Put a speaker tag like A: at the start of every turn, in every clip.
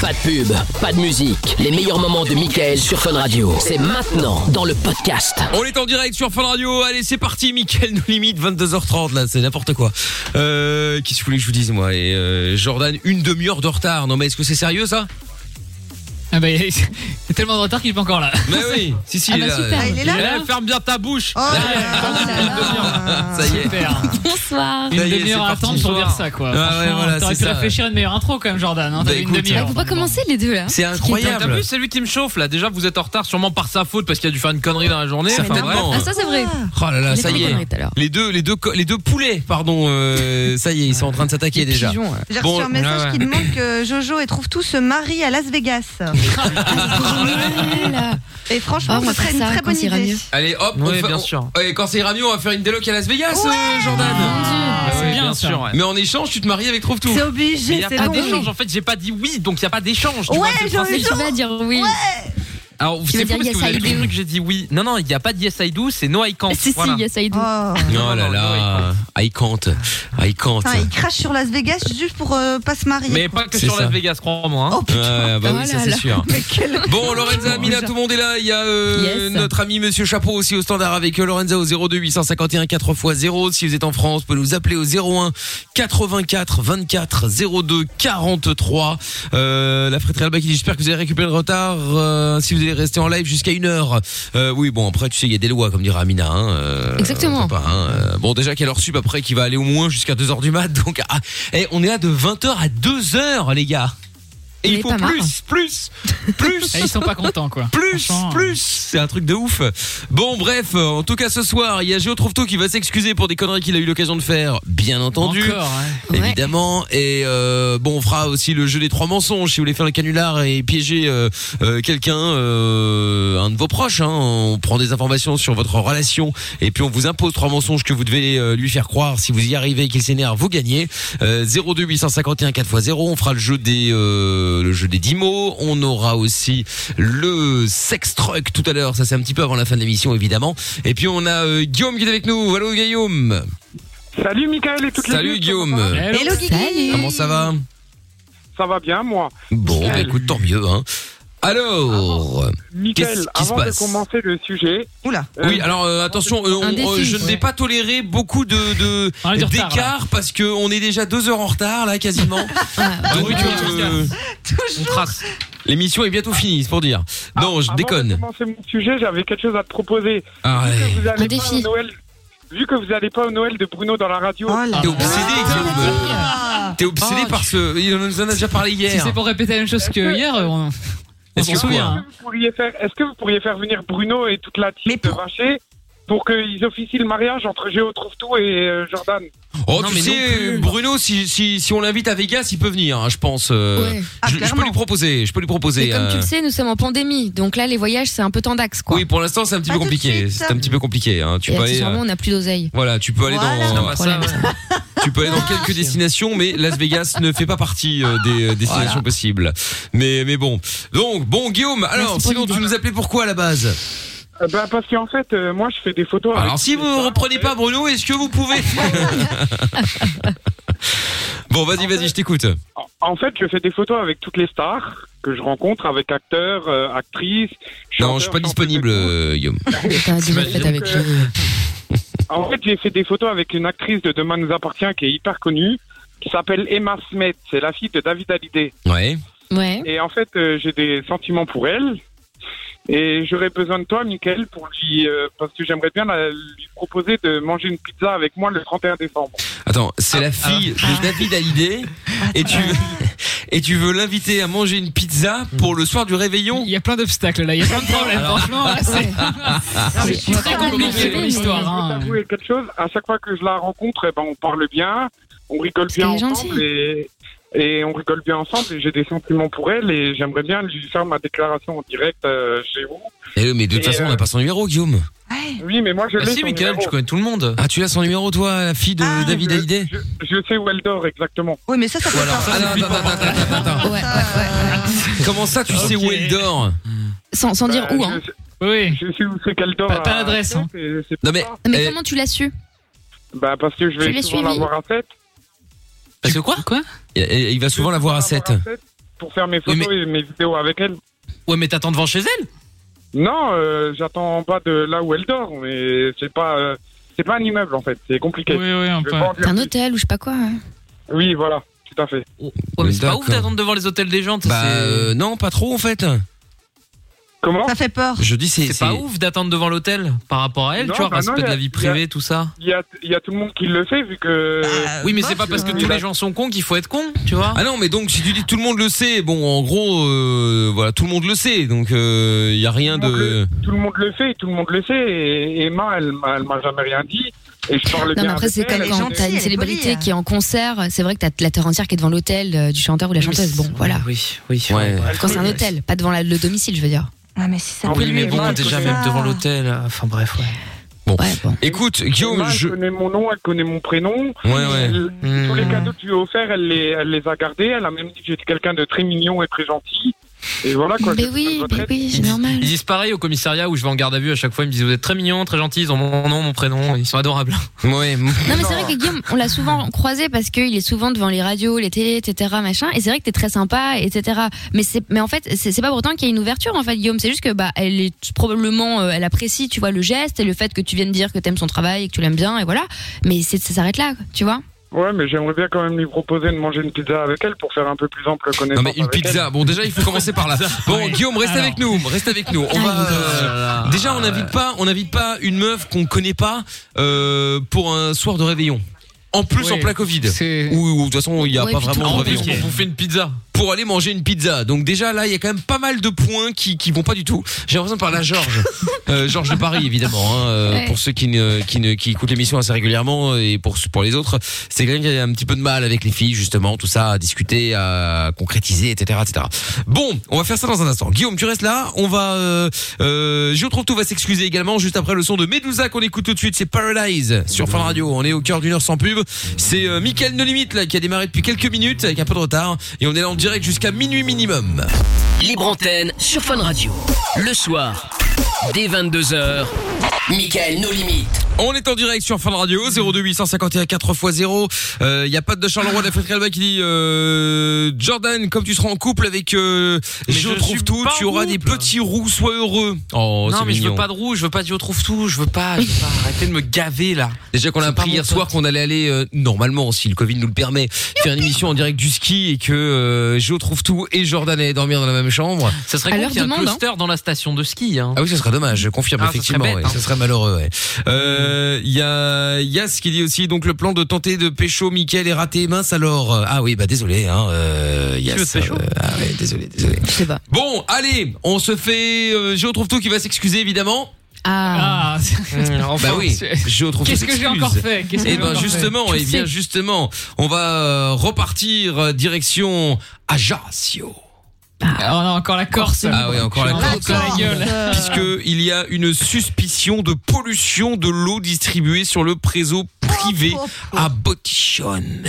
A: Pas de pub, pas de musique. Les meilleurs moments de Michael sur Fun Radio. C'est maintenant dans le podcast.
B: On est en direct sur Fun Radio. Allez, c'est parti. Mickaël nous limite 22h30 là, c'est n'importe quoi. Euh, qu'est-ce que vous voulez que je vous dise moi Et euh, Jordan, une demi-heure de retard. Non mais est-ce que c'est sérieux ça
C: Ah bah, il est tellement de retard qu'il est pas encore là.
B: Mais oui, si si,
C: Ah
B: il,
C: bah,
B: est là.
C: super. Ah, il est là, là Oh.
B: Eh, Ferme bien ta bouche.
D: Ah,
B: Ah, ça y est.
C: Super.
D: Bonsoir.
C: Une demi-heure à attendre pour dire ça quoi.
B: Ouais, ouais,
C: Franchement,
B: voilà,
C: T'aurais
B: c'est
C: pu
B: ça.
C: réfléchir à une meilleure intro quand même Jordan.
B: Bah,
C: Hein. T'avais une demi-heure.
D: On va commencer les deux là.
B: T'as vu, c'est lui qui me chauffe là. Déjà, vous êtes en retard sûrement par sa faute parce qu'il a dû faire une connerie dans la journée.
D: Ah,
B: Enfin, bref.
D: ça c'est vrai.
B: Oh là là, ça y est. Les deux, les deux, co- les deux poulets, pardon. euh, ça y est, ils sont en train de s'attaquer déjà.
E: J'ai reçu un message
B: ouais, ouais.
E: qui demande que Jojo et trouve tout se marie à Las Vegas. et franchement,
D: Oh, on
E: ce
D: va faire
E: serait une
D: ça
E: très
D: quand
E: bonne
D: ça ira
E: idée.
D: mieux.
B: Allez, hop. on
F: Ouais,
B: fait-
F: bien
B: on-
F: sûr.
B: Et quand c'est Rami, on va faire une déloc à Las Vegas, euh,
E: Ah,
B: Jordan.
F: c'est Ah, bien
B: bien
F: ça.
B: sûr. Mais en échange, tu te maries avec Trouve tout.
E: C'est
F: Mais il
E: obligé,
F: n'y a
E: c'est
F: pas
E: bon.
F: d'échange, en fait, j'ai pas dit oui, donc il n'y a pas d'échange. tu
E: Ouais,
F: vois, c'est le
E: j'aurais
F: principe.
D: Mais tu vas dire oui.
F: Alors, vous
D: Tu
F: savez
D: veux dire
F: parce que
D: yes,
F: vous avez
D: I do.
F: compris que j'ai dit oui. Non, non, il n'y a pas de yes I do, c'est no I can't.
D: Si, si,
F: Voilà.
D: yes, I do.
E: Oh.
B: Oh là là, I can't, I can't.
E: Putain, il crache sur Las Vegas juste pour euh, pas se marier.
F: Mais
E: quoi.
F: pas que
B: C'est
F: sur
B: ça.
F: Las Vegas, crois-moi. hein.
E: Oh putain.
B: Ouais, bah
D: Oh
B: oui, ça
D: là
B: c'est
D: là.
B: sûr.
E: Mais quel-
B: Bon, Lorenza, Mina, tout le monde est là. Il y a euh,
D: Yes.
B: notre ami Monsieur Chapeau aussi au standard avec euh, Lorenza au 02 851 4x0. Si vous êtes en France, vous pouvez nous appeler au 01 84 24 02 43. Euh, la fratrie Alba qui dit j'espère que vous avez récupéré le retard euh, si vous allez rester en live jusqu'à une heure. Euh, oui, bon après tu sais il y a des lois comme dira Amina. Hein, euh,
D: Exactement.
B: on peut pas, hein, euh, bon déjà qu'elle heure sup après qui va aller au moins jusqu'à 2 heures du mat. Donc ah, eh, on est là de 20h à 2h les gars. Et
D: Mais
B: il faut
D: pas hein. marre.
B: plus, plus, plus.
C: Et Eh, ils sont pas contents quoi.
B: Plus,
C: Franchement, euh,
B: plus, c'est un truc de ouf. Bon, bref, euh, en tout cas ce soir, il y a Géo Trouveto qui va s'excuser pour des conneries qu'il a eu l'occasion de faire, bien entendu,
C: Encore, hein. ouais.
D: Ouais.
B: évidemment. Et euh, bon, on fera aussi le jeu des trois mensonges si vous voulez faire le canular et piéger euh, euh, quelqu'un, euh, un de vos proches. hein. On prend des informations sur votre relation et puis on vous impose trois mensonges que vous devez euh, lui faire croire. Si vous y arrivez et qu'il s'énerve, vous gagnez. Euh, 02 851 4x0 on fera le jeu des euh, le jeu des 10 mots on aura aussi le sex truck tout à l'heure ça c'est un petit peu avant la fin de l'émission évidemment et puis on a euh, Guillaume qui est avec nous allô Guillaume
G: Salut Michael et toutes les
B: salut
G: deux,
B: Guillaume
C: Hello.
E: Hello Guigui.
B: comment ça va
G: Ça va bien moi.
B: bon bah,
G: Salut.
B: écoute tant mieux hein alors Qu'est-ce
G: Ah, Michael,
B: qui se
G: avant de
B: passe
G: commencer le sujet,
E: Oula.
G: euh,
B: oui alors euh, attention euh, on-
D: Un défi.
B: euh, je ne vais
D: Ouais.
B: pas tolérer beaucoup de, de
C: On est du retard,
B: d'écart parce que on est déjà deux heures en retard là quasiment Donc, euh,
F: On trace.
B: l'émission est bientôt finie c'est pour dire non
G: a-
B: je
G: Ah, avant De
B: déconne
G: commencer mon sujet, j'avais quelque chose à te proposer.
B: Ah,
G: Vu
B: ouais.
G: que vous allez pas
D: Un défi.
G: au Noël, vu que vous n'allez pas au Noël de Bruno dans la radio, Ah,
E: Oh là
B: T'es
E: là.
B: obsédé, Guillaume. T'es obsédé
C: Oh,
B: par ce. Il nous en a déjà parlé
C: Si
B: hier.
C: c'est pour répéter la même chose que
G: Est-ce que-
C: hier, on, on
B: Est-ce
C: s'en
B: que
C: souvient.
B: quoi
G: est-ce
C: hein.
G: que, vous pourriez faire, est-ce que vous pourriez faire venir Bruno et toute la
E: Mais
G: team de
E: pour-
G: Vacher pour qu'ils officient le mariage entre Géo Trouve Tout et euh, Jordan
B: Oh,
F: Non,
B: tu
F: mais non
B: sais,
F: plus.
B: Bruno, si, si, si on l'invite à Vegas, il peut venir, hein, je pense. euh,
D: Ouais.
E: Ah,
B: je, je peux
E: clairement.
B: lui proposer. Je peux lui proposer.
D: Mais comme tu
B: euh,
D: le sais, nous sommes en pandémie, donc là les voyages c'est un peu temps d'axe quoi.
B: oui, pour l'instant, c'est un petit
E: Pas
B: peu
E: tout de
B: compliqué.
E: suite.
B: C'est un petit peu compliqué. hein. Tu
D: Et
B: peux aller.
D: accessoirement,
B: euh,
D: on n'a plus d'oseille.
B: Voilà, tu peux aller
E: Voilà.
B: dans.
F: Non, bah, ça,
D: problème.
F: ouais.
B: Tu peux aller dans quelques destinations, mais Las Vegas ne fait pas partie euh, des euh, destinations possibles. Mais mais bon. Donc bon, Guillaume. Alors,
D: Merci pour
B: sinon, tu
D: l'idée.
B: nous appelais pourquoi à la base
G: Euh, bah, Parce qu'en fait, euh, moi je fais des photos.
B: Alors
G: avec-
B: si vous ne reprenez pas Bruno, est-ce que vous pouvez Bon, vas-y, vas-y, je t'écoute.
G: En- En fait, je fais des photos avec toutes les stars que je rencontre, avec acteurs, euh, actrices. chanteurs,
B: Non, je suis pas
G: chanteuses
B: disponible,
G: et tout.
B: euh, Guillaume.
D: T'as déjà fait avec
G: que- euh, En fait, j'ai fait des photos avec une actrice de Demain nous appartient qui est hyper connue, qui s'appelle Emma Smet. C'est la fille de David Hallyday.
B: Ouais.
D: Ouais.
G: Et en fait, euh, j'ai des sentiments pour elle. Et j'aurais besoin de toi, Michael, pour lui, euh, parce que j'aimerais bien la- lui proposer de manger une pizza avec moi le 31 décembre.
B: Attends, c'est la
D: Ah.
B: fille de David Hallyday et tu veux, et tu veux l'inviter à manger une pizza pour le soir du réveillon
C: Il y a plein d'obstacles là, il y a plein de problèmes. Franchement, là, c'est
B: Ah,
D: C'est
C: c'est très
D: complètement
C: compliqué
D: motivé, mais-
C: l'histoire.
G: Je vais
C: hein.
G: t'avouer quelque chose. À chaque fois que je la rencontre, eh ben, on parle bien, on rigole
D: Parce
G: bien
D: qu'elle est
G: ensemble et, et on rigole bien ensemble. Et j'ai des sentiments pour elle et j'aimerais bien lui faire ma déclaration en direct euh, chez vous.
B: Eh, Mais de toute
G: Et,
B: façon,
G: euh,
B: on n'a pas son numéro, Guillaume.
E: Ouais.
G: Oui, mais moi je
F: Ah
G: l'ai.
F: si,
G: son
F: Michael,
G: numéro.
F: tu connais tout le monde.
B: Ah, tu as son numéro, toi, la fille de
E: Ah,
B: David
G: je-
B: Hallyday
G: je, je sais où elle dort exactement.
E: Oui, mais ça, ça peut
B: Voilà.
E: faire-
B: Ah, non, attends, attends, attends, attends, attends, attends.
D: Ouais, ouais, ouais.
B: Comment ça, tu sais où
C: Ok.
B: elle dort
D: Sans, sans dire
E: Bah,
G: Euh,
D: où, hein.
G: je,
C: Oui.
G: je sais où c'est qu'elle dort.
C: Pas- pas
G: à-
C: l'adresse, hein.
G: c'est- c'est
B: Non, mais.
G: pas-
D: Mais
B: eh,
D: comment tu l'as su
G: Bah parce que je
D: Tu
G: vais
D: l'as
G: souvent
D: suivi
F: Bah,
G: la voir à 7.
B: Parce que quoi
C: Quoi
B: Il il va souvent la voir à 7.
G: pour faire mes photos et mes vidéos avec elle.
F: Ouais, mais t'attends devant chez elle
G: Non, euh, j'attends en bas de là où elle dort, mais c'est pas, euh, c'est pas un immeuble en fait, c'est compliqué.
C: Oui, oui, un
G: Je
C: peu.
G: vends du-
D: T'as un hôtel ou je sais pas quoi. hein.
G: Oui, voilà, tout à fait.
F: Ouais, mais c'est pas
B: D'accord.
F: ouf d'attendre devant les hôtels des gens. tu sais,
B: Bah
F: c'est-
B: euh, non, pas trop en fait.
G: Comment
E: Ça fait peur.
B: Je dis c'est
F: c'est pas ouf d'attendre devant l'hôtel par rapport à elle,
G: Non,
F: tu vois,
G: bah non,
F: respect de
G: y a-
F: la vie privée, tout ça.
G: Il y a, il y a tout le monde qui le fait vu que.
B: Bah,
F: Oui, mais c'est pas parce que tous les gens sont cons qu'il faut être con, tu vois.
B: Ah non, mais donc si tu dis tout le monde le sait, bon en gros euh, voilà, tout le monde le sait. Donc euh, il y a rien
G: tout, le monde
B: de
G: le, tout le monde le fait, tout le monde le sait. Et Emma, elle, m'a- elle m'a jamais rien dit. Et je parle
D: Non,
G: bien
D: mais après,
G: avec
D: c'est
G: elle,
D: comme
E: est
D: quand
E: gentille,
D: t'as
E: elle
D: une
E: est polie,
D: célébrité
E: hein.
D: qui est en concert, c'est vrai que t'as la terre entière qui est devant l'hôtel euh, du chanteur ou la chanteuse. Bon, voilà.
F: Oui, oui.
B: Ouais.
G: elle
D: Quand c'est un
G: connaît.
D: hôtel, pas devant la- le domicile, je veux dire.
E: Ah, mais si ça
G: Ah
E: peut
F: Oui, mais
E: lui
F: bon,
E: mal,
F: t'es
E: comme
F: jamais
E: ça.
F: devant l'hôtel. euh, Enfin bref, ouais.
D: Ouais, bon.
B: Écoute,
G: Emma,
B: Guillaume,
G: elle
B: je
G: connaît mon nom, elle connaît mon prénom.
B: Ouais ouais.
G: Elle-
F: Hmm.
G: Tous les cadeaux que tu lui as offerts, elle les, elle les a gardés. Elle a même dit que j'étais quelqu'un de très mignon et très gentil. Et voilà quoi.
D: Mais
G: je-
D: oui,
G: je
D: mais
G: retraite.
D: oui, c'est
F: Ils-
D: normal.
F: Ils disent pareil au commissariat où je vais en garde à vue à chaque fois. Ils me disent Vous êtes très mignons, très gentils, ils ont mon nom, mon prénom, ils sont adorables.
B: Ouais.
D: Non, mais c'est vrai que Guillaume, on l'a souvent croisé parce qu'il est souvent devant les radios, les télés, etc. Machin, et c'est vrai que t'es très sympa, etc. Mais, c'est, mais en fait, c'est, c'est pas pourtant qu'il y a une ouverture, en fait, Guillaume. C'est juste que, bah, elle est probablement, euh, elle apprécie, tu vois, le geste et le fait que tu viennes dire que t'aimes son travail et que tu l'aimes bien, et voilà. Mais c'est, ça s'arrête là, tu vois.
G: Ouais, mais j'aimerais bien quand même lui proposer de manger une pizza avec elle pour faire un peu plus ample
B: Non
G: connaissance.
B: mais une
G: avec
B: pizza. Bon déjà il faut commencer par là. Bon
C: oui.
B: Guillaume reste
C: Alors.
B: avec nous, reste avec nous. On
D: Ah,
B: va
D: il est
B: euh, déjà on n'invite pas, on n'invite pas une meuf qu'on connaît pas euh, pour un soir de réveillon. En plus
C: Ouais.
B: en plein Covid.
C: C'est.
B: Ou ou, de toute façon il n'y a
D: Ouais,
B: pas
D: puis tout
B: vraiment de
D: le monde
B: réveillon.
C: compliqué.
F: Pour bouffer une pizza.
B: pour aller manger une pizza. Donc déjà là, il y a quand même pas mal de points qui qui vont pas du tout. J'ai l'impression de parler à Georges, euh, Georges de Paris évidemment. hein, euh,
D: Ouais.
B: Pour ceux qui ne qui ne qui écoutent l'émission assez régulièrement euh, et pour pour les autres, c'est quelqu'un qui a un petit peu de mal avec les filles justement, tout ça, à discuter, à concrétiser, etc., etc. Bon, on va faire ça dans un instant. Guillaume, tu restes là. On va. Euh, euh, Gio Trouve-Tout va s'excuser également juste après le son de Medusa qu'on écoute tout de suite. C'est Paradise sur Fun Radio. On est au cœur d'une heure sans pub. C'est euh, Mickaël No Limite là qui a démarré depuis quelques minutes avec un peu de retard et on est là en direct jusqu'à minuit minimum.
A: Libre antenne sur Fun Radio. Le soir, dès 22h, Michael nos limites.
B: On est en direct sur Fun Radio 02851 4x0. Il euh, y a pas de Charleroi de la Fête Calva qui dit euh, Jordan comme tu seras en couple avec euh,
F: Mais
B: Gio
F: je
B: Trouve
F: suis
B: Tout,
F: pas
B: tu auras
F: en
B: des
F: couple.
B: petits roux, sois heureux. Oh,
F: non,
B: c'est
F: mais je
B: mignon.
F: veux pas de rouge, je veux pas de trouve tout, je veux pas, je veux pas arrêter de me gaver là.
B: Déjà qu'on a
F: C'est pas
B: appris
F: mon
B: hier
F: pote.
B: soir qu'on allait aller euh, normalement si le Covid nous le permet faire une émission en direct du ski et que euh, Gio trouve tout et Jordan allait dormir dans la même chambre.
F: Ça serait
D: À
F: cool
D: leur
F: qu'il y ait un
D: demande, hein.
F: cluster dans la station de ski. Hein.
B: Ah oui, ce serait dommage, je confirme
F: Ah, ça
B: effectivement,
F: serait
B: ouais,
F: bête,
B: ça
F: hein.
B: serait, malheureux. ouais. Euh, Il y a Yas qui dit aussi donc le plan de tenter de pécho Mickaël est raté, mince alors. Euh, Ah oui, bah désolé hein euh, Yas.
F: veux te pécho
B: euh, ah ouais, désolé, désolé.
D: Je sais pas.
B: Bon, allez, on se fait euh, Gio trouve tout qui va s'excuser évidemment.
D: Ah.
C: Ah, c'est-
F: Mmh, enfin,
B: bah oui,
C: c'est-
B: Gio trouve tout
C: Qu'est-ce que j'ai
B: s'excuse.
C: encore fait Qu'est-ce que
B: Eh
C: j'ai
B: ben
C: encore fait
B: justement,
D: Tu
B: eh
D: le
B: bien
D: sais.
B: justement, on va euh, repartir euh, direction Ajaccio.
C: Ah, on a encore la Corse.
B: Ah oui, encore la
C: Je suis
B: Corse.
C: encore la gueule.
D: Euh.
B: Puisque il y a une suspicion de pollution de l'eau distribuée sur le réseau privé
E: Oh, oh, oh.
B: à Bottichone.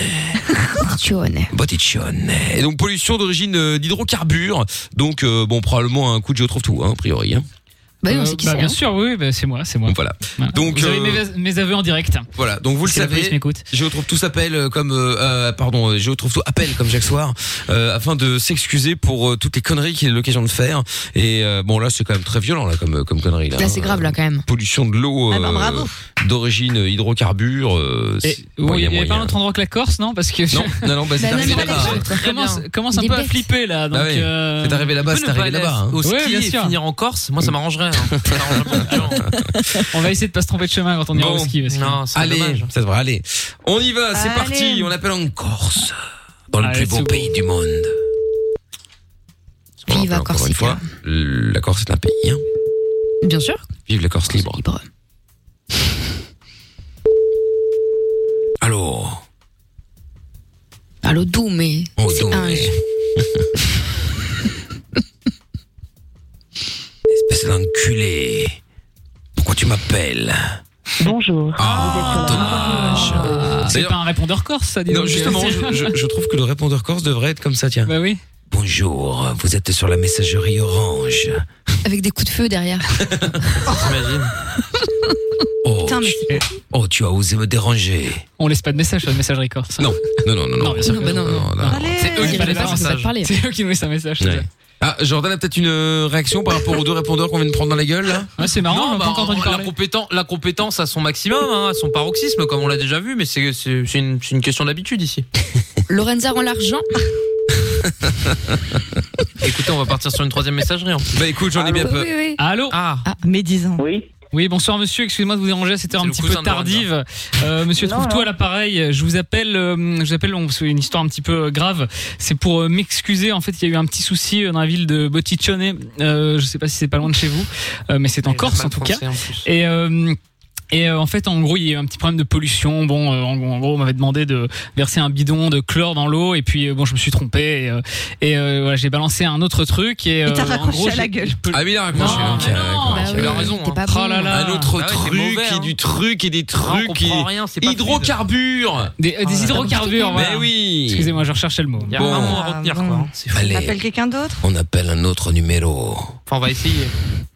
D: Fortune.
B: Bottichone. Et donc pollution d'origine euh, d'hydrocarbures. Donc euh, bon probablement un coup de trouve tout hein, a priori. hein.
D: Bah oui,
C: Euh,
D: on sait qui
C: bah,
D: c'est.
C: Bien
D: hein.
C: sûr, oui, bah, c'est moi, c'est moi.
B: Donc voilà.
C: Voilà.
B: Donc,
C: Vous avez
B: euh,
C: mes, mes aveux en direct.
B: Voilà. Donc vous le
C: Si la police
B: savez.
C: m'écoute.
B: Je retrouve tout s'appelle euh, comme euh, euh, pardon, euh, je retrouve tout appel comme Jacques Soir euh, afin de s'excuser pour euh, toutes les conneries qu'il a eu l'occasion de faire et euh, bon là c'est quand même très violent là comme euh, comme connerie là.
D: Là, c'est
B: hein.
D: grave, là, quand même.
B: pollution de l'eau
E: Ah bah,
B: euh,
E: bravo.
B: d'origine hydrocarbure euh,
C: Et-
B: c'est-
C: oui,
B: moyen,
C: il y avait pas un
B: moyen.
C: autre endroit que la Corse, non Parce que je-
B: non non non bah, c'est
D: Bah,
B: arrivé
D: non,
B: là-bas
D: non,
B: hein.
C: je commence, commence un
D: Il est
C: peu à
D: bête.
C: flipper là. Donc,
B: Bah ouais.
C: euh,
B: c'est arrivé là-bas
F: Tu
B: c'est
F: peux ne
B: arrivé
F: pas aller
B: là-bas hein.
F: Au ski
C: Ouais, bien
F: et
C: sûr.
F: finir en Corse, moi ça m'arrangerait. hein. Ça arrangerait beaucoup de gens.
C: on va essayer de pas se tromper de chemin quand on ira
B: Bon.
C: au ski. parce que-
F: Non, Ah, c'est
B: allez
F: dommage.
B: ça devrait aller on y va c'est
E: Allez.
B: parti on appelle en Corse dans le
C: Allez,
B: plus beau
C: c'est bon.
B: pays du monde Ce qu'on rappelle
D: Vive la
B: encore une
D: Corsica.
B: fois la Corse est un pays hein.
D: Bien sûr.
B: vive la Corse libre
D: Libre.
B: allô
D: Allô, d'où, mais.
B: Oh,
D: c'est
B: donc,
D: un-
B: mais- Espèce d'enculé. Pourquoi tu m'appelles
H: Bonjour.
B: Ah, dommage. Euh,
C: C'est
B: D'ailleurs-
C: pas un répondeur corse, ça, dis
B: Non,
C: donc.
B: justement, je, je- je trouve que le répondeur corse devrait être comme ça, tiens.
C: Bah oui.
B: Bonjour, vous êtes sur la messagerie orange.
D: Avec des coups de feu derrière.
F: T'imagines
B: Oh,
D: Putain, mais
B: tu... oh, tu as osé me déranger.
C: On laisse pas de message sur la messagerie corse.
B: Non, non, non, non. non.
C: bien sûr que
D: bah non,
B: non, non.
E: Allez.
C: C'est eux qui
D: Ils
C: nous
D: veulent
C: laissent
D: pas
C: un
D: qu'on se mette
C: message.
D: parler.
C: C'est eux qui nous laissent un message. c'est
B: Ouais.
C: ça.
B: Ah, Jordan a peut-être une euh, réaction par rapport aux deux répondeurs qu'on vient de prendre dans la gueule là
C: Ouais, c'est marrant, on
F: Non,
C: n'a
F: bah,
C: pas encore entendu
F: la,
C: parler.
F: compétence, la compétence à son maximum, hein, à son paroxysme, comme on l'a déjà vu, mais c'est c'est- c'est une, c'est une question d'habitude ici.
D: Lorenza rend l'argent.
F: Écoutez, on va partir sur une troisième messagerie. en plus.
B: Bah écoute, j'en ai bien
D: Oui,
B: peur.
D: oui, oui.
C: Allô
F: Ah,
E: Mais disons.
H: Oui,
C: Oui, bonsoir monsieur, excusez-moi de vous déranger à cette heure
F: C'est
C: un
F: le
C: petit peu
F: cousin de
B: Ah,
C: tardive. Euh, monsieur
H: Non,
C: Trouve-tout
H: non.
C: à l'appareil, je vous appelle, euh, je vous appelle on- c'est une histoire un petit peu euh, grave. C'est pour euh, m'excuser, en fait il y a eu un petit souci euh, dans la ville de Botticcione, euh, je sais pas si c'est pas loin de chez vous, euh, mais c'est en
F: il a
C: Corse
F: mal
C: en tout cas.
F: prononcé, en plus.
C: Et euh, et euh, en fait, en gros, il y a eu un petit problème de pollution. Bon, euh, en, en gros, on m'avait demandé de verser un bidon de chlore dans l'eau, et puis euh, bon, je me suis trompé. Et, euh, et, euh, voilà, j'ai balancé un autre truc. Et,
E: Il t'a
C: euh, en
E: raccroché
C: gros,
E: à la
C: j'ai-
E: gueule.
C: je peux-
B: Ah oui, il a raccroché.
C: Non,
F: hein.
B: ok,
C: mais
B: d'accord,
D: Bah
B: ok.
F: il
D: oui,
F: a raison,
D: t'es
F: hein.
D: pas
C: Oh là
D: bon.
C: là.
B: Un autre
F: Ah ouais, c'est
B: truc
F: mauvais,
B: et
F: hein.
B: du truc et des
F: Ah, on
B: trucs et
F: comprend rien, c'est pas fluide.
B: hydrocarbures.
C: Des,
D: Oh
C: euh, des
F: Ah,
C: hydrocarbures.
B: Mais
C: voilà.
B: oui.
C: Excusez-moi, je recherchais le mot.
F: Il y a
B: Bon.
F: un mot à retenir,
E: Ah,
B: hein.
F: quoi.
E: bon.
F: C'est fou.
E: Appelle quelqu'un d'autre
B: on appelle un autre numéro.
F: Enfin, on va essayer.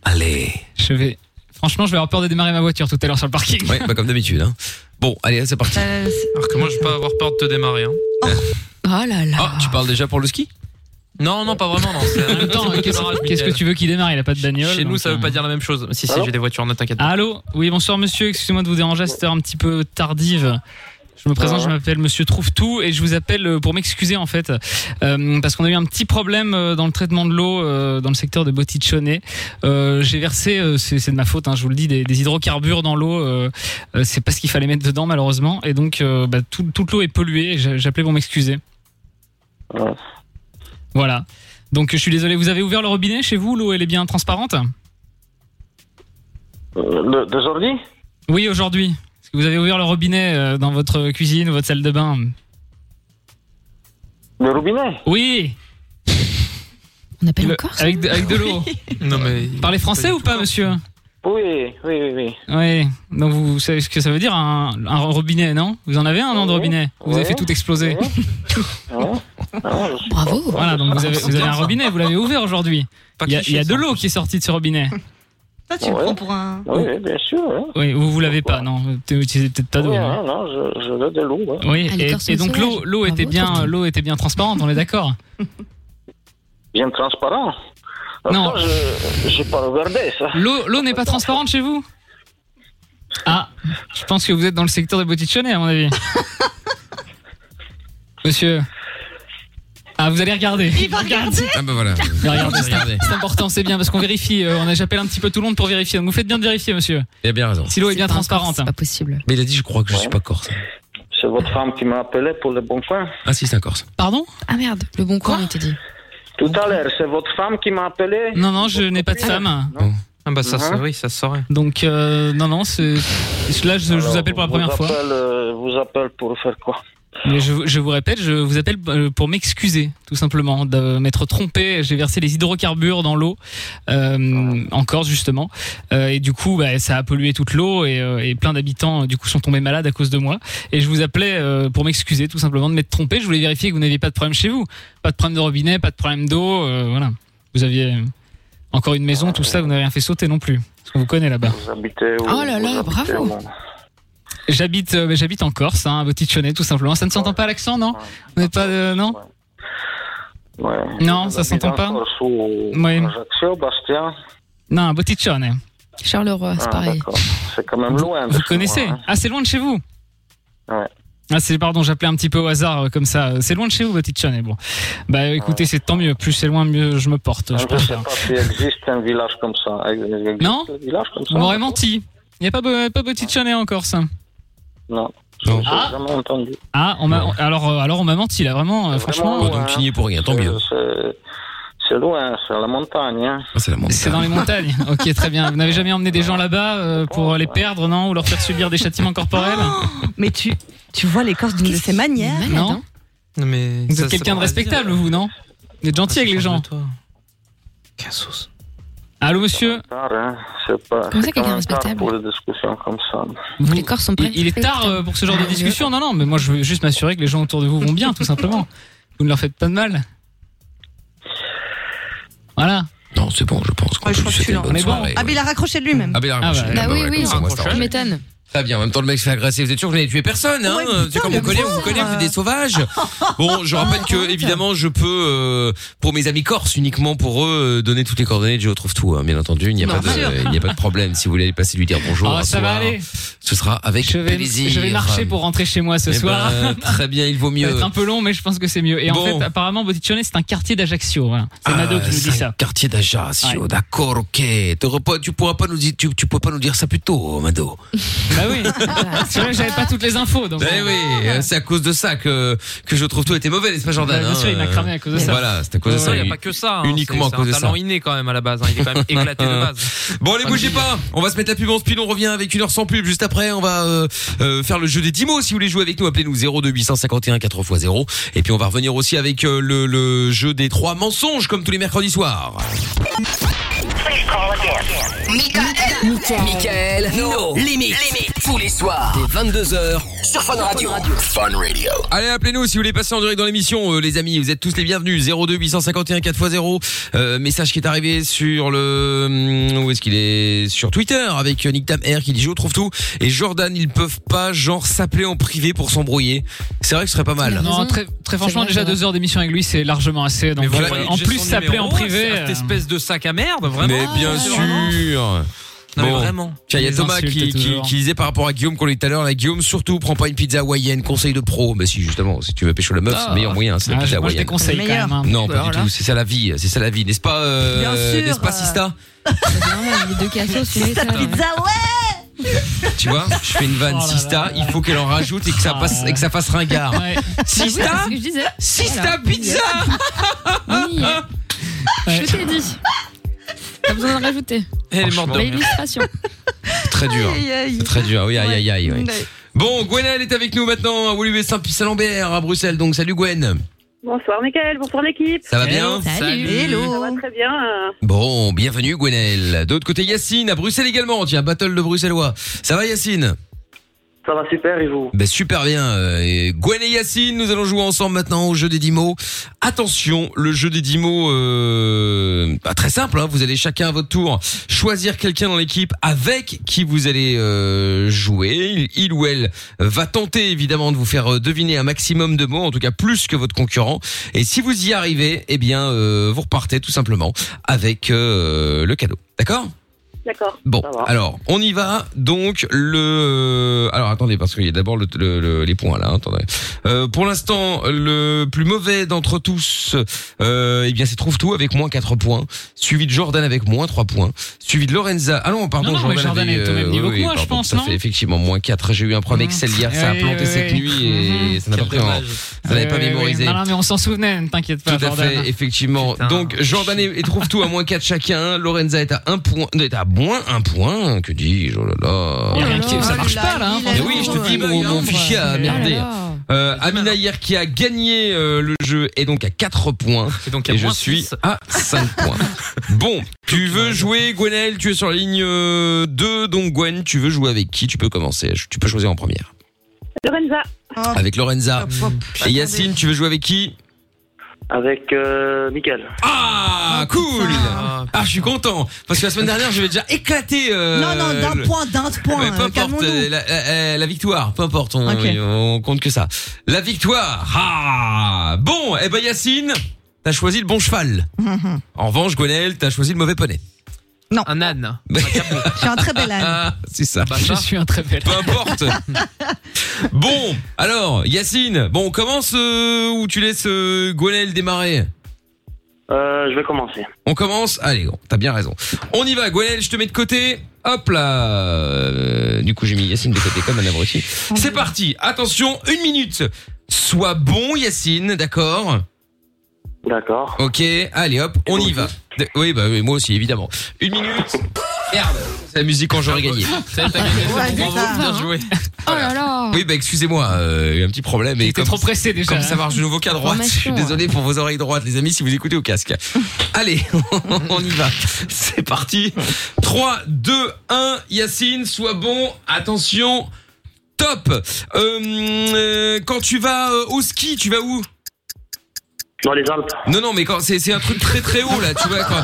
B: Allez.
C: Je vais. Franchement, je vais avoir peur de démarrer ma voiture tout à l'heure sur le parking.
B: Ouais, bah comme d'habitude. Hein. Bon, allez, c'est parti.
E: Euh, c'est-
F: Alors que moi, je vais pas avoir peur de te démarrer. hein.
D: Oh là là.
B: Ah, tu parles déjà pour le ski
F: Non, non, pas vraiment. Non. C'est la même
C: Attends,
F: chose que
C: qu'est-ce
F: le barrage,
C: qu'est-ce que
F: Mickaël.
C: tu veux qu'il démarre Il a pas de bagnole.
F: Chez nous,
C: donc,
F: ça veut
C: euh,
F: pas dire la même chose. Si, si,
H: Allô
F: j'ai des voitures, ne t'inquiète pas.
C: Allô Oui, bonsoir monsieur, excusez-moi de vous déranger à cette heure un petit peu tardive. Je me présente,
H: va.
C: je m'appelle Monsieur Trouve-Tout et je vous appelle euh, pour m'excuser en fait, euh, parce qu'on a eu un petit problème euh, dans le traitement de l'eau euh, dans le secteur de Bottichone. Euh, J'ai versé, euh, c'est c'est de ma faute, hein, je vous le dis, des, des hydrocarbures dans l'eau. euh, euh, c'est pas ce qu'il fallait mettre dedans malheureusement et donc euh, bah, tout- toute l'eau est polluée. et j'a- J'appelais pour m'excuser.
H: Ah.
C: Voilà. Donc je suis désolé. Vous avez ouvert le robinet chez vous L'eau elle est bien transparente
H: Euh, le- d'aujourd'hui
C: Oui, aujourd'hui. Est-ce que vous avez ouvert le robinet euh, dans votre cuisine ou votre salle de bain
H: Le robinet
C: Oui
D: On appelle
C: le-
D: encore ça
C: avec, de- avec de l'eau.
F: Non, mais.
C: Parlez français ou pas, monsieur
H: Oui, oui, oui, oui.
C: Oui. Donc vous savez ce que ça veut dire, un, un robinet, non Vous en avez un, non, de
H: Oui.
C: robinet Vous avez
H: Oui.
C: fait tout exploser.
H: Hein Hein
D: Bravo.
C: Voilà, donc vous avez, vous avez un robinet, vous l'avez ouvert aujourd'hui.
F: Pas
C: Il y a,
F: cliché,
C: il y a
F: ça.
C: de l'eau qui est sortie de ce robinet.
E: Ça,
I: Ah
E: tu le
H: Ouais.
E: prends pour un.
H: oui, oui, bien sûr. hein.
C: Oui, vous vous l'avez pas, non Vous utilisez peut-être pas d'eau.
H: Oui,
C: hein.
H: hein, non, je, je veux de l'eau. hein.
C: Oui,
D: Ah, les
C: et,
D: Corses sont
C: et donc
D: sauvages.
C: l'eau l'eau
D: Bravo,
C: était bien
D: Tortue.
C: l'eau était bien transparente, on est d'accord.
H: Bien transparent.
C: Non.
H: Attends, je j'ai pas regardé ça.
C: L'eau l'eau n'est pas transparente chez vous Ah, je pense que vous êtes dans le secteur de Bottichone, à mon avis. Monsieur. Ah, vous allez regarder.
E: Il va regarder.
B: Ah bah voilà.
C: Vous allez regarder, c'est-
B: Regardez.
C: C'est important, c'est bien parce qu'on vérifie. euh, on a j'appelle un petit peu tout le monde pour vérifier. Donc vous faites bien de vérifier, monsieur.
B: Il a bien raison.
C: Si l'eau est
D: C'est
C: bien
D: pas encore,
C: transparente.
D: C'est pas possible.
B: Mais il a dit je crois que je suis pas corse.
H: C'est votre femme qui m'a appelé pour le bon coin.
B: Ah si, c'est un corse.
C: Pardon
D: Ah merde, le bon coin, on t'a dit.
H: Tout à l'heure, c'est votre femme qui m'a appelé.
C: Non, non, je n'ai pas de femme.
F: Ah, bah, ça,
H: Mhm.
F: se- oui, ça se saurait.
C: Donc euh, non, non, c'est là je, je vous appelle pour la première fois.
H: Appelle, euh, vous appelle pour faire quoi
C: Mais je, je vous répète, je vous appelle euh, pour m'excuser, tout simplement, de m'être trompé. J'ai versé les hydrocarbures dans l'eau, euh, en Corse justement, Euh, et du coup, bah, ça a pollué toute l'eau et, euh, et plein d'habitants euh, du coup sont tombés malades à cause de moi. Et je vous appelais euh, pour m'excuser, tout simplement, de m'être trompé. Je voulais vérifier que vous n'aviez pas de problème chez vous, pas de problème de robinet, pas de problème d'eau, euh, voilà. Vous aviez euh, encore une maison, tout ça, vous n'avez rien fait sauter non plus. Parce qu'on vous connaît là-bas.
H: Vous habitez où
D: Oh là
H: vous
D: là,
H: habitez
D: bravo.
H: où
C: J'habite, euh, j'habite en Corse, hein, à Bottichone, tout simplement. Ça ne s'entend pas à l'accent, non Vous n'êtes pas, euh, non
H: Ouais.
C: Non, ça s'entend pas.
H: Encore Sous
C: Ouais.
H: Ajaccio, Bastia.
C: Non, Bottichone.
D: Charleroi, Ah, c'est
H: Ah,
D: pareil.
H: d'accord. C'est quand même loin. de
C: Vous
H: chez
C: connaissez
H: moi, hein.
C: Ah, c'est loin de chez vous
H: Ouais.
C: Ah, c'est, pardon, j'appelais un petit peu au hasard euh, comme ça. C'est loin de chez vous, votre petite Chanel. Bon. Bah écoutez, c'est tant mieux. Plus c'est loin, mieux je me porte. Je
H: Je ne sais
C: préfère.
H: Ah, pas s'il existe un village comme ça. Il existe
C: Non
H: un village comme ça
C: Vous m'aurez menti.
H: hein.
C: Il n'y a pas, be- pas petite Chanel en Corse.
H: Non. Je n'ai
C: Ah.
H: jamais entendu.
C: Ah, on m'a, alors, euh, alors on m'a menti là, vraiment, euh,
H: Vraiment,
C: franchement.
B: Bon,
H: Ouais.
B: Oh, donc signé pour rien, tant
H: C'est-
B: mieux.
H: c'est- C'est loin, c'est la montagne. Hein.
B: Ah, c'est la montagne.
C: C'est dans les montagnes. Ok, très bien. Vous n'avez jamais emmené des gens là-bas euh, pour les perdre, non Ou leur faire subir des châtiments corporels
E: Oh, mais tu, tu vois les Corses d'une de ces manières.
D: Malade,
C: Non.
D: hein.
F: Non, mais.
C: Vous
F: ça,
C: êtes
F: ça
C: quelqu'un de
F: pourrait se
C: respectable,
F: dire.
C: vous, non Vous êtes gentil
F: Ah,
C: avec
F: ça
C: les
F: change
C: gens.
F: de toi. Cassos.
C: Allô, monsieur
H: Tard, hein. C'est pas.
D: Comment ça,
H: c'est quand
D: quelqu'un
H: même tard
D: respectable
H: pour des discussions comme ça.
C: Vous-
D: Les corps sont prêts.
C: Il, il est tard euh, pour ce genre de
D: Ah,
C: discussion. Non, non, mais moi je veux juste m'assurer que les gens autour de vous vont bien, tout simplement. Vous ne leur faites pas de mal. Voilà.
B: Non, Non, c'est bon, je pense qu'on
E: Ouais, je
B: peut lui
E: crois que
B: souhaiter
E: celui-là.
B: une bonne
E: Mais bon,
B: soirée.
E: ah, mais il a raccroché de lui-même.
B: Ah, ben, il a raccroché.
D: Bah
B: Bon,
D: oui,
B: bah,
D: oui,
B: écoute, ça, moi, ça
D: tu
B: arrange.
D: m'étonnes.
B: Très bien. En même temps, le mec se fait agresser. Vous êtes sûr que vous n'avez tué personne, hein C'est comme on connaît, vous connaît, vous êtes
C: hein.
B: des sauvages. Bon, je rappelle que évidemment, je peux euh, pour mes amis corses uniquement pour eux euh, donner toutes les coordonnées. de Je retrouve tout, hein, bien entendu. Il n'y a
C: Non,
B: pas
C: bien sûr.
B: de, il n'y a pas de problème. Si vous voulez aller passer lui dire bonjour,
C: Ah,
B: un
C: ça va
B: soir,
C: aller.
B: Ce sera avec
C: Je vais,
B: plaisir.
C: je vais marcher pour rentrer chez moi ce
B: Eh
C: soir.
B: ben, très bien, il vaut
C: Ça
B: mieux.
C: va être un peu long, mais je pense que c'est mieux. Et en
B: Bon. Ah,
C: fait, apparemment, Botticcione, c'est un quartier d'Ajaccio. voilà. C'est Mado qui nous
B: c'est
C: dit
B: un
C: ça.
B: Quartier d'Ajaccio,
C: Ouais.
B: d'accord, ok. Tu pourras pas- tu pourras pas nous dire, tu, tu peux pas nous dire ça plus tôt, Mado.
C: Bah oui. C'est vrai que j'avais pas toutes les infos. Donc
B: Eh oui, euh, c'est à cause de ça que que je trouve tout était mauvais, n'est-ce pas Jordan
C: Bah, bien
B: hein,
C: sûr, il m'a
B: euh,
C: cramé à cause de ça.
B: Voilà, c'est à cause de ça.
F: Il n'y a
B: il-
F: pas que ça. hein.
B: Uniquement
F: C'est-
B: à cause de
F: C'est un talent
B: ça.
F: inné quand même à la base. hein. Il est quand même éclaté de base.
B: Bon, allez, bougez pas. On va se mettre la pub en speed. On revient avec une heure sans pub. Juste après, on va euh, euh, faire le jeu des 10 mots. Si vous voulez jouer avec nous, appelez-nous 02851 4x0. Et puis, on va revenir aussi avec euh, le, le jeu des trois mensonges, comme tous les mercredis soirs.
A: Michael, no, limite, tous les soirs, dès 22h, sur Fun Radio. Fun Radio.
B: Allez, appelez-nous si vous voulez passer en direct dans l'émission, euh, les amis. Vous êtes tous les bienvenus. 02851 4x0. Euh, message qui est arrivé sur le... hum, Où est-ce qu'il est Sur Twitter, avec euh, Nick Tam Air qui dit « Je trouve tout ». Et Jordan, ils peuvent pas, genre, s'appeler en privé pour s'embrouiller. C'est vrai que ce serait pas mal.
C: Non, très, très franchement,
D: vrai,
C: déjà
D: c'est vrai.
C: deux heures d'émission avec lui, c'est largement assez. Donc,
F: Mais vous
C: voilà.
F: voyez,
C: en
F: j'ai
C: plus,
F: son
C: s'appeler en
F: numéro,
C: privé. euh.
F: c'est Cette espèce de sac à merde, vraiment. hein,
B: Mais bien sûr
F: Non, mais
B: Bon.
F: vraiment.
B: Tiens, il y a
C: Les
B: Thomas
C: insultes,
B: qui, qui,
C: toujours.
B: qui disait par rapport à Guillaume qu'on l'a dit tout à l'heure, la Guillaume, surtout, prends pas une pizza hawaïenne, conseil de pro. Bah si, justement, si tu veux pécho la meuf, c'est le meilleur moyen, c'est
C: Ah,
B: la pizza
C: moi, je
B: hawaïenne.
C: déconseille
E: C'est
C: quand
E: le
C: même. hein.
B: Non, pas
E: Alors
B: du
E: là.
B: tout, c'est ça la vie, c'est ça la vie, n'est-ce pas, euh,
E: Bien sûr,
B: n'est-ce pas,
E: euh.
B: Sista
D: Les deux cassos, tu les
E: Ta
D: sors.
E: pizza, ouais
B: Tu vois, je fais une vanne,
C: Oh là
B: Sista,
C: là.
B: il faut qu'elle en rajoute et que ça
C: Ah
B: passe,
C: ouais.
B: et que ça fasse ringard.
C: Ouais.
D: Bah Oui, c'est
B: Sista
D: ce que je disais.
B: Sista pizza
D: Oui,
C: Ouais.
D: je t'ai dit. T'as besoin de rajouter.
F: Elle est morte de rire.
D: L'illustration.
B: Très dur,
E: Aïe, aïe.
B: c'est très dur, oui, aïe, aïe, aïe. oui.
E: Ouais.
B: Bon, Gwen, elle est avec nous maintenant, à Woluwe Saint-Lambert, à Bruxelles, donc salut Gwen.
J: Bonsoir Mickaël, bonsoir l'équipe.
B: Ça va bien
C: Hello.
D: Salut.
J: Ça va
E: Hello
J: très bien. euh,
B: Bon, bienvenue Gwenel. De l'autre côté, Yacine, à Bruxelles également. Tiens, battle de bruxellois. Ça va Yacine
H: Ça va super et vous
B: Ben super bien. Euh, et Gwen et Yacine, nous allons jouer ensemble maintenant au jeu des 10 mots. Attention, le jeu des 10 mots, euh, bah, très simple. hein. Vous allez chacun à votre tour choisir quelqu'un dans l'équipe avec qui vous allez euh, jouer. Il, il ou elle va tenter évidemment de vous faire euh, deviner un maximum de mots, en tout cas plus que votre concurrent. Et si vous y arrivez, eh bien, euh, vous repartez tout simplement avec euh, le cadeau. D'accord
J: D'accord.
B: Bon,
H: Ça va.
B: alors on y va. Donc le, alors attendez parce qu'il y a d'abord le, le- le- les points là. Attendez. Euh, pour l'instant, le plus mauvais d'entre tous, euh, eh bien c'est trouve tout avec moins 4 points, suivi de Jordan avec moins 3 points, suivi de Lorenza. Ah non, pardon,
C: Non, non, mais
B: Jordan,
C: Jordan
B: avait, euh,
C: est au même niveau que moi, je
B: pardon,
C: pense,
B: Ça
C: non
B: fait effectivement moins 4 J'ai eu un problème
C: Mmh.
B: Excel hier, ça a
C: Ouais,
B: planté
C: ouais,
B: cette
C: ouais.
B: nuit et
C: Mmh.
B: ça n'a pas
F: Quel
B: pris. en-
F: dommage.
B: Ça n'avait
C: Ouais,
B: pas
C: ouais,
B: mémorisé.
C: ouais. Non, non, mais on s'en souvenait, ne t'inquiète pas,
B: Tout à
C: Jordan.
B: fait, effectivement.
F: Putain.
B: Donc Jordan et, et trouve tout à moins 4 chacun. Lorenza est à un point, est à moins un point. Que dis-je Oh là là.
C: Il y a
E: Oh
C: rien
E: là
C: qui-
E: là, Oh
C: ça marche
E: il a-
C: pas là. hein,
E: il a-
B: Mais
C: franchement.
B: oui, je te dis, mon, mon fichier a merdé. Euh, Amina hier qui a gagné euh, le jeu est donc à 4 points
F: Et donc, il
B: et
F: y a
B: je
F: moins
B: suis
F: six.
B: à 5 points. Bon, tu veux jouer Gwenel, tu es sur la ligne euh, 2 donc Gwen, tu veux jouer avec qui Tu peux commencer, tu peux choisir en première.
J: Lorenza,
E: Hop,
B: Avec Lorenza.
E: hop, hop.
B: Et Yacine, tu veux jouer avec qui
H: Avec euh, Mickaël.
B: Ah, cool
F: Ah,
B: Ah, je suis content parce que la semaine dernière, j'avais déjà éclaté. euh,
E: Non, non, d'un
B: le-
E: point, d'un point.
B: Mais peu
E: euh,
B: importe
E: calmons-nous.
B: euh, la, euh, la victoire, peu importe, on,
E: Ok.
B: on compte que ça. La victoire. Ah bon, eh ben Yacine, t'as choisi le bon cheval.
E: Mhm.
B: En revanche, Gwenel, t'as choisi le mauvais poney.
F: Un âne.
E: Je suis un très bel âne.
B: Ah, c'est ça.
F: Bah,
C: Je
F: ça.
C: suis un très bel.
B: Peu importe. bon, alors Yacine, bon, on commence euh, ou tu laisses euh, Gwenel démarrer
H: Euh, je vais commencer.
B: On commence. Allez, bon, t'as bien raison. On y va, Gwenel, je te mets de côté. Hop là. Euh, du coup, j'ai mis Yacine de côté comme un abruti. C'est parti. Attention, une minute. Sois bon, Yacine, d'accord
H: D'accord.
B: Ok, allez hop, on y va. D- Oui, bah oui, moi aussi, évidemment. Une minute. Merde, c'est la musique quand j'aurais gagné.
F: Ça, t'as gagné.
E: Ouais,
F: Bravo,
E: c'est ça.
F: bien joué.
D: Oh là là.
B: Oui, bah excusez-moi, euh, il y a un petit problème. Et
C: J'étais
B: comme,
C: trop pressé déjà.
B: comme ça marche de nouveau qu'à droite, je suis
D: Formation,
B: désolé pour vos oreilles droites, les amis, si vous écoutez au casque. Allez, on y va. C'est parti. 3, 2, 1, Yacine, sois bon, attention, top. Euh, euh, quand tu vas euh, au ski, tu vas où
H: Dans les Alpes.
B: Non, non, mais quand c'est c'est un truc très très haut là, tu vois. Quand...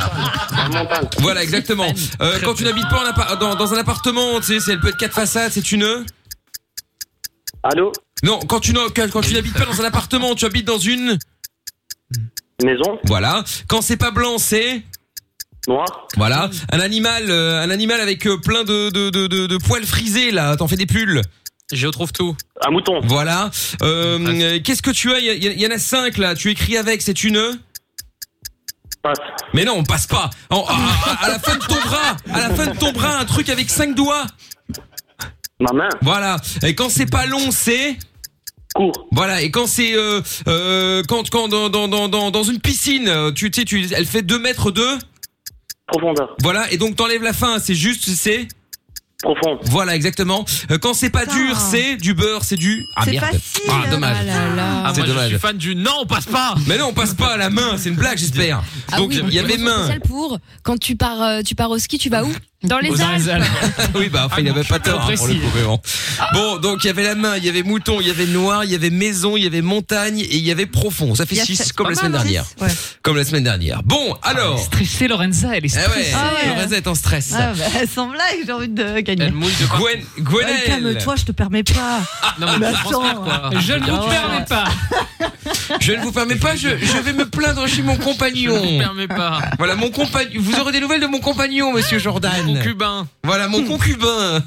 B: Voilà, exactement. Euh, quand tu n'habites pas en appa- dans, dans un appartement, tu sais, c'est- elle peut être quatre façades, c'est une.
H: Allô.
B: Non, quand tu n'en- quand quand tu n'habites pas dans un appartement, tu habites dans une.
H: Maison.
B: Voilà. Quand c'est pas blanc, c'est.
H: Noir.
B: Voilà. Un animal, euh, un animal avec euh, plein de de de de, de poils frisés là. T'en fais des pulls.
F: Je trouve tout.
H: Un mouton.
B: Voilà. Euh, euh, Qu'est-ce que tu as Il y, a- il y en a cinq là. Tu écris avec. C'est une.
H: Passe.
B: Mais non, on passe pas. En- à, à- à la fin de ton bras, à la fin de ton bras, un truc avec cinq doigts.
H: Ma main.
B: Voilà. Et quand c'est pas long, c'est
H: court.
B: Voilà. Et quand c'est euh, euh, quand quand dans dans dans dans dans une piscine, euh, tu tu sais, tu elle fait deux mètres de
H: Profondeur.
B: Voilà. Et donc t'enlèves la fin. C'est juste c'est
H: Profond.
B: Voilà, exactement. Euh, quand c'est pas dur, c'est du beurre, c'est du ah
F: C'est
B: merde.
F: facile.
D: euh,
B: Ah dommage.
F: Ah,
B: C'est
F: moi,
B: dommage.
F: Je suis fan du. Non, on passe pas.
B: Mais non, on passe pas à la main. C'est une blague, j'espère.
D: Ah
B: donc
D: oui,
B: il y avait
D: une raison
B: main.
D: spéciale pour quand tu pars, euh, tu pars au ski, tu vas où Dans les Alpes.
B: oui, bah enfin, il avait pas tort hein, pour le
F: précis.
B: coup, mais bon.
F: Ah.
B: Bon, donc il y avait la main, il y avait mouton, il y avait noir, il y avait maison, il y avait montagne et il y avait profond. Ça fait
C: Il y a
B: 6
C: sept.
B: comme
C: Pas
B: la semaine
C: mal, hein,
B: dernière.
C: six, ouais.
B: Comme la semaine dernière. Bon, alors.
C: Stressée Ah, Lorenza, elle est
B: Eh ouais,
C: stressée.
B: Lorenza est en stress.
E: Ah, bah, sans blague, j'ai envie de gagner.
B: Gwen,
C: Ah,
B: Gwenaëlle. Ah,
E: Ouais, Calme-toi, je te permets pas. Ah
B: Non, mais tu transfères, quoi. Je ne
C: Ah,
B: vous permets
C: pas.
B: Je ne vous permets pas, je, je vais me plaindre chez mon compagnon.
F: Je ne vous permets pas.
B: Voilà, mon compagnon. Vous aurez des nouvelles de mon compagnon, monsieur Jordan.
F: Mon concubin.
B: Voilà, mon concubin.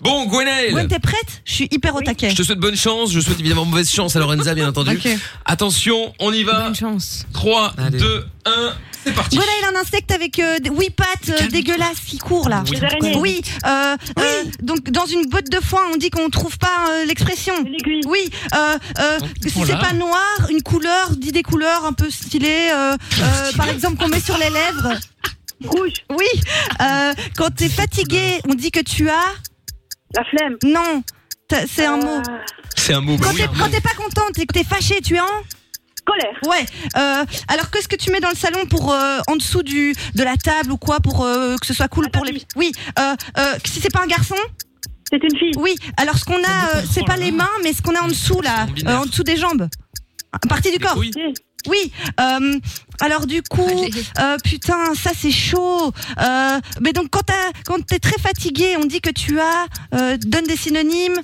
B: Bon, Gwenaël.
E: Gwen, t'es prête Je suis hyper au taquet.
B: Je te souhaite bonne chance. Je souhaite évidemment mauvaise chance à Lorenza, bien entendu.
E: Ok.
B: Attention, on y va. Bonne
D: chance.
B: 3, 2, 1. C'est parti.
E: Voilà, il a un insecte avec euh, des- huit pattes euh, dégueulasses qui courent là.
B: Oui. Des araignées.
E: Oui. euh, euh, donc dans une botte de foin, on dit qu'on trouve pas euh, l'expression. Oui. euh, euh, si
K: Oh là.
E: c'est pas noir, une couleur, dit des couleurs un peu stylées. euh, euh, par exemple, qu'on met sur les lèvres. Rouge. Oui. euh, quand t'es fatigué, on dit que tu as. La flemme. Euh, Non. t'as- C'est un mot.
B: C'est un mot. bah
E: Quand
B: oui,
E: t'es-
B: un mot.
E: quand t'es pas contente et que t'es fâchée, tu es en colère. Ouais. euh, alors qu'est-ce que tu mets dans le salon pour euh, en dessous du de la table ou quoi pour euh, que ce soit cool pour les Oui. euh, euh, si c'est pas un garçon. C'est une fille. Oui. Alors ce qu'on a, euh, c'est pas les mains, mais ce qu'on a en dessous là,
K: binaire.
E: euh, en dessous des jambes, Une partie du corps. Oui. euh, alors du coup, euh, putain, ça c'est chaud. Euh, mais donc quand t'as- quand t'es très fatigué, on dit que tu as, euh, donne des synonymes.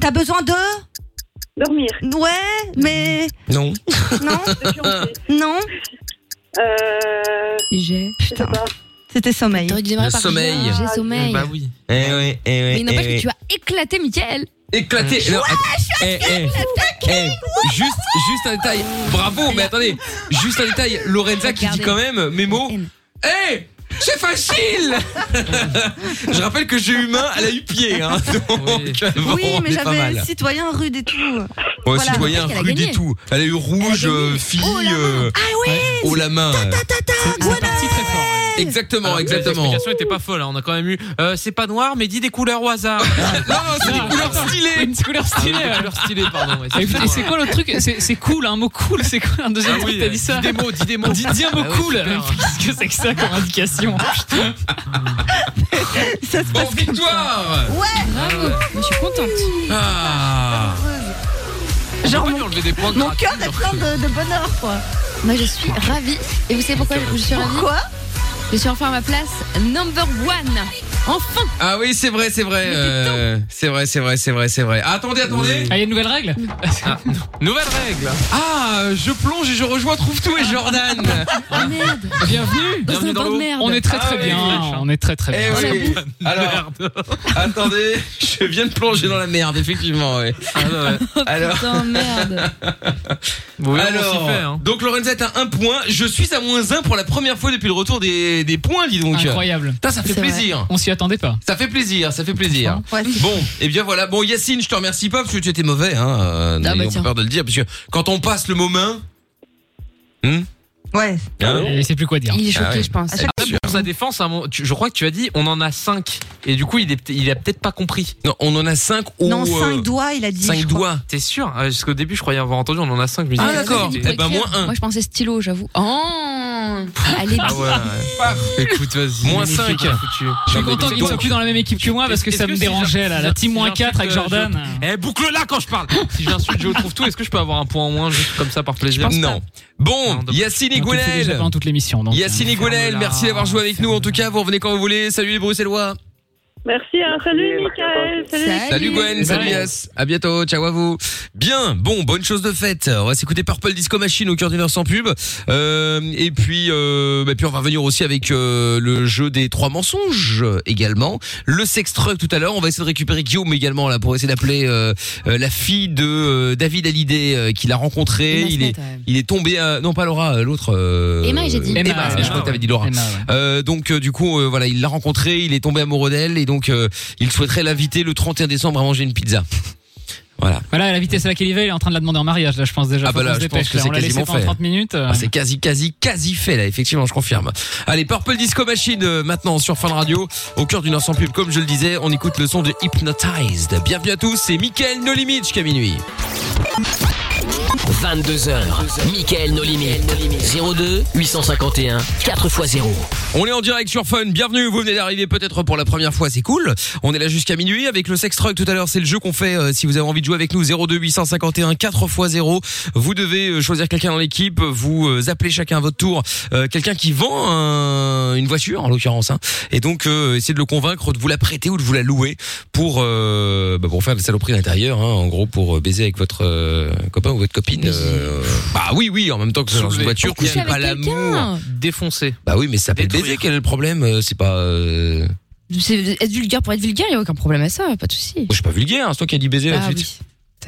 E: T'as besoin de dormir. Ouais, mais
B: Non.
E: non. non.
D: J'ai.
E: Putain. C'était sommeil.
B: Le sommeil.
D: hein. J'ai sommeil.
B: Bah oui. Eh oui, eh oui.
D: Mais n'empêche
B: eh
D: que
B: oui.
D: tu as éclaté, Michael.
B: Éclaté.
D: Ouais,
B: Non,
D: je
B: eh, eh, eh, juste, juste un détail. Bravo, mais attendez. Juste un détail. Lorenza qui dit quand même, mes mots. Eh C'est facile Je rappelle que j'ai eu main, elle a eu pied. Hein. Donc, bon,
E: Oui,
B: on
E: mais
B: est pas
E: j'avais
B: mal.
E: citoyen rude et tout.
B: Ouais,
E: Voilà.
B: citoyen,
E: Elle a
B: rude
E: gagné.
B: et tout. Elle a eu rouge, euh, fille, euh, haut la main. Exactement, exactement.
F: L'explication était pas folle. hein. On a quand même eu. euh, c'est pas noir, mais dis des couleurs au hasard.
B: non, c'est des couleurs stylées. Ah,
F: Une couleur stylée.
C: ouais.
F: Une couleur stylée, pardon. ouais,
C: Et écoutez, c'est quoi l'autre truc C'est c'est cool, un mot cool. C'est quoi un deuxième
F: Ah
C: truc
F: oui,
C: T'as
F: dis
C: dit ça
F: des mots, dis des mots.
C: Dis, dis un mot
F: Ah ouais,
C: cool.
F: super.
C: Qu'est-ce que c'est que ça comme indication Putain.
B: Bon, victoire
D: Bravo. Je suis contente.
B: Ah
E: Genre,
F: mon,
E: Mon cœur est plein de, de bonheur, quoi.
D: Moi, je suis ravie. Et vous savez pourquoi je, je suis ravie
E: Pourquoi
D: Je suis enfin à ma place number one. Enfin.
B: Ah oui, c'est vrai, c'est vrai. euh, c'est vrai, c'est vrai, c'est vrai, c'est vrai. Attendez, attendez.
C: Ah, il y a une nouvelle règle
F: Nouvelle règle.
B: Ah, je plonge et je rejoins Trouve tout et Jordan.
D: merde.
C: Bienvenue.
F: Dans un bain Ah, de
C: l'eau.
F: merde.
C: On est très
F: Ah
C: très
F: oui,
C: bien.
F: riche, hein.
C: On est très très
B: Eh
C: bien.
B: oui. Alors, attendez, je viens de plonger dans la merde, effectivement. Ouais.
F: Ah,
B: Alors,
D: Putain, merde.
F: Oh, Bon, là, on
B: alors,
F: s'y fait, hein.
B: donc Lorenzette a un point. Je suis à moins un pour la première fois depuis le retour des, des points, dis donc.
C: Incroyable.
B: Putain, ça fait
C: C'est vrai.
B: plaisir.
C: On s'y attendait pas.
B: Ça fait plaisir, ça fait plaisir. Bon, et bien voilà. Bon, Yacine, je te remercie pas parce que tu étais mauvais. Hein. euh,
C: Ah, bah,
B: n'ayons pas
C: tiens.
B: peur de le dire parce que quand on passe le hmm mot main,
E: Ouais.
B: Ah
C: Il sait plus quoi dire.
D: Il
F: Ah
D: est choqué, je pense.
F: Pour sa défense, à un moment- tu- je crois que tu as dit on en a 5 et du coup il, est, peut- il a peut-être pas compris.
B: Non, on en a 5 ou
E: Non, cinq
F: euh,
E: doigts, il a dit. je crois.
F: T'es sûr Ah, Parce qu'au début je croyais avoir entendu on en a 5 mais
B: Ah, d'accord. Eh ben, moins un.
D: Moi, je pensais stylo, j'avoue. Oh. non. Allez,
F: Ah ouais, ouais. Écoute, vas-y.
B: Moins
F: Magnifique,
B: cinq.
F: hein, foutu.
C: Je suis
F: Non, mais
C: content
F: dis
C: qu'il ne soit
F: donc,
C: plus dans la même équipe que moi parce que
F: est-ce
C: ça me
F: si
C: dérangeait
F: j'in-
C: là.
F: si
C: La
F: j'in-
C: team
F: si
C: moins 4 avec
F: j'insulte, euh,
C: Jordan.
F: je- Eh, boucle-la quand je parle Si j'insulte, je le trouve tout. Est-ce que je peux avoir un point en moins juste comme ça par plaisir
B: Non. Bon,
F: Non, donc-
B: Yacine et
C: On te le fait déjà
B: Gwenel.
C: pendant toute l'émission. donc, euh,
B: Yacine et Gwenel,
F: ferme-la,
B: merci d'avoir joué avec nous. En tout cas, vous revenez quand vous voulez. Salut les Bruxellois.
J: Merci, hein. salut
H: Merci,
J: Michael, salut.
B: Salut Gwen,
C: Bye.
B: salut Yass. À bientôt, ciao à vous. Bien, bon, bonne chose de faite. On va s'écouter Purple Disco Machine au cœur d'une heure sans pub. Euh, et puis, euh, bah, puis on va revenir aussi avec euh, le jeu des trois mensonges également. Le sex truck tout à l'heure. On va essayer de récupérer Guillaume également là pour essayer d'appeler euh, euh, la fille de euh, David Hallyday euh, qu'il a rencontré.
D: Emma
B: Il est,
D: Smith, ouais.
B: il est tombé. À, non pas Laura, euh, l'autre. euh,
D: Emma, j'ai dit.
B: Emma,
C: Emma,
B: je crois que t'avais dit Laura.
C: Emma, ouais.
B: Euh, donc euh, du coup euh, voilà il l'a rencontrée il est tombé amoureux d'elle et donc euh, il souhaiterait l'inviter le 31 décembre à manger une pizza voilà
C: Voilà, à la vitesse à laquelle il va, il est en train de la demander en mariage, là, je pense déjà.
B: Ah
C: Faut
B: bah là,
C: qu'on se
B: je pense
C: dépêche,
B: que
C: là.
B: c'est
C: On l'a laissé
B: quasiment
C: pendant
B: fait.
C: 30 minutes. euh.
B: Ah, c'est quasi quasi quasi fait là effectivement je confirme allez Purple Disco Machine euh, maintenant sur Fun Radio au cœur d'une heure sans pub comme je le disais on écoute le son de Hypnotized bienvenue à tous c'est Mickaël Nolimit jusqu'à minuit
A: 22h, Michael No Limit. 02 851 4x0.
B: On est en direct sur Fun, bienvenue, vous venez d'arriver peut-être pour la première fois, c'est cool. On est là jusqu'à minuit avec le sex truck tout à l'heure, c'est le jeu qu'on fait euh, si vous avez envie de jouer avec nous 02 851 4 x 0. Vous devez euh, choisir quelqu'un dans l'équipe, vous euh, appelez chacun à votre tour euh, quelqu'un qui vend un- une voiture en l'occurrence hein. et donc euh, essayez de le convaincre de vous la prêter ou de vous la louer pour euh, bah, pour faire des saloperies à l'intérieur hein, en gros pour euh, baiser avec votre euh, copain ou votre copine. euh, bah oui oui, en même temps que dans une
F: Soulever.
B: voiture qui
F: Coucher
B: fait
D: avec
B: pas l'amour.
D: quelqu'un.
F: Défoncé.
B: Bah oui, mais ça s'appelle baiser, quel est le problème Euh, C'est pas... Euh...
D: C'est être vulgaire pour être vulgaire, il n'y a aucun problème à ça, pas de souci.
B: Je suis pas vulgaire, hein, c'est toi qui as dit baiser la
D: Ah
B: suite.
D: oui.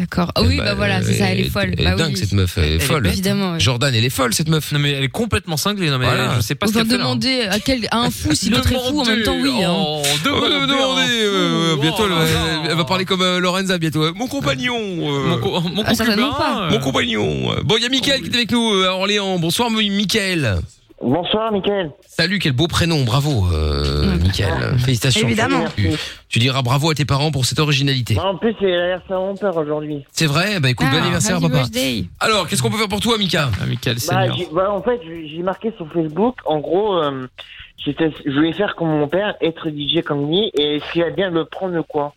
D: D'accord. Ah oui,
B: Eh
D: bah, voilà, c'est ça, elle est folle.
B: Elle est
D: bah
B: dingue,
D: oui.
B: cette meuf, elle est
F: Elle est
B: folle.
F: bête.
D: Évidemment. ouais.
B: Jordan, elle est folle, cette meuf.
F: Non, mais elle est complètement cinglée. Non, mais
B: Voilà.
F: elle- je sais pas
D: On
F: ce
D: va
F: qu'elle fait. là, hein.
D: demander à, quel, à un fou si l'autre est fou en même temps, oui.
F: Demandez,
D: hein.
F: oh,
B: On va
F: demandez,
B: lui demander,
F: hein.
B: euh,
F: Oh,
B: bientôt, elle va-
F: oh,
B: elle va parler comme euh, Lorenza bientôt. Euh, Mon compagnon euh,
F: Mon, co- mon
D: Ah, certainement
F: concubin,
D: pas.
F: euh, Oh,
B: Mon compagnon euh. Bon, il y a Mickaël qui est avec nous euh, à Orléans. Bonsoir, Mi- Mickaël.
H: Bonsoir, Michael.
B: Salut, quel beau prénom, bravo,
D: Mm.
B: euh,
H: Ah,
B: Mickaël. Félicitations.
E: Évidemment.
B: Tu, tu diras bravo à tes parents pour cette originalité.
H: Bah, en plus, c'est l'anniversaire de mon père aujourd'hui.
B: C'est vrai Bah écoute, bon
D: Ah,
B: anniversaire,
D: happy
B: papa.
D: birthday.
B: Alors, qu'est-ce qu'on peut faire pour toi, Mika
F: Ah, Michael
H: Bah,
F: Seigneur.
H: j'ai- bah, en fait, j'ai j'ai marqué sur Facebook, en gros, euh, j'étais- je voulais faire comme mon père, être DJ comme lui, et est-ce qu'il va bien me prendre quoi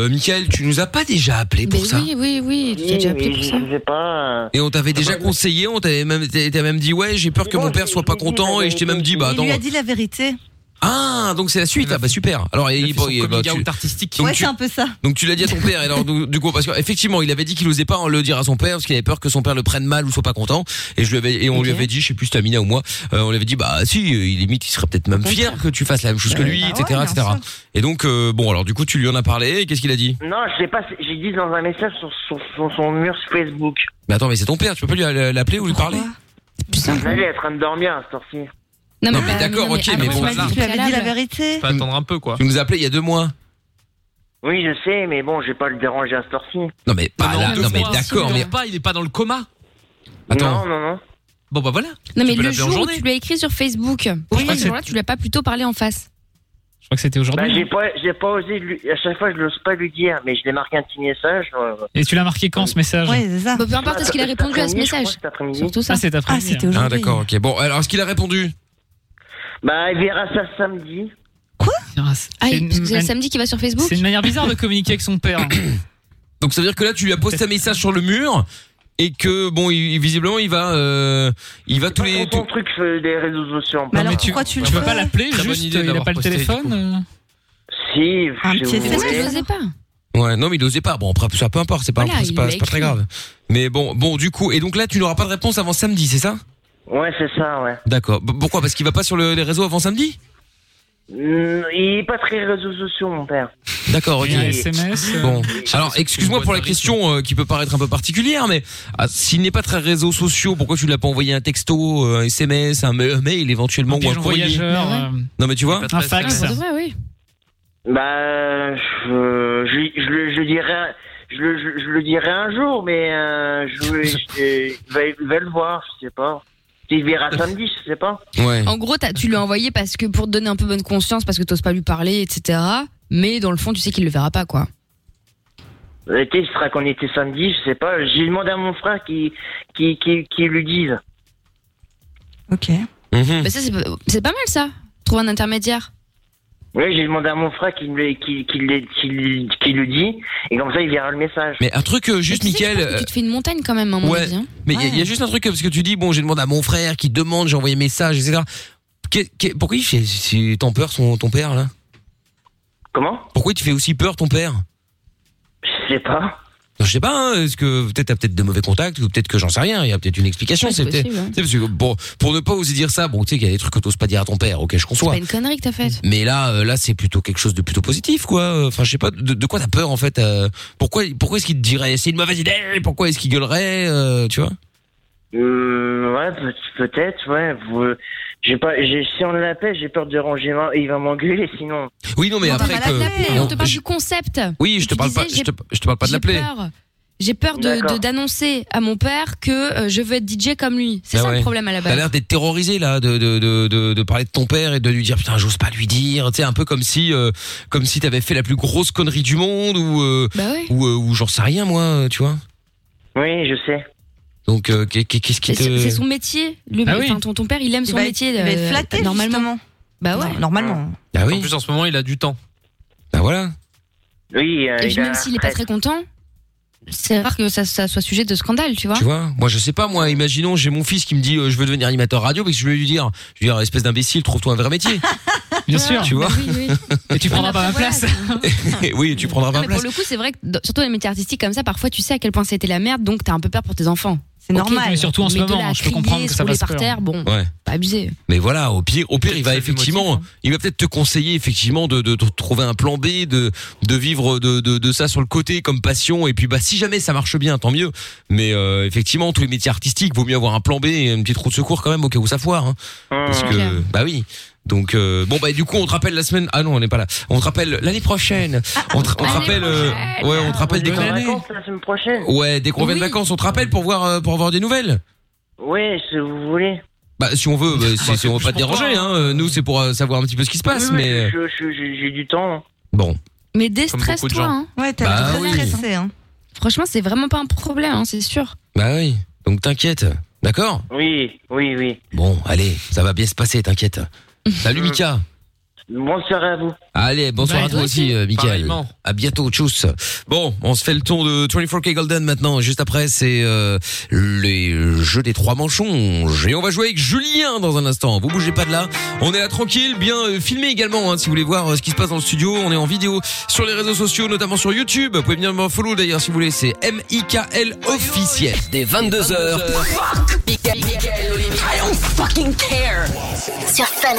B: Euh, Michael, tu nous as pas déjà appelé
D: Mais
B: pour ça
D: oui, oui, oui, tu t'es déjà appelé pour
H: je-
D: ça.
H: Je sais pas. euh,
B: Et on t'avait déjà conseillé, on t'avait même, t'avais t'avais même dit ouais, j'ai peur que
H: Non,
B: mon père
H: je-
B: soit pas
H: je lui ai dit
B: content
H: la
B: et je t'ai même dit bah
E: Il
B: attends.
E: lui a dit la vérité.
B: Ah donc c'est la suite,
F: Il a
B: ah bah super. Alors
F: Il a
B: il-
F: fait
B: bon,
F: son
B: il- bah,
F: coming
B: tu-
F: out artistique.
B: Donc
E: ouais,
B: tu-
E: c'est un peu ça.
B: donc tu l'as dit à ton père. Et alors du, du coup parce que effectivement il avait dit qu'il osait pas hein, le dire à son père parce qu'il avait peur que son père le prenne mal ou soit pas content. Et je lui avais et on lui
D: Ok.
B: avait dit, je sais plus si Tamina ou moi, euh, on lui avait dit bah si, euh, limite il serait peut-être même fier que tu fasses la même chose que lui,
E: Bah ouais,
B: etc.
E: bien
B: etc.
E: sûr.
B: Et donc euh, bon alors du coup tu lui en as parlé. et Qu'est-ce qu'il a dit
H: Non, je sais pas, c'est- j'ai dit dans un message sur, sur, sur son mur sur Facebook.
B: Mais attends mais c'est ton père, tu peux pas lui l'appeler ou lui parler
D: C'est plus simple.
H: Elle est en train de dormir à cette heure-ci.
B: Non, mais d'accord, ok, mais
D: bah, avant,
B: bon,
D: tu
F: voilà.
D: m'as dit
E: Tu lui avais dit la
D: préalable.
E: vérité.
F: Faut attendre un peu, quoi.
B: Tu nous as appelé il y a deux mois.
H: Oui, je sais, mais bon, je vais pas le déranger à cette heure-ci.
B: Non mais pas
F: non,
B: là,
F: deux hein.
B: non mais
F: fois,
B: d'accord,
F: s'il
B: mais
F: dort pas, il est pas dans le coma.
B: Attends.
H: Non, non, non.
F: Bon, bah voilà.
D: Non, mais
F: peux l'appeler
D: le
F: en
D: jour où
F: journée.
D: tu lui as écrit sur Facebook, pourquoi ce jour-là, tu lui as pas plutôt parlé en face
C: Je crois que
H: Bah,
C: c'était aujourd'hui. hein.
H: j'ai pas, j'ai pas osé lui, à chaque fois, je n'ose pas lui dire, mais je l'ai marqué un petit message. euh,
C: Et tu l'as marqué quand ce message
E: Ouais, c'est ça.
D: Bah, Peu importe ce qu'il a
H: cet
D: répondu à ce
H: après-midi, je crois
D: message.
H: que cet après-midi.
D: Surtout ça.
C: Ah, c'est
E: Ah,
C: après-midi.
E: c'était
C: Ah,
E: aujourd'hui.
B: Ah d'accord, ok. Bon, alors est-ce qu'il a répondu
H: Bah, il verra ça samedi.
D: Ah,
C: c'est
D: parce que c'est le
C: une-
D: samedi qui va sur Facebook
C: c'est une manière bizarre de communiquer avec son père.
B: Donc ça veut dire que là tu lui as posté un message sur le mur et que bon, il- visiblement il va, euh, il va tous
H: Pas
B: les.
H: trop son
B: tous-
H: truc euh, des réseaux sociaux. en
E: Mais
H: plus.
E: alors
C: mais tu-
E: pourquoi tu le
C: Tu peux pas
E: fais
C: l'appeler,
F: Très bonne
C: juste,
F: idée
C: il a
F: d'avoir
C: pas le
F: posté, du
C: téléphone.
F: coup.
C: euh.
H: Si,
E: Un
H: si
E: petit
H: vous
E: SMS,
D: C'est ça,
H: voulez.
D: je n'osais pas.
B: Ouais, non, mais il osait pas. Bon, après ça peu importe, c'est pas,
D: Voilà,
B: c'est
D: il
B: pas,
D: l'a
B: c'est pas très
D: écrit.
B: grave. Mais bon, bon, du coup, et donc là tu n'auras pas de réponse avant samedi, c'est ça
H: Ouais, c'est ça, ouais.
B: D'accord. B- Pourquoi Parce qu'il va pas sur le- les réseaux avant samedi
H: Mm, Il est pas très réseaux sociaux, mon père.
B: D'accord, ok.
C: Et un SMS. euh,
B: Bon, alors
F: c'est
B: excuse-moi
F: une
B: pour la
F: boîte à
B: question euh, qui peut paraître un peu particulière, mais ah, s'il n'est pas très réseaux sociaux, pourquoi tu l'as pas envoyé un texto, euh, un SMS, un ma- un mail éventuellement
C: Un
B: ou un
C: pigeon
B: courrier
C: voyageur,
D: Mais
C: euh,
B: Non mais tu vois,
F: Pas très
C: un fax.
D: C'est Ah, vrai, oui.
H: Bah, je, je, je, le- je le dirai. Je le, je, je le dirai un jour, mais euh, je, je- il va, il va le voir, je sais pas. Il verra samedi, je sais pas.
B: Euh. ouais.
D: En gros, t'as- tu lui as envoyé parce que pour te donner un peu bonne conscience, parce que t'oses pas lui parler, etc. Mais dans le fond, tu sais qu'il le verra pas, quoi.
H: L'été, il sera qu'on était samedi, je sais pas. J'ai demandé à mon frère qui, qui, qui, qui lui dise.
E: Ok.
B: Mhm.
D: Bah ça, c'est pas- c'est pas mal ça, trouver un intermédiaire.
H: Oui, j'ai demandé à mon frère qui, me, qui, qui, le- qui le- qui le dit, et comme ça il verra le message.
B: Mais un truc euh, juste, Mickaël.
D: Tu te fais une montagne quand même, à mon
B: Ouais.
D: avis. hein.
B: Mais il y a- il y, a juste un truc, parce que tu dis, bon, j'ai demandé à mon frère qui demande, j'ai envoyé un message, etc. Qu'est- qu'est- pourquoi il fait si ton peur, son, ton père, là
H: Comment
B: Pourquoi tu fais aussi peur, ton père
H: Je sais pas.
B: Je sais pas, hein, est-ce que peut-être t'as peut-être de mauvais contacts ou peut-être que j'en sais rien, il y a peut-être une explication.
D: Ouais,
B: c'est
D: c'est
B: peut-être,
D: possible, hein.
B: c'est parce que, bon, pour ne pas oser dire ça, bon, tu sais qu'il y a des trucs que t'oses pas dire à ton père, ok, je
D: C'est
B: conçois.
D: pas une connerie que t'as faite.
B: Mais là, euh, là, c'est plutôt quelque chose de plutôt positif, quoi. Enfin, je sais pas, de, de quoi t'as peur en fait euh, Pourquoi, pourquoi est-ce qu'il te dirait c'est une mauvaise idée Pourquoi est-ce qu'il gueulerait euh, Tu vois
H: Euh, ouais, peut- peut-être, ouais. vous- J'ai pas, j'ai, si on l'appelle, j'ai peur de déranger, ma- il va m'engueuler sinon.
B: Oui, non, mais
H: Non,
B: après
H: t'as
D: Pas de
B: que.
D: l'appeler, hein,
B: non,
D: on te parle
B: je-
D: du concept.
B: Oui, je te parle pas.
D: disais,
B: Je te, je te parle pas de
D: J'ai
B: l'appeler.
D: peur. J'ai peur de-
H: D'accord.
D: de d'annoncer à mon père que euh, je veux être DJ comme lui. C'est
B: Ah
D: ça
B: ouais.
D: le problème à la
B: T'as
D: base.
B: l'air d'être terrorisé là, de, de, de, de, de parler de ton père et de lui dire putain, j'ose pas lui dire. Tu sais, un peu comme si, euh, comme si t'avais fait la plus grosse connerie du monde ou, euh,
D: Bah
B: ou, euh, ou j'en sais rien moi, euh, tu vois.
H: Oui, je sais.
B: Donc euh, qu'est- qu'est- qu'est-ce qui
D: C'est
B: te
D: c'est son métier. Le,
B: Ah oui.
D: enfin, ton, ton père, il aime
E: Il
D: son
E: va-
D: métier.
E: il va être
D: euh,
E: flatté,
D: normalement. Bah ouais.
E: normalement.
B: Ah oui.
F: En plus, en ce moment, il a du temps.
B: Bah voilà.
H: Oui, euh,
D: Et puis même
E: bah,
D: s'il est pas très content, c'est rare que ça, ça soit sujet de scandale, tu vois.
B: Tu vois, moi je sais pas, moi imaginons j'ai mon fils qui me dit euh, je veux devenir animateur radio parce que je vais lui dire, je vais lui dire espèce d'imbécile, trouve-toi un vrai métier.
C: Bien
D: Ah,
C: sûr.
B: tu vois.
D: oui,
C: Et tu prendras pas ma
D: Voilà,
C: place.
D: c'est-
B: oui, tu prendras
D: Non,
B: pas
D: mais
B: ma place.
D: pour le coup, c'est vrai que dans- surtout dans les métiers artistiques comme ça, parfois tu sais à quel point c'était la merde, donc t'as un peu peur pour tes enfants. C'est
C: Ok,
D: normal.
C: mais surtout en ce
D: Mais de
C: moment,
D: là à
C: je peux comprendre
D: crier,
C: que
D: se
C: ça
D: rouler
C: fasse
D: par
C: peur.
D: terre, bon,
B: Ouais.
D: pas abusé.
B: Mais voilà, au pire, au pire, il va effectivement, il va peut-être te conseiller effectivement de, de, de trouver un plan B, de de vivre de, de de ça sur le côté comme passion. Et puis bah si jamais ça marche bien, tant mieux. Mais euh, effectivement, tous les métiers artistiques, vaut mieux avoir un plan B et une petite roue de secours quand même au cas où ça foire. hein. Parce
H: Mmh.
B: que bah oui. Donc euh, bon bah du coup on te rappelle la semaine ah non on n'est pas là on te rappelle l'année prochaine on te, on te rappelle euh, ouais on te rappelle dès
H: Vous êtes en
B: qu'on
H: vacances la semaine prochaine.
B: ouais dès qu'on revient de vacances on te rappelle pour voir euh, pour avoir des nouvelles
H: Oui, si vous voulez.
B: bah si on veut bah, si, si on va pas te
H: comprends,
B: déranger hein euh, nous c'est pour euh, savoir un petit peu ce qui se passe
H: Oui, oui,
B: mais euh,
H: je- je- je- j'ai du temps. hein.
B: Bon.
D: Mais
B: beaucoup de gens.
D: déstresse-toi. Hein.
E: Ouais,
B: t'as Bah l'air très oui. stressé,
E: hein.
D: Franchement, c'est vraiment pas un problème, hein, c'est sûr.
B: Bah oui, donc t'inquiète, d'accord
H: Oui, oui, oui. Euh,
B: Bon, allez, ça va bien se passer, t'inquiète. Salut Mika
H: Bonne soirée à vous.
B: Allez, bonsoir
H: Ouais,
B: à toi
H: toi
B: aussi,
H: aussi.
B: euh, Mickaël.
H: Pareillement.
B: À bientôt, tchuss. Bon, on se fait le tour de 24K Golden maintenant. Juste après, c'est euh, les jeux des trois manchonges. Et on va jouer avec Julien dans un instant. Vous bougez pas de là. On est là tranquille, bien euh, filmé également. hein, si vous voulez voir euh, ce qui se passe dans le studio, on est en vidéo sur les réseaux sociaux, notamment sur YouTube. Vous pouvez venir me follow d'ailleurs si vous voulez. C'est M-I-K-L officiel. Des 22h.
K: Fuck Mickaël, Mickaël, Olivier. I don't fucking care. Sur Fun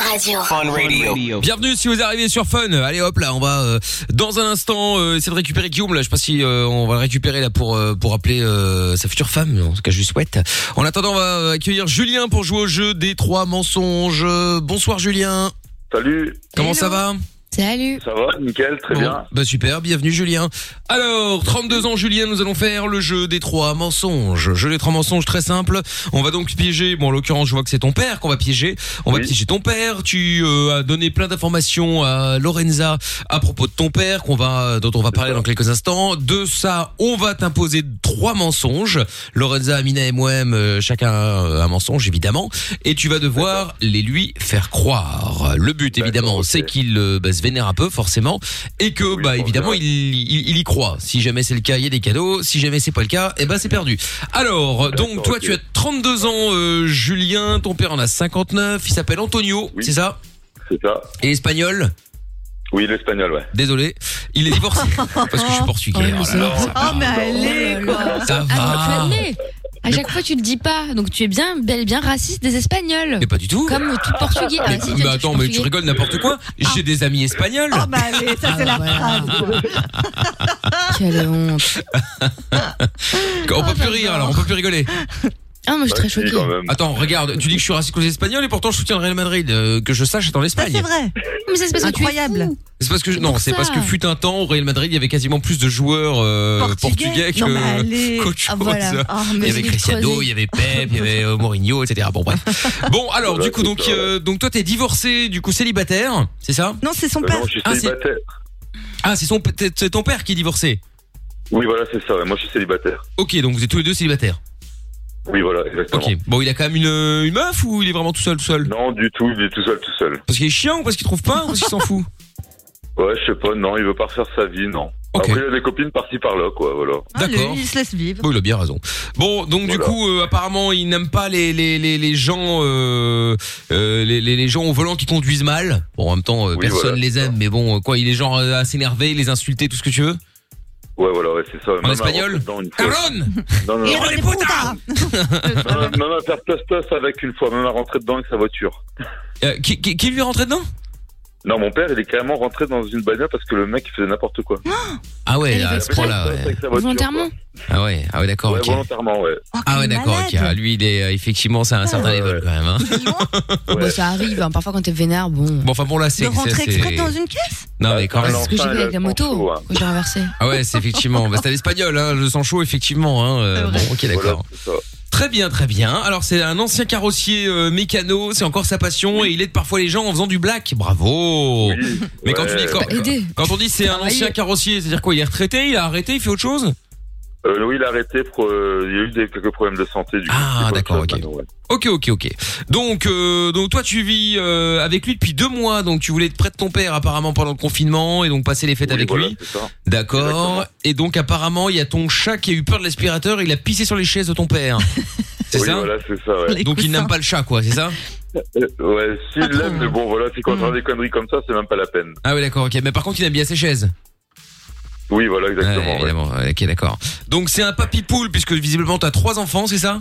K: Radio.
B: Bienvenue si vous arrivez sur Fun. Allez hop là, on va euh, dans un instant euh, essayer de récupérer Guillaume là. Je sais pas si euh, on va le récupérer là pour euh, pour appeler euh, sa future femme. En tout cas, je lui souhaite. En attendant, on va euh, accueillir Julien pour jouer au jeu des trois mensonges. Bonsoir Julien.
I: Salut.
B: Comment ça va
D: Salut.
I: Ça va, nickel, très
B: Bon,
I: bien.
B: Bah super, bienvenue Julien. Alors, 32 ans Julien, nous allons faire le jeu des trois mensonges. Jeu des trois mensonges très simple. On va donc piéger, bon en l'occurrence je vois que c'est ton père qu'on va piéger. On va piéger ton père. Tu euh, as donné plein d'informations à Lorenza à propos de ton père qu'on va dont on va parler dans quelques instants. De ça, on va t'imposer trois mensonges. Lorenza, Amina et moi-même, euh, chacun euh, un mensonge évidemment. Et tu vas devoir les lui faire croire. Le but évidemment, c'est qu'il euh, bah, se vénère un peu forcément et que bah évidemment il, il, il y croit. Si jamais c'est le cas, il y a des cadeaux. Si jamais c'est pas le cas, eh ben c'est perdu. Alors donc toi tu as 32 ans, euh, Julien. Ton père en a 59. Il s'appelle Antonio, c'est ça
I: C'est ça.
B: Et espagnol
I: Oui, l'espagnol, ouais.
B: Désolé, il est divorcé parce que je suis portugais. Oh là là.
E: Oh,
D: Ah,
E: mais allez, quoi.
B: Ça va.
D: Tu admets. À chaque fois, tu le dis pas, donc tu es bien, bel et bien raciste des Espagnols.
B: Mais pas du tout.
D: Comme tout Portugais. Ah,
B: Mais,
D: si, tu as
B: mais
D: dit
B: attends, mais
D: portugais.
B: tu rigoles n'importe quoi. J'ai des amis espagnols.
E: Ah. Oh, bah allez, ça c'est la phrase.
D: Ah, Quelle honte.
E: oh,
B: on
E: bah,
B: peut plus rire alors, on peut plus rigoler.
D: Ah, moi je suis très choquée.
B: Attends, regarde, tu dis que je suis raciste contre les Espagnols et pourtant je soutiens le Real Madrid. euh, que je sache, c'est en Espagne.
E: Bah, vrai.
D: Mais ça, c'est parce que tu es
E: Incroyable.
B: C'est parce que je- non,
E: pour
B: c'est
E: ça.
B: parce que fut un temps au Real Madrid, il y avait quasiment plus de joueurs euh, portugais,
E: Portugais
B: que
E: Non, mais allez.
B: qu'autre
E: Ah,
B: chose.
E: voilà. Ah, mais
B: il y avait
E: j'ai dû
B: Cristiano,
E: creuser.
B: il y avait Pep, il y avait euh, Mourinho, etc. Bon bref. Bon alors
I: Voilà,
B: du coup
I: c'est
B: donc
I: ça,
B: euh, donc toi t'es divorcé, du coup célibataire, c'est ça
E: Non, c'est son
I: Euh, non, je suis
B: Ah, c'est-
I: célibataire.
B: Ah c'est son peut-être- c'est ton père qui est divorcé.
I: Oui, voilà, c'est ça, ouais. Moi, je suis célibataire.
B: Ok donc vous êtes tous les deux célibataires.
I: Oui, voilà, exactement.
B: Ok. Bon, il a quand même une, euh, une meuf ou il est vraiment tout seul, tout seul
I: Non, du tout, il est tout seul, tout seul.
B: Parce qu'il est chiant ou parce qu'il trouve pas ou parce qu'il s'en fout
I: Ouais, je sais pas, non, il veut pas refaire sa vie, non. Après, il a des copines par-ci par-là, quoi, voilà.
B: D'accord.
E: Il se laisse vivre.
B: Bon, il a bien raison. Bon, donc du coup, euh, apparemment, il n'aime pas les les les, les gens euh, euh, les, les les gens au volant qui conduisent mal. Bon, en même temps, euh,
I: Oui,
B: personne
I: voilà,
B: les aime, mais bon, euh, quoi, il est genre euh, à s'énerver, les insulter, tout ce que tu veux.
I: Ouais, voilà, ouais, c'est ça. En
B: espagnol Cameron
I: Non, non, non.
B: Hijo de puta
I: Non, non, même à faire tostos avec une fois, même à rentrer dedans avec sa voiture.
B: Euh, qui, lui est rentré dedans
I: Non, mon père, il est carrément rentré dans une bagnole parce que le mec, il faisait n'importe quoi.
B: Ah ouais,
I: Il
B: à
I: avait
B: ce
I: fait
B: point-là.
I: tostos
B: ouais.
I: avec sa voiture,
D: Volontairement
B: Ah ouais, ah ouais, d'accord,
I: Ouais,
B: ok.
I: volontairement, ouais.
D: Oh,
B: Ah ouais, d'accord, ok. Ah, lui, il est euh, effectivement,
D: Ah
B: c'est à un certain level quand même. hein.
D: Bon, ça arrive, hein, parfois quand t'es vénère, bon.
B: Bon, enfin bon, là, c'est.
D: De rentrer
B: c'est-
D: exprès
B: c'est-
D: dans une caisse
B: Non, mais quand
D: C'est
B: même.
D: ce que j'ai fait avec la moto, quand Oh, j'ai renversé.
B: Ah ouais, c'est effectivement. Bah, c'est à l'espagnol, hein, le sang chaud, effectivement. Hein, euh, bon, ok, d'accord. Très bien, très bien. Alors c'est un ancien carrossier euh, mécano, c'est encore sa passion et il aide parfois les gens en faisant du black. Bravo. Mais quand tu dis quand,
I: Bah, aider.
B: quand on dit c'est un ancien
I: Travailler.
B: carrossier, c'est-à-dire quoi Il est retraité, il a arrêté, il fait autre chose
I: Euh, oui, il a arrêté pour. euh, il y a eu des, quelques problèmes de santé, du coup. Ah, d'accord, ok.
B: Ok, ok, ok. Donc, euh, donc toi, tu vis euh, avec lui depuis deux mois, donc tu voulais être près de ton père apparemment pendant le confinement et donc passer les fêtes
I: Oui,
B: avec
I: voilà,
B: lui.
I: c'est ça.
B: D'accord. Et donc apparemment, il y a ton chat qui a eu peur de l'aspirateur, il a pissé sur les chaises de ton père. C'est
I: oui,
B: ça
I: voilà, c'est ça, ouais.
B: Donc il n'aime pas le chat, quoi, c'est ça
I: Euh, Ouais, s'il l'aime, mais bon, voilà, si quand on a des conneries comme ça, c'est même pas la peine.
B: Ah oui, d'accord, ok. Mais par contre, il aime bien ses chaises.
I: Oui, voilà, exactement.
B: Ouais, évidemment, ouais, ok, d'accord. Donc c'est un papy poule puisque visiblement t'as trois enfants, c'est ça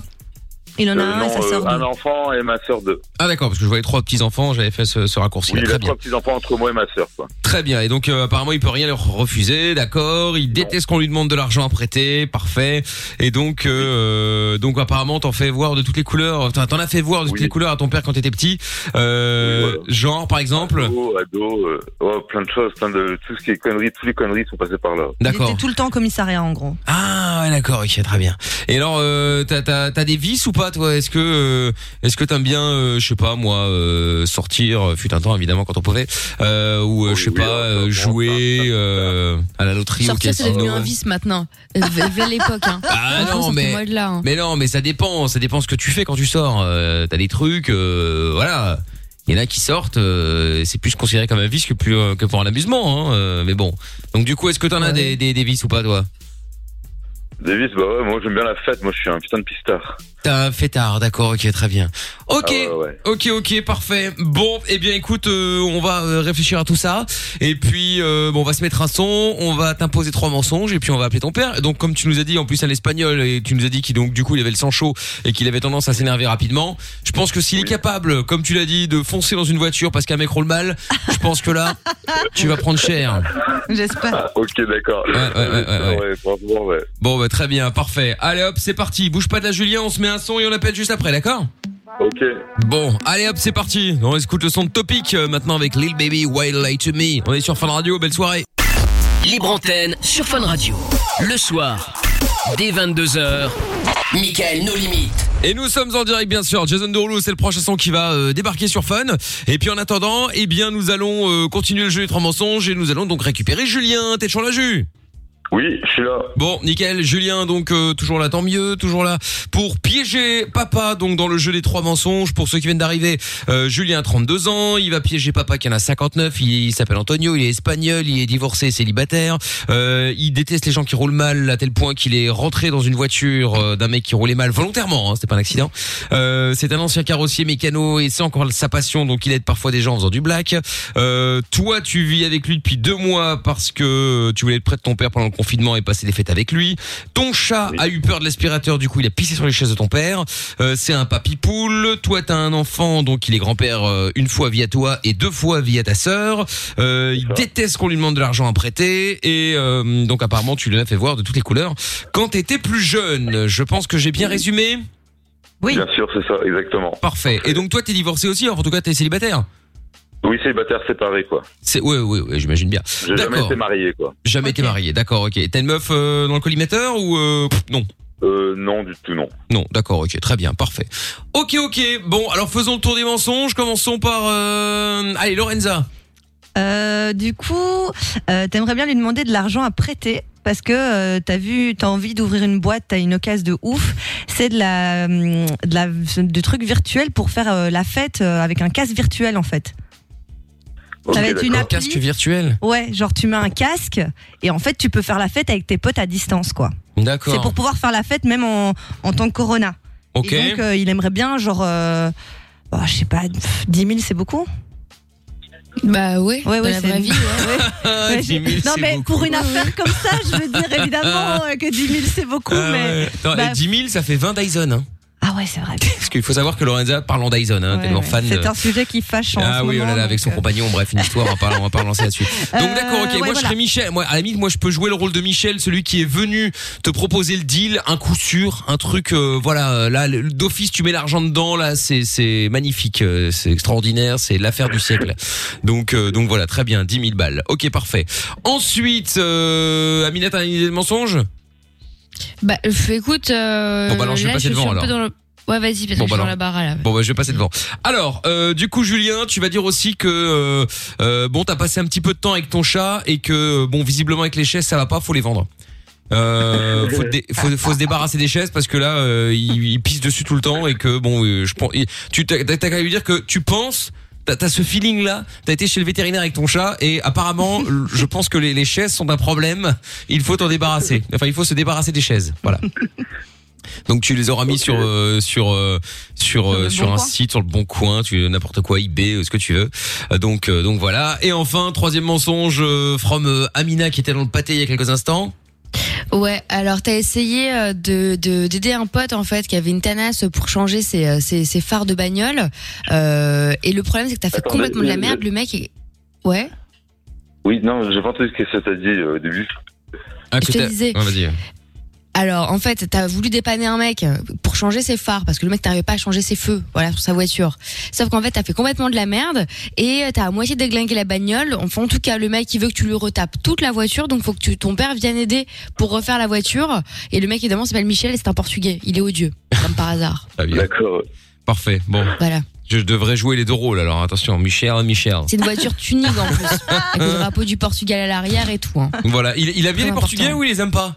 E: Il en a
I: Euh,
E: un et sa
I: non,
E: sœur
I: euh, un
E: deux.
I: enfant et ma sœur deux.
B: Ah d'accord, parce que je voyais trois petits enfants, j'avais fait ce, ce raccourci.
I: Oui, il
B: Très
I: a
B: bien.
I: trois petits enfants entre moi et ma sœur, quoi.
B: Très bien. Et donc euh, apparemment il peut rien leur refuser, d'accord. Il déteste qu'on lui demande de l'argent à prêter, parfait. Et donc euh, donc apparemment t'en fais voir de toutes les couleurs. T'en t'en as fait voir de toutes les couleurs à ton père quand t'étais petit. Euh, Genre par exemple.
I: Ado, ado, euh, oh, plein de choses, plein de tout ce qui est conneries, toutes les conneries sont passées par là.
B: D'accord.
E: Tout le temps au commissariat, en gros.
B: Ah ouais, d'accord, ok, très bien. Et alors euh, t'as t'as t'as des vices ou pas toi Est-ce que euh, est-ce que t'aimes bien, euh, je sais pas moi, euh, sortir, euh, fut un temps évidemment quand on pouvait, euh, ou euh, je sais pas euh, jouer euh, à la loterie
D: Sortir,
B: au
D: c'est devenu
B: casino
D: un vice maintenant. Euh, Vers l'époque, hein.
B: Ah
D: Franchement,
B: non
D: c'était
B: mais
D: mode là. hein.
B: mais non mais ça dépend ça dépend ce que tu fais quand tu sors Euh, t'as des trucs euh, voilà il y en a qui sortent euh, c'est plus considéré comme un vice que plus euh, que pour un amusement hein, euh, mais bon donc du coup est-ce que t'en as des, des des vices ou pas toi
I: Davis, bah ouais, moi j'aime bien la fête, moi je suis un putain de pistard.
B: T'as un fêtard Ah, d'accord ok très bien ok
I: Ah ouais, ouais.
B: Ok, ok, parfait. Bon, eh bien, écoute, euh, on va euh, réfléchir à tout ça. Et puis, euh, bon, on va se mettre un son, on va t'imposer trois mensonges, et puis on va appeler ton père. Et donc, comme tu nous as dit, en plus, un espagnol, et tu nous as dit qu'il, donc, du coup, il avait le sang chaud et qu'il avait tendance à s'énerver rapidement. Je pense que s'il est capable, comme tu l'as dit, de foncer dans une voiture parce qu'un mec roule mal, je pense que là, tu vas prendre cher.
E: J'espère.
I: Ah, ok, d'accord. Ouais,
B: ouais, ouais, ouais,
I: franchement, ouais.
B: Bon, bah, très bien, parfait. Allez, hop, c'est parti. Bouge pas de la Julien, on se met un son et on appelle juste après, d'accord?
I: Ok.
B: Bon, allez hop, c'est parti. On écoute le son de Topic euh, maintenant avec Lil Baby Wild Light to Me. On est sur Fun Radio, belle soirée.
A: Libre antenne sur Fun Radio. Le soir, dès 22h, Michael nos limites.
B: Et nous sommes en direct bien sûr. Jason Derulo, c'est le prochain son qui va euh, débarquer sur Fun. Et puis en attendant, eh bien nous allons euh, continuer le jeu des trois mensonges et nous allons donc récupérer Julien. T'es toujours là, Ju
I: Oui, je suis là.
B: Bon, nickel. Julien, donc euh, toujours là, tant mieux, toujours là pour piéger papa. Donc dans le jeu des trois mensonges, pour ceux qui viennent d'arriver, euh, Julien, 32 ans, il va piéger papa qui en a 59. Il, il s'appelle Antonio, il est espagnol, il est divorcé, célibataire. Euh, il déteste les gens qui roulent mal à tel point qu'il est rentré dans une voiture euh, d'un mec qui roulait mal volontairement. Hein, C'était pas un accident. Euh, c'est un ancien carrossier mécano et c'est encore sa passion. Donc il aide parfois des gens en faisant du black. Euh, toi, tu vis avec lui depuis deux mois parce que tu voulais être près de ton père pendant le confinement et passer des fêtes avec lui. Ton chat a eu peur de l'aspirateur, du coup, il a pissé sur les chaises de ton père. Euh, c'est un papy poule. Toi, t'as un enfant, donc il est grand-père euh, une fois via toi et deux fois via ta sœur. Euh, il déteste qu'on lui demande de l'argent à prêter et euh, donc apparemment, tu l'as fait voir de toutes les couleurs quand t'étais plus jeune. Je pense que j'ai bien résumé.
E: Oui.
I: Bien sûr, c'est ça, exactement.
B: Parfait. Et donc toi, t'es divorcé aussi, enfin, en tout cas, t'es célibataire.
I: Oui, célibataire séparé, quoi.
B: C'est ouais, ouais, ouais, j'imagine bien.
I: J'ai jamais
B: D'accord.
I: été marié, quoi.
B: Jamais été marié, d'accord, ok. T'as une meuf euh, dans le collimateur ou euh, pff, non
I: Euh, non, du tout, non.
B: Non, d'accord, ok, très bien, parfait. Ok, ok, bon, alors faisons le tour des mensonges, commençons par... euh, Allez, Lorenza.
E: Euh, du coup, euh, t'aimerais bien lui demander de l'argent à prêter parce que euh, t'as vu, t'as envie d'ouvrir une boîte, t'as une occasion de ouf. C'est de la, hum, de la, de trucs virtuels pour faire euh, la fête euh, avec un casque virtuel en fait. ça va être une appli.
B: casque virtuel.
E: Ouais, genre tu mets un casque et en fait tu peux faire la fête avec tes potes à distance quoi.
B: D'accord.
E: C'est pour pouvoir faire la fête même en, en temps de corona.
B: Ok.
E: Et donc euh, il aimerait bien genre, euh, bah, je sais pas, pff, 10 000 c'est beaucoup.
D: Bah ouais,
E: ouais,
D: dans la vraie vie,
E: ouais. Ouais,
B: 10 000,
E: je- non
B: c'est
E: mais
B: beaucoup.
E: pour une affaire comme ça, je veux dire évidemment euh, que 10 000 c'est beaucoup,
B: Ah
E: mais
B: ouais. Attends,
E: bah,
B: et 10 000, ça fait 20 Dyson. Hein.
E: ah ouais c'est vrai.
B: Parce qu'il faut savoir que Lorenza parle en Dyson, hein,
E: Ouais,
B: tellement
E: ouais.
B: fan.
E: C'est
B: de-
E: un sujet qui fâche en
B: Ah
E: ce
B: oui, oh
E: moment.
B: là là, avec son compagnon, bref, une histoire, on va pas, on va pas lancer là-dessus. Donc
E: Euh,
B: d'accord, ok,
E: ouais,
B: moi je
E: voilà.
B: serais Michel, moi à la limite, moi je peux jouer le rôle de Michel, celui qui est venu te proposer le deal, un coup sûr, un truc, euh, voilà, euh, là le- d'office tu mets l'argent dedans, là c'est c'est magnifique, euh, c'est extraordinaire, c'est l'affaire du siècle. Donc euh, donc voilà, très bien, 10 000 balles, ok parfait. Ensuite, euh, Amina, t'as une idée de mensonge
D: Bah pff, écoute, euh,
B: Bon, bah, alors, je vais
D: là,
B: passer
D: suis
B: devant,
D: un peu
B: alors.
D: dans le- Ouais, vas-y, parce
B: Bon, bah,
D: que je suis dans
B: alors.
D: la barre là.
B: Bon bah je vais passer devant. Alors euh, du coup Julien, tu vas dire aussi que euh, euh, bon t'as passé un petit peu de temps avec ton chat et que euh, bon visiblement avec les chaises ça va pas, faut les vendre. Euh, faut, te dé- faut, faut se débarrasser des chaises parce que là euh, il, il pisse dessus tout le temps et que bon euh, je pense il- tu t'as t'as qu'à lui dire que tu penses t'as t'as ce feeling là t'as été chez le vétérinaire avec ton chat et apparemment l- je pense que les, les chaises sont un problème il faut t'en débarrasser enfin il faut se débarrasser des chaises voilà donc tu les auras mis sur euh, sur euh, sur euh, sur
F: Bon
B: un
F: Coin.
B: site sur le bon coin, tu n'importe quoi eBay, euh, ce que tu veux. Euh, donc euh, donc voilà. Et enfin troisième mensonge euh, from euh, Amina qui était dans le pâté il y a quelques instants.
D: Ouais, alors t'as essayé euh, de de- d'aider un pote en fait qui avait une tanasse pour changer ses euh, ses, ses phares de bagnole. Euh, et le problème c'est que t'as fait
I: Attends,
D: complètement de la
I: mais-
D: merde. Le mec est ouais.
I: Oui, non, j'ai pas entendu ce que t'as dit euh, au début.
B: Ah,
D: Je que te t'as- disais. Ouais,
B: vas-y.
D: Alors en fait t'as voulu dépanner un mec pour changer ses phares parce que le mec t'arrivait pas à changer ses feux voilà sur sa voiture. Sauf qu'en fait t'as fait complètement de la merde et t'as à moitié déglingué la bagnole. Enfin en tout cas le mec il veut que tu lui retapes toute la voiture donc faut que tu, ton père vienne aider pour refaire la voiture. Et le mec évidemment s'appelle Michel et c'est un portugais. Il est odieux comme par hasard.
B: D'accord. Parfait. Bon.
D: Voilà.
B: Je devrais jouer les deux rôles alors attention Michel Michel.
D: C'est une voiture tuning en plus, avec le drapeau du Portugal à l'arrière et tout. hein.
B: Voilà, il, il a bien les Portugais ou il les aime pas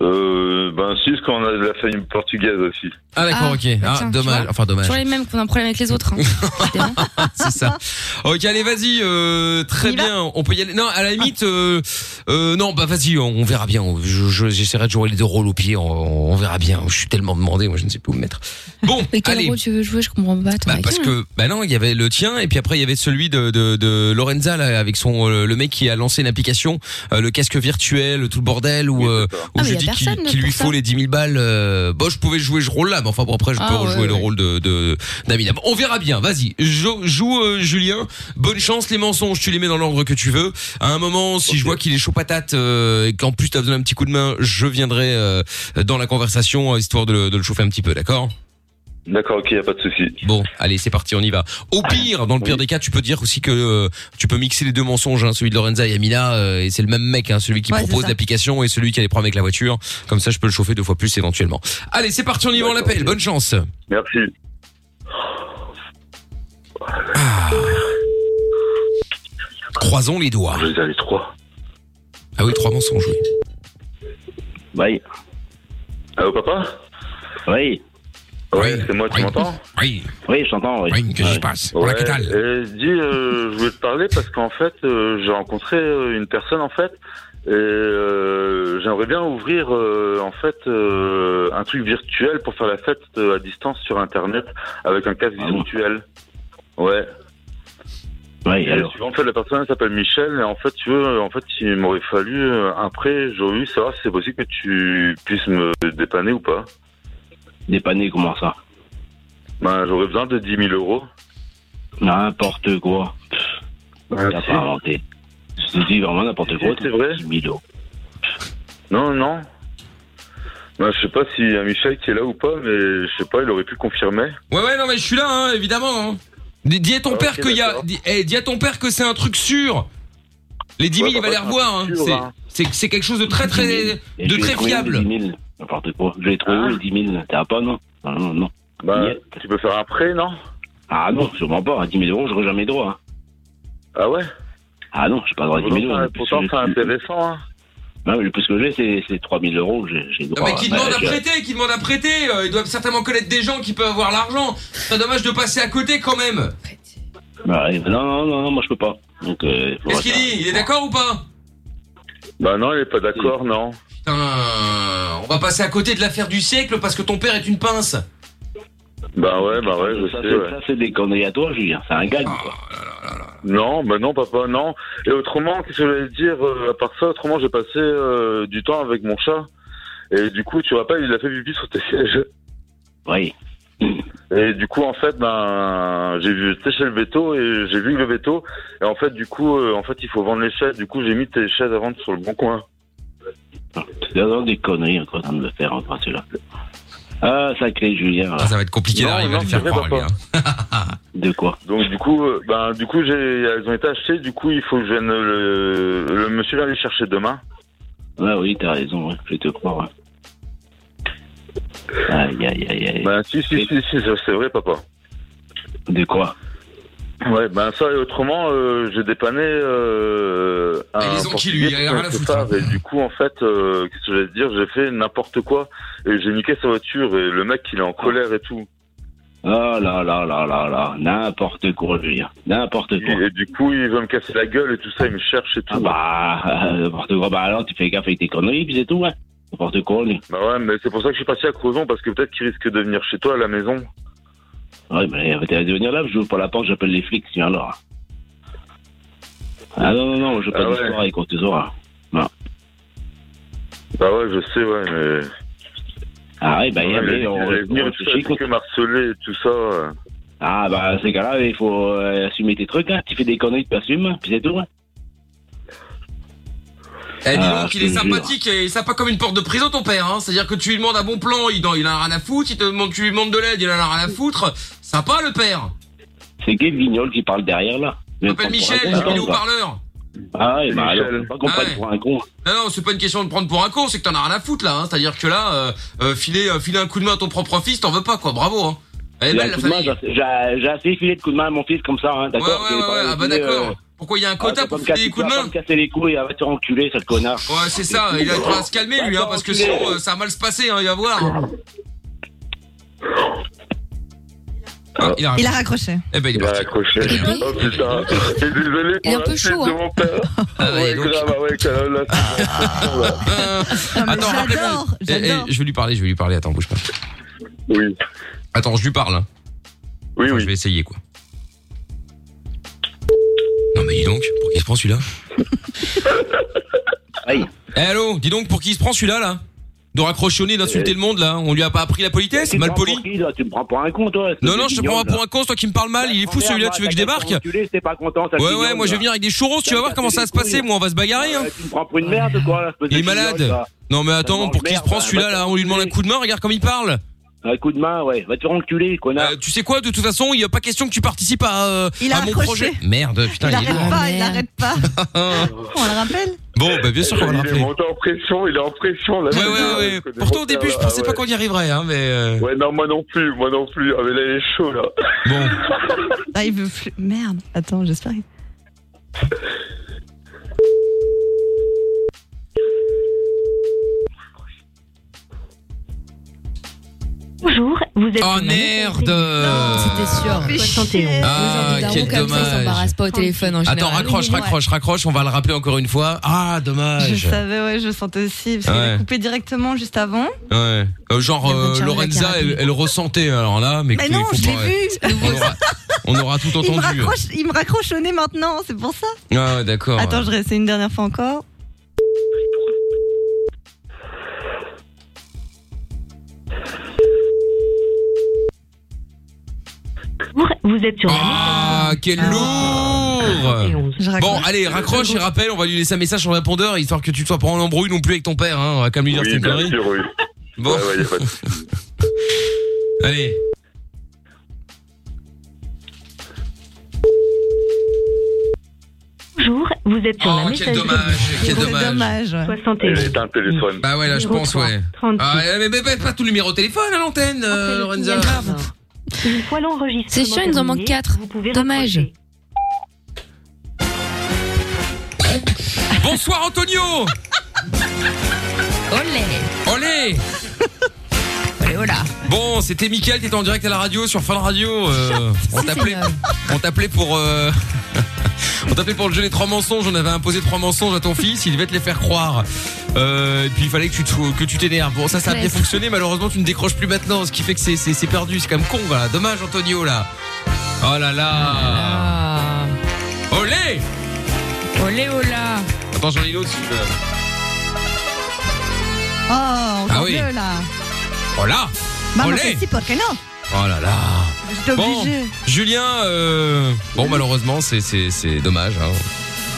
I: Euh, ben si, parce qu'on a de la famille portugaise aussi.
B: Ah d'accord,
D: Ah,
B: ok.
D: bah
B: Ah,
D: tiens, tu
B: dommage.
D: vois,
B: Enfin dommage.
D: Toujours les mêmes qu'on a un problème avec les autres. hein.
B: Bah, C'est ça. Ok, allez, vas-y. euh, très bien. On peut y aller. Non, à la limite, euh, euh, non, bah vas-y, on, on verra bien. Je- je- J'essaierai de jouer les deux rôles au pied. On, on verra bien. Je suis tellement demandé, moi, je ne sais plus où me mettre. Bon,
D: Mais quel
B: allez.
D: rôle tu veux jouer Je comprends pas. t'en
B: Bah,
D: as
B: parce
D: qu'un.
B: que bah non, il y avait le tien et puis après il y avait celui de de, de Lorenza là, avec son euh, le mec qui a lancé une application, euh, le casque virtuel, tout le bordel où euh, où
D: Ah, mais
B: je
D: y a
B: dis qu'il
D: personne
B: qu'il lui
D: pour ça.
B: faut les 10 000 balles. euh, bon, je pouvais jouer ce rôle là, mais enfin bon après je peux
D: Ah,
B: rejouer
D: ouais,
B: le
D: ouais.
B: rôle de de d'Amina. Bon, On verra bien. Vas-y, jo- joue euh, Julien. Bonne chance les mensonges, tu les mets dans l'ordre que tu veux. À un moment, si je vois qu'il est chaud patate euh, et qu'en plus t'as besoin d'un petit coup de main, je viendrai euh, dans la conversation euh, histoire de, le- de le chauffer un petit peu, d'accord
I: D'accord, ok, y a pas de souci.
B: Bon, allez, c'est parti, on y va. Au pire, dans le pire des cas, tu peux dire aussi que euh, tu peux mixer les deux mensonges, hein, celui de Lorenza et Amina, euh, et c'est le même mec, hein, celui qui
F: Ouais, c'est
B: propose
F: ça.
B: l'application et celui qui a les problèmes avec la voiture. Comme ça, je peux le chauffer deux fois plus éventuellement. Allez, c'est parti, on y va, on l'appelle. Bonne chance.
I: Merci.
B: Ah. Croisons les doigts.
I: Je les avais trois.
B: Ah oui, trois mensonges, oui.
I: Bye. Allô, papa Oui. Ouais, c'est moi, tu m'entends
B: Oui.
I: Oui, je t'entends, oui.
B: Oui,
I: qu'est-ce qui
B: se passe
I: Ouais, euh, dis, euh, je voulais te parler parce qu'en fait, euh, j'ai rencontré euh, une personne, en fait, et euh, j'aimerais bien ouvrir, euh, en fait, euh, un truc virtuel pour faire la fête euh, à distance sur Internet avec un casque virtuel. Ouais.
L: Ouais,
I: Et
L: alors.
I: tu vois, en fait, la personne elle s'appelle Michel, et en fait, tu veux, en fait, il m'aurait fallu euh, un prêt, j'aurais eu savoir si c'est possible que tu puisses me dépanner ou pas.
L: Dépanner, comment ça
I: Ben, j'aurais besoin de 10 000 euros.
L: N'importe quoi. Pff, T'as pas inventé. Je te dis vraiment n'importe quoi.
I: C'est vrai
L: 10 000 euros.
I: Non, non. Ben, je sais pas si y a Michel qui est là ou pas, mais je sais pas, il aurait pu confirmer.
B: Ouais, ouais, non, mais je suis là, hein, évidemment. hein. Dis, dis à ton
I: Ah,
B: père
I: ok,
B: qu'il y a,
I: d'accord.
B: dis, eh, dis à ton père que c'est un truc sûr. Les 10 000,
L: Ouais,
B: il va
L: bah,
B: les
L: c'est un
B: revoir. Hein.
L: truc sûr,
B: C'est-
L: hein.
B: C'est c'est quelque chose de très,
L: 10
B: très,
L: 000. Et
B: de
L: je l'ai
B: très
L: trouvé où,
B: fiable.
L: les 10 000 N'importe quoi. Je l'ai trouvé où, les 10 000 T'as pas, non Non, non, non.
I: Ah. Bah, tu peux faire un prêt, non
L: Ah non, sûrement pas. À 10 000 euros, j'aurais jamais droit. hein.
I: Ah ouais
L: Ah non, j'ai pas droit à 10 000 euros.
I: Pourtant, c'est pourtant, c'est intéressant. Hein.
L: Non, Ah, mais le plus que j'ai, c'est- c'est 3000 euros. J'ai j'ai droit.
M: Ah, mais qui demande à
L: j'ai-
M: prêter, qui demande à prêter. euh, ils doivent certainement connaître des gens qui peuvent avoir l'argent. C'est dommage de passer à côté quand même.
L: Bah, ouais, non, non, non, non, moi je peux pas. Donc, euh, faut
M: Qu'est-ce qu'il dit Il est d'accord ou pas
I: Bah non, il est pas d'accord, non.
M: Putain, on va passer à côté de l'affaire du siècle parce que ton père est une pince.
I: Bah ouais, bah ouais, je
L: Ça,
I: sais.
L: c'est-
I: ouais.
L: ça, c'est des conneries à toi, Julien. C'est un gag. quoi.
I: Non, bah non, papa, non. Et autrement, qu'est-ce que je voulais te dire euh, À part ça, autrement, j'ai passé euh, du temps avec mon chat. Et du coup, tu vois pas, il a fait pipi sur tes sièges.
L: Oui.
I: Et du coup, en fait, ben, j'ai vu, j'étais chez le veto et j'ai vu le veto. Et en fait, du coup, euh, en fait, il faut vendre les chaises. Du coup, j'ai mis tes chaises à vendre sur le bon coin.
L: C'est vraiment des conneries encore en train de me faire encore celui-là. Ah, sacré Julien.
B: Ça va être compliqué
I: là, il va le faire croire,
L: De quoi
I: Donc du coup, euh, ben du coup, j'ai, elles ont été achetées. Du coup, il faut que je vienne le, le monsieur vient les chercher demain.
L: Ah oui, t'as raison, ouais, je vais te croire. ouais. Aïe, aïe, aïe, aïe.
I: Ben si, si, si, si, ça, c'est vrai, papa.
L: De quoi
I: Ouais, ben ça et autrement, euh, j'ai dépanné euh, un
M: les ont qui, lui
I: Portugais
M: Il a rien à hein.
I: connaissait pas, Et du coup, en fait, euh, qu'est-ce que j'allais te dire J'ai fait n'importe quoi et j'ai niqué sa voiture et le mec, il est en colère et tout.
L: Oh là là là là là, n'importe quoi, Julien. N'importe quoi.
I: Et du coup, il veut me casser la gueule et tout ça, il me cherche et tout.
L: bah, n'importe quoi. Bah alors, tu fais gaffe avec tes conneries, puis c'est tout, ouais. N'importe quoi, lui.
I: Bah ouais, mais c'est pour ça que je suis parti à Crozon parce que peut-être qu'il risque de venir chez toi à la maison.
L: Ouais, mais arrêtez de venir là, je ouvre pas la porte, j'appelle les flics, viens alors. Ah non, non, non, je veux pas
I: Ah ouais.
L: d'histoire avec tes auras.
I: Bah ouais, je sais, ouais, mais.
L: Ah ouais, bah, y a- mais
I: les-
L: on-
I: les venir
L: on-
I: et tout ça, tout que marceler et tout ça. ouais.
L: Ah bah, ces gars-là, il faut euh, assumer tes trucs, hein. Tu fais des conneries, tu assumes, puis c'est tout, hein. ouais.
M: Eh, dis
L: Ah,
M: donc,
L: je
M: il est
L: te jure.
M: sympathique et il est sympa comme une porte de prison, ton père. Hein. C'est-à-dire que tu lui demandes un bon plan, il, en- il en a rien à foutre. Il te demande, tu lui demandes de l'aide, il en a rien à foutre. Sympa, le père.
L: C'est Gabe Guignol qui parle derrière, là. Je
M: Appelle Michel, dis-lui au parleur.
L: Ah ouais, bah alors, faut pas qu'on prenne pour un con.
M: Non, non, c'est pas une question de prendre pour un con, c'est que t'en as rien à foutre, là. Hein. C'est-à-dire que là, euh, euh, filer, euh, filer un coup de main à ton propre fils, t'en veux pas, quoi. Bravo, hein. Elle est
L: J'ai un
M: belle, la
L: coup de main,
M: famille.
L: j'ai- J'ai j'ai assez filé de coups de main à mon fils comme ça, hein, d'accord
M: Ouais, ouais, ouais, ah bah d'accord.
L: euh,
M: Pourquoi il y a un quota pour filer des coups de main
L: ah, me casser les couilles, va te enculer, ce connard.
M: Ouais, c'est ça, il va falloir se calmer, lui, hein, parce que sinon, euh, ça va mal se passer, hein, il va voir. Ah, il a
E: Il a raccroché.
M: Eh ben, il est
I: parti. raccroché. Oh putain. Et désolé pour
E: Il est un
I: la
E: peu
I: suite
E: chaud,
I: de
E: hein.
I: mon père. ouais, grave, ah ouais, grave, là, c'est-
L: Ah,
M: Euh,
B: Attends,
E: j'adore,
B: rappelez-moi. Eh, eh,
E: j'adore.
B: je vais lui parler, je vais lui parler. Attends, bouge pas.
I: Oui.
B: Attends, je lui parle. hein.
I: Oui, oui.
B: Je vais essayer, quoi. Non, mais dis donc, pour qui se prend celui-là
L: Aïe.
B: Eh, allô, dis donc, pour qui se prend celui-là, là De raccrochonner, d'insulter
L: Eh.
B: le monde, là hein. On lui a pas appris la politesse
L: Tu me
B: Mal
L: prends
B: poli
L: pour qui, toi Tu me prends pour un con, toi
B: Non, non, je te prends pas pour un con, c'est toi qui me parle mal, il est fou celui-là, tu veux que je débarque
L: T'es pas content, ça
B: Ouais, ouais, moi je vais venir avec des churros, tu vas voir comment ça va se passer, moi on va se bagarrer, hein
L: Euh, Tu me prends pour une merde, quoi, là, espèce de
B: Il est
L: guignol,
B: malade
L: là.
B: Non, mais
L: Ça
B: attends,
L: mange
B: pour qui se
L: merde,
B: prend
L: hein,
B: celui-là,
L: va te
B: là On lui demande un coup de main, regarde comme il parle Euh,
L: Un coup de main, ouais, va te faire enculer, connard
B: Tu sais quoi, de toute façon, il n'y a pas question que tu participes à, euh,
E: Il a
B: à mon
E: raccroché.
B: projet. Merde, putain,
E: il
B: il, est
E: n'arrête
B: lourd.
E: pas, il n'arrête pas. On le rappelle
B: Bon, bah bien sûr qu'on va le
I: Il est
B: rappeler.
I: monté en pression, il est en pression là.
B: Ouais, ouais, ouais. Pourtant, au début, je pensais pas qu'on y arriverait, hein, mais. euh,
I: Ouais, non, moi non plus, moi non plus. Ah, mais là, il est chaud là.
B: Bon.
E: Ah, il veut plus. Merde. Attends, j'espère. qu'il-
N: Bonjour, vous êtes.
B: Oh merde
D: C'était sûr.
B: Ah,
D: Les gens du
B: quel
D: Daron, comme ça, ils
B: dommage.
D: s'embarrassent pas au téléphone en général.
B: Attends, raccroche, raccroche, raccroche, on va le rappeler encore une fois. Ah,
E: Je
B: dommage.
E: savais, ouais, je sentais aussi. Parce qu'il
B: Ouais.
E: a coupé directement juste avant.
B: Ouais. Euh, genre,
E: Il y a
B: euh,
E: Richard
B: Lorenza,
E: Zaccarati.
B: elle, elle ressentait, alors là, mais
E: Mais
B: écoutez,
E: Bah non,
B: faut
E: je
B: pas-
E: l'ai vu.
B: On aura, on aura tout
E: Il me,
B: entendu.
E: raccroche, il me raccroche au nez maintenant, c'est pour ça.
B: Ah, ouais, d'accord.
E: Attends, je réessaie une dernière fois encore.
N: Vous êtes sur
B: Ah, quel lourd Bon, allez, raccroche et rappelle, on va lui laisser un message sur le répondeur, histoire que tu te sois pas en embrouille non plus avec ton père, hein. On va quand même lui dire que c'est
I: Oui,
B: une
I: bien
B: connerie.
I: sûr, oui.
B: Bon.
I: Ouais, ouais, y a pas de-
B: Allez.
N: Bonjour, vous êtes sur la messagerie.
B: quel dommage.
I: Il est un téléphone.
B: Bah ouais, là, je pense, ouais. Ah, mais, mais, mais pas tout le numéro de téléphone à l'antenne, euh, Lorenza.
D: C'est chiant, ils nous en manquent 4. Dommage.
B: Bonsoir, Antonio
D: Olé
M: Olé
D: Olé, olá
B: Bon, c'était Mickaël qui était en direct à la radio sur Fun Radio. euh, on t'appelait, on t'appelait pour, euh, on t'appelait pour le jeu des trois mensonges. On avait imposé trois mensonges à ton fils. Il devait te les faire croire. Euh, et puis il fallait que tu te, que tu t'énerves. Bon, ça, ça a bien
M: Ouais.
B: fonctionné. Malheureusement, tu ne décroches plus maintenant, ce qui fait que c'est, c'est, c'est perdu. C'est quand même con. Voilà, dommage, Antonio là. Oh là là.
E: Ah.
B: Olé
D: Olé, olá
B: Attends, j'en ai une autre. si tu veux.
E: Oh, encore
B: Ah oui.
E: mieux, là.
B: Oh là.
E: Maman,
B: Olé.
E: c'est si, pourquoi non
B: Oh là là.
E: J'étais obligée.
B: Julien, euh, bon malheureusement c'est c'est c'est dommage. hein.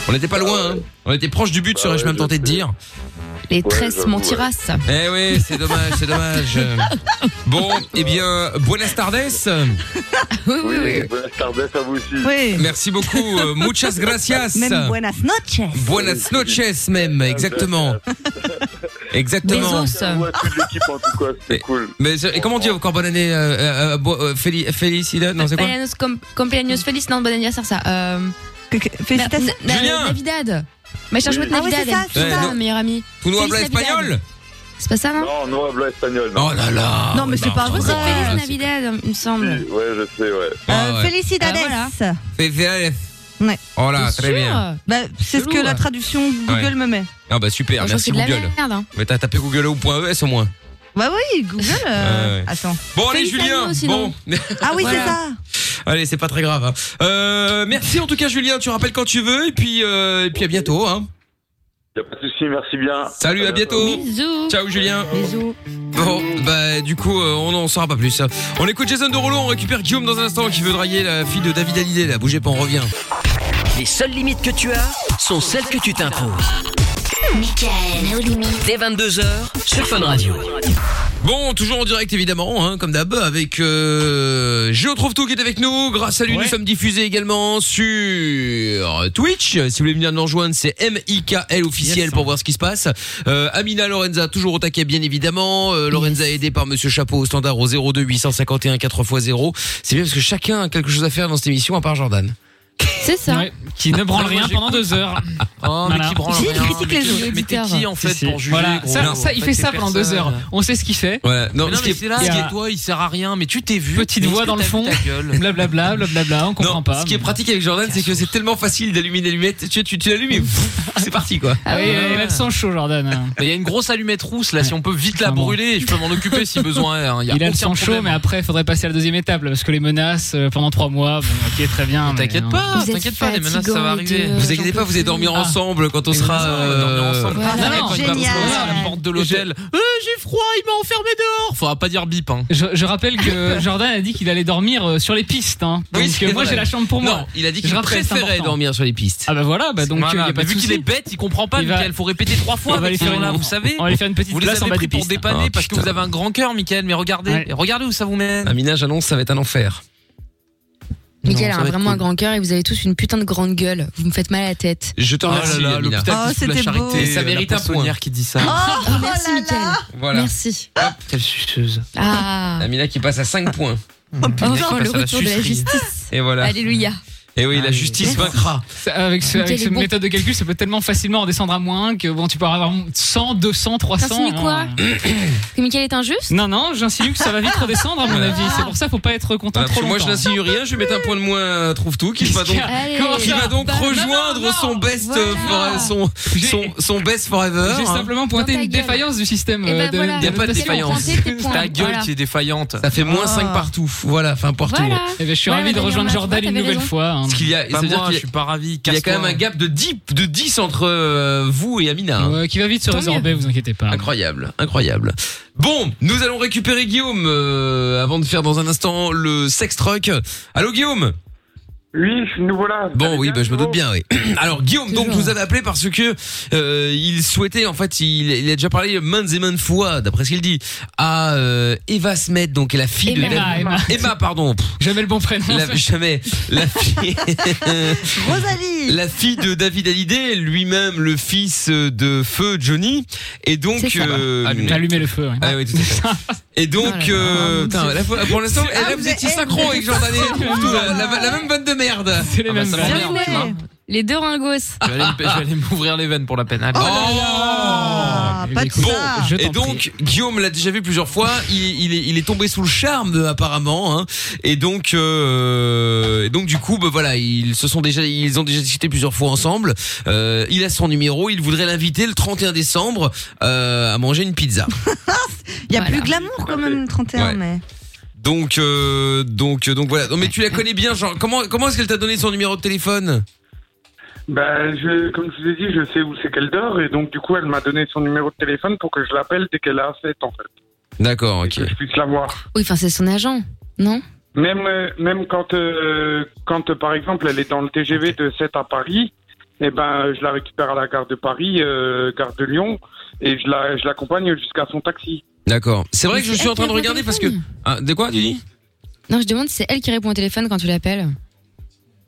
B: On n'était pas loin, hein. on était proche du but, serais-je même tenté de dire.
D: Les tresses mentiras.
B: Eh oui, c'est dommage, c'est dommage. Bon, eh bien, buenas tardes.
D: Oui,
L: oui, Buenas tardes à vous aussi.
B: Merci beaucoup, euh, muchas gracias.
E: Même buenas noches. Euh,
B: Buenas noches même, exactement. Exactement.
E: Besos.
L: À toute l'équipe, en tout cas, c'est cool.
B: Mais c'est- et comment on dit encore bonne année euh, euh, euh, bo- euh, Féli- Félicida Non, c'est quoi
D: Cumpleaños, com- cumpleaños feliz, non, bon anniversaire, ça. Euh...
E: Félicitations.
D: Na- na-
B: Julien
D: Navidad. Mais cherche moi
E: Ah oui, c'est
D: Navidad,
E: ça,
D: elle.
E: c'est
D: C'est
E: ça.
D: ça, meilleur ami.
B: Tout nous habla
D: Feliz Navidad.
B: espagnol
D: C'est pas ça, non
L: Non, noir, blanc, espagnol.
B: Oh là là.
E: Non, mais c'est
B: bah,
E: pas vrai. Euh,
D: C'est Feliz Navidad, il me semble.
L: Ouais, je sais, ouais.
B: Ah, ouais.
E: Félicitades.
B: Félicida.
E: Ouais.
B: Oh là, très bien.
E: Bah, c'est ce que la traduction Google
B: Ouais.
E: me met.
B: Ah bah super,
E: Moi, je
B: merci
E: trouve que c'est de la
B: Google.
E: merde, hein.
B: Mais t'as tapé Google ou .es au moins.
E: Bah oui, Google. euh,
B: Ouais, ouais.
E: Attends.
B: Bon allez
E: Félicitations,
B: Julien,
E: sinon.
B: bon.
E: Ah oui,
B: Voilà.
E: c'est ça.
B: Allez, c'est pas très grave. hein. Euh, merci en tout cas Julien, tu rappelles quand tu veux et puis euh, et puis à bientôt hein.
L: Y a pas de souci, merci bien.
B: Salut, à bientôt. Ciao Julien.
D: Bisous.
B: Bon, bah du coup, euh, on n'en saura pas plus. On écoute Jason Derulo, on récupère Guillaume dans un instant qui veut draguer la fille de David Hallyday. Là, bougez pas, on revient.
A: Les seules limites que tu as sont celles que tu t'imposes.
K: Michael, nos limites.
A: Dès 22h sur Fun Radio.
B: Bon, toujours en direct évidemment, hein, comme d'hab, avec euh, Géo Trouve Tout qui est avec nous. Grâce à lui, nous sommes diffusés également sur Twitch. Si vous voulez venir nous rejoindre, c'est MIKL officiel pour voir ce qui se passe. Euh, Amina Lorenza, toujours au taquet bien évidemment. Euh, Lorenza aidée par Monsieur Chapeau au standard au 02 851 4x0. C'est bien parce que chacun a quelque chose à faire dans cette émission à part Jordan.
D: C'est ça.
C: Qui ne
F: Ah
C: branle rien pendant deux heures.
B: Oh,
C: Voilà.
D: Qui critique les autres auditeurs
C: Si, si. Voilà. Ça, ça, il fait ça pendant deux heures. On sait ce qu'il fait.
B: Ouais, non,
F: Mais non,
B: ce qui
F: mais
B: est-
F: c'est là,
B: ce qui est-
F: toi, il sert à rien, mais tu t'es vu.
C: Petite
F: Mais
C: voix
F: est-ce
C: dans
F: que
C: le
F: t'as
C: fond.
F: vu ta gueule
C: Blablabla, blablabla, on comprend pas.
B: Ce qui est pratique avec Jordan, c'est que c'est tellement facile d'allumer l'allumette. Tu, tu, tu l'allumes et pff, c'est parti quoi.
C: Ah oui,
F: ouais.
C: il a le sang chaud, Jordan.
F: Mais il y a une grosse allumette rousse là, si on peut vite la brûler, je peux m'en occuper si besoin. hein, y
C: Il a le
F: aucun
C: sang chaud,
F: problème.
C: mais après, il faudrait passer à la deuxième étape, là, parce que les menaces euh, pendant trois mois, bon, ok, très bien. mais
F: T'inquiète
C: non.
F: pas, t'inquiète pas, les menaces ça va arriver.
B: Vous inquiétez pas, vous allez dormir ensemble quand on sera. euh,
F: Ah,
B: quand
F: quand tu
B: tu vas
F: vas me
B: vous
F: poser
B: poser.
F: à la porte de l'hôtel. Euh, j'ai froid, il m'a enfermé dehors. Faudra pas dire bip. Hein.
C: Je, je rappelle que Jordan a dit qu'il allait dormir euh, sur les pistes. Hein. Donc
B: Oui,
C: euh,
B: c'est
C: moi
B: vrai.
C: j'ai la chambre pour moi.
B: Non, il a
C: Je
B: dit qu'il
C: rappelle, c'est
B: préférait
C: important.
B: dormir sur les pistes.
C: Ah bah voilà, bah donc
F: Voilà,
C: euh, y a
F: mais
C: pas de
F: vu qu'il est
C: souci.
F: bête, il comprend pas,
C: Il va-
F: Michael. Faut répéter trois fois
C: On va
F: avec
C: aller
F: ces
C: faire
F: gens-là,
C: une-
F: vous savez.
C: on va aller faire une petite
F: Vous les
C: place en
F: avez
C: bas
F: pris
C: des
F: pour
C: pistes.
F: dépanner
B: Ah,
F: parce que
B: putain.
F: vous avez un grand cœur, Michael. Mais regardez,
C: Ouais.
F: regardez où ça vous mène.
B: Amina, j'annonce, ça va être un enfer.
D: Mickaël
B: Non, ça
D: a
B: va être
D: vraiment un grand cœur et vous avez tous une putain de grande gueule. Vous me faites mal à la tête.
B: Je te remercie,
F: là là,
B: Amina.
F: l'hôpital Oh, qui fout la c'était charité, beau. Oh,
B: Et ça
F: la
B: mérite un point.
F: poissonnière qui dit ça.
D: Oh,
C: Oh,
D: merci Mickaël.
B: Voilà.
D: Merci.
F: Quelle suceuse.
D: Ah.
B: Amina qui passe à 5 points.
D: Enfin, le
F: passe à la
D: retour de la
F: sucerie.
D: justice.
B: Et voilà.
D: Alléluia.
B: Et oui, la justice vaincra.
C: Ça, Avec, ce, avec
D: Mickaël
C: cette
D: est bon.
C: méthode de calcul, ça peut tellement facilement en descendre à moins que bon, tu peux avoir 100, 200, 300.
D: T'insinues
C: hein.
D: quoi Que Mickaël est injuste
C: Non, non, j'insinue que ça va vite redescendre à mon
B: Ouais.
C: avis. C'est pour ça, faut pas être content
B: Ah, parce
C: trop
B: que
C: longtemps.
B: moi, je n'insinue rien, je vais mettre un point de moins à Trouve Tout, qui va donc,
C: Allez.
B: qui va donc
C: Bah, non, non,
B: rejoindre
C: non.
B: son best, euh,
C: Voilà.
B: for- son, son, son best forever.
C: J'ai
B: hein.
C: simplement pointé
D: Dans ta
C: une
D: gueule.
C: défaillance du système.
D: Eh ben
C: euh, de,
D: voilà.
B: Il n'y a pas de
D: Parce qu'ils ont
B: défaillance.
D: compté tes points.
F: Ta gueule
D: Voilà.
F: qui est défaillante.
B: Ça fait moins
D: Ah.
B: 5 partout. Voilà, enfin partout.
D: Voilà.
C: Eh ben, je suis
D: Voilà,
C: ravi de
D: Daniel,
C: rejoindre
D: tu vois,
C: Jordan une
D: t'avais
C: nouvelle
D: raison.
C: fois. hein.
B: Parce qu'il y a, ça
F: Pas
B: veut dire
F: moi,
B: qu'il y
F: je
B: a-
F: suis pas ravi.
B: il y a quand
F: casse-toi.
B: même un gap de 10, de 10 entre euh, vous et Amina. hein.
C: Ouais, qui va vite se
D: Tant
C: résorber, vous inquiétez pas.
B: Incroyable, incroyable. Bon, nous allons récupérer Guillaume euh, avant de faire dans un instant le sex truck. Allô Guillaume
G: Oui, nous voilà.
B: Bon oui, bah, je me doute bien, oui. Alors Guillaume, donc vous avez appelé parce que euh, il souhaitait, en fait, il, il a déjà parlé maintes et maintes fois, d'après ce qu'il dit, à euh, Eva Smet, donc la fille de
C: Emma,
B: David-
C: Emma.
B: Emma, pardon. Pff,
C: Jamais le bon prénom.
B: la- jamais la fille.
E: Rosalie.
B: la fille de David Hallyday, lui-même le fils de feu Johnny, et donc
D: C'est ça.
B: euh,
C: Allumer. Allumer le feu. ouais.
B: Ah oui, tout à fait. Et donc, euh, putain, là, pour- pour l'instant, elle, là, vous étiez synchro avec Jordan et tout, la, la- la même bonne de merde.
C: C'est les
F: Ah bah,
C: mêmes.
F: ça va
C: blagues.
F: bien.
D: Les deux ringos.
F: Je vais aller me- je vais aller m'ouvrir les veines pour la peine. Allez.
B: Oh,
E: parlera pas de
B: Bon,
E: ça.
B: et donc Guillaume l'a déjà vu plusieurs fois. Il, il est, il est tombé sous le charme apparemment, hein. et donc euh, et donc du coup, bah, voilà, ils se sont déjà, ils ont déjà discuté plusieurs fois ensemble. Euh, il a son numéro, il voudrait l'inviter le 31 décembre euh, à manger une pizza.
E: Il y a plus glamour quand même le 31
B: Ouais.
E: mai.
B: Donc euh, donc donc voilà. Non mais tu la connais bien, genre comment comment est-ce qu'elle t'a donné son numéro de téléphone
G: Bah, je, comme je vous ai dit, je sais où c'est qu'elle dort et donc du coup, elle m'a donné son numéro de téléphone pour que je l'appelle dès qu'elle a 7 en fait.
B: D'accord,
G: ok. Que je puisse la voir.
D: Oui, enfin, c'est son agent, non
G: Même, euh, même quand, euh, quand euh, par exemple elle est dans le TGV de 7 à Paris, eh ben, je la récupère à la gare de Paris, euh, gare de Lyon, et je la- je l'accompagne jusqu'à son taxi.
B: D'accord. C'est vrai
G: Mais
B: que je
G: c'est
B: suis en
G: elle
B: train de
G: qui a
B: regarder parce que Ah, de quoi tu dis
D: Non, je demande, c'est elle qui répond au téléphone quand tu l'appelles.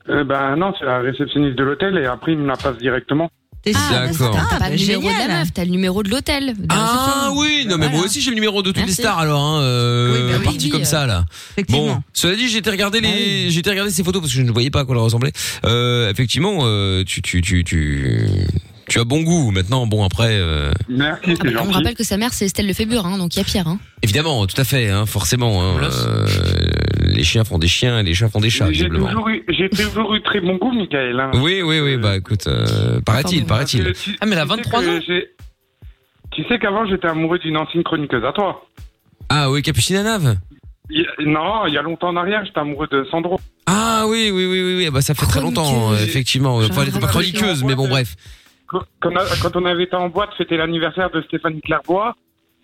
G: Euh, ben non, c'est la réceptionniste de l'hôtel et après il me la passe directement. Ah,
B: D'accord.
D: T'as pas le numéro de la meuf, t'as le numéro de l'hôtel. de la
B: Ah
D: réception.
B: oui, non mais moi aussi j'ai le numéro de toutes
D: Merci.
B: les stars alors hein, euh,
D: bah oui,
B: parti
D: oui,
B: comme
D: euh, Bah
B: ça là. Bon, cela dit, j'étais regardé les j'étais regardé ces photos parce que je ne voyais pas à quoi elles ressemblaient. Euh, effectivement, euh, tu tu tu tu tu as bon goût maintenant. Bon après euh,
G: Merci,
D: Ah bah, on me rappelle que sa mère c'est Estelle Lefebvre, hein, donc il y a Pierre. Hein.
B: évidemment, tout à fait hein, forcément hein, euh, les chiens font des chiens et les chats font des chats
G: J'ai
B: visiblement.
G: toujours, eu- j'ai toujours eu très bon goût, Michael. hein.
B: Oui oui oui, bah écoute, euh, paraît-il, paraît-il.
G: Ah, mais elle a 23 ans Tu sais qu'avant j'étais amoureux d'une ancienne chroniqueuse à toi.
B: Ah oui, Capucine Nave.
G: Il y a- non, il y a longtemps en arrière, j'étais amoureux de Sandro.
B: Ah oui oui oui oui oui, bah ça
D: Ah,
B: fait très longtemps euh, effectivement. Enfin, elle était
D: bah,
B: pas chroniqueuse mais bon bref.
G: Quand quand on, a- quand on avait été en boîte, c'était l'anniversaire de Stéphanie Clairbois.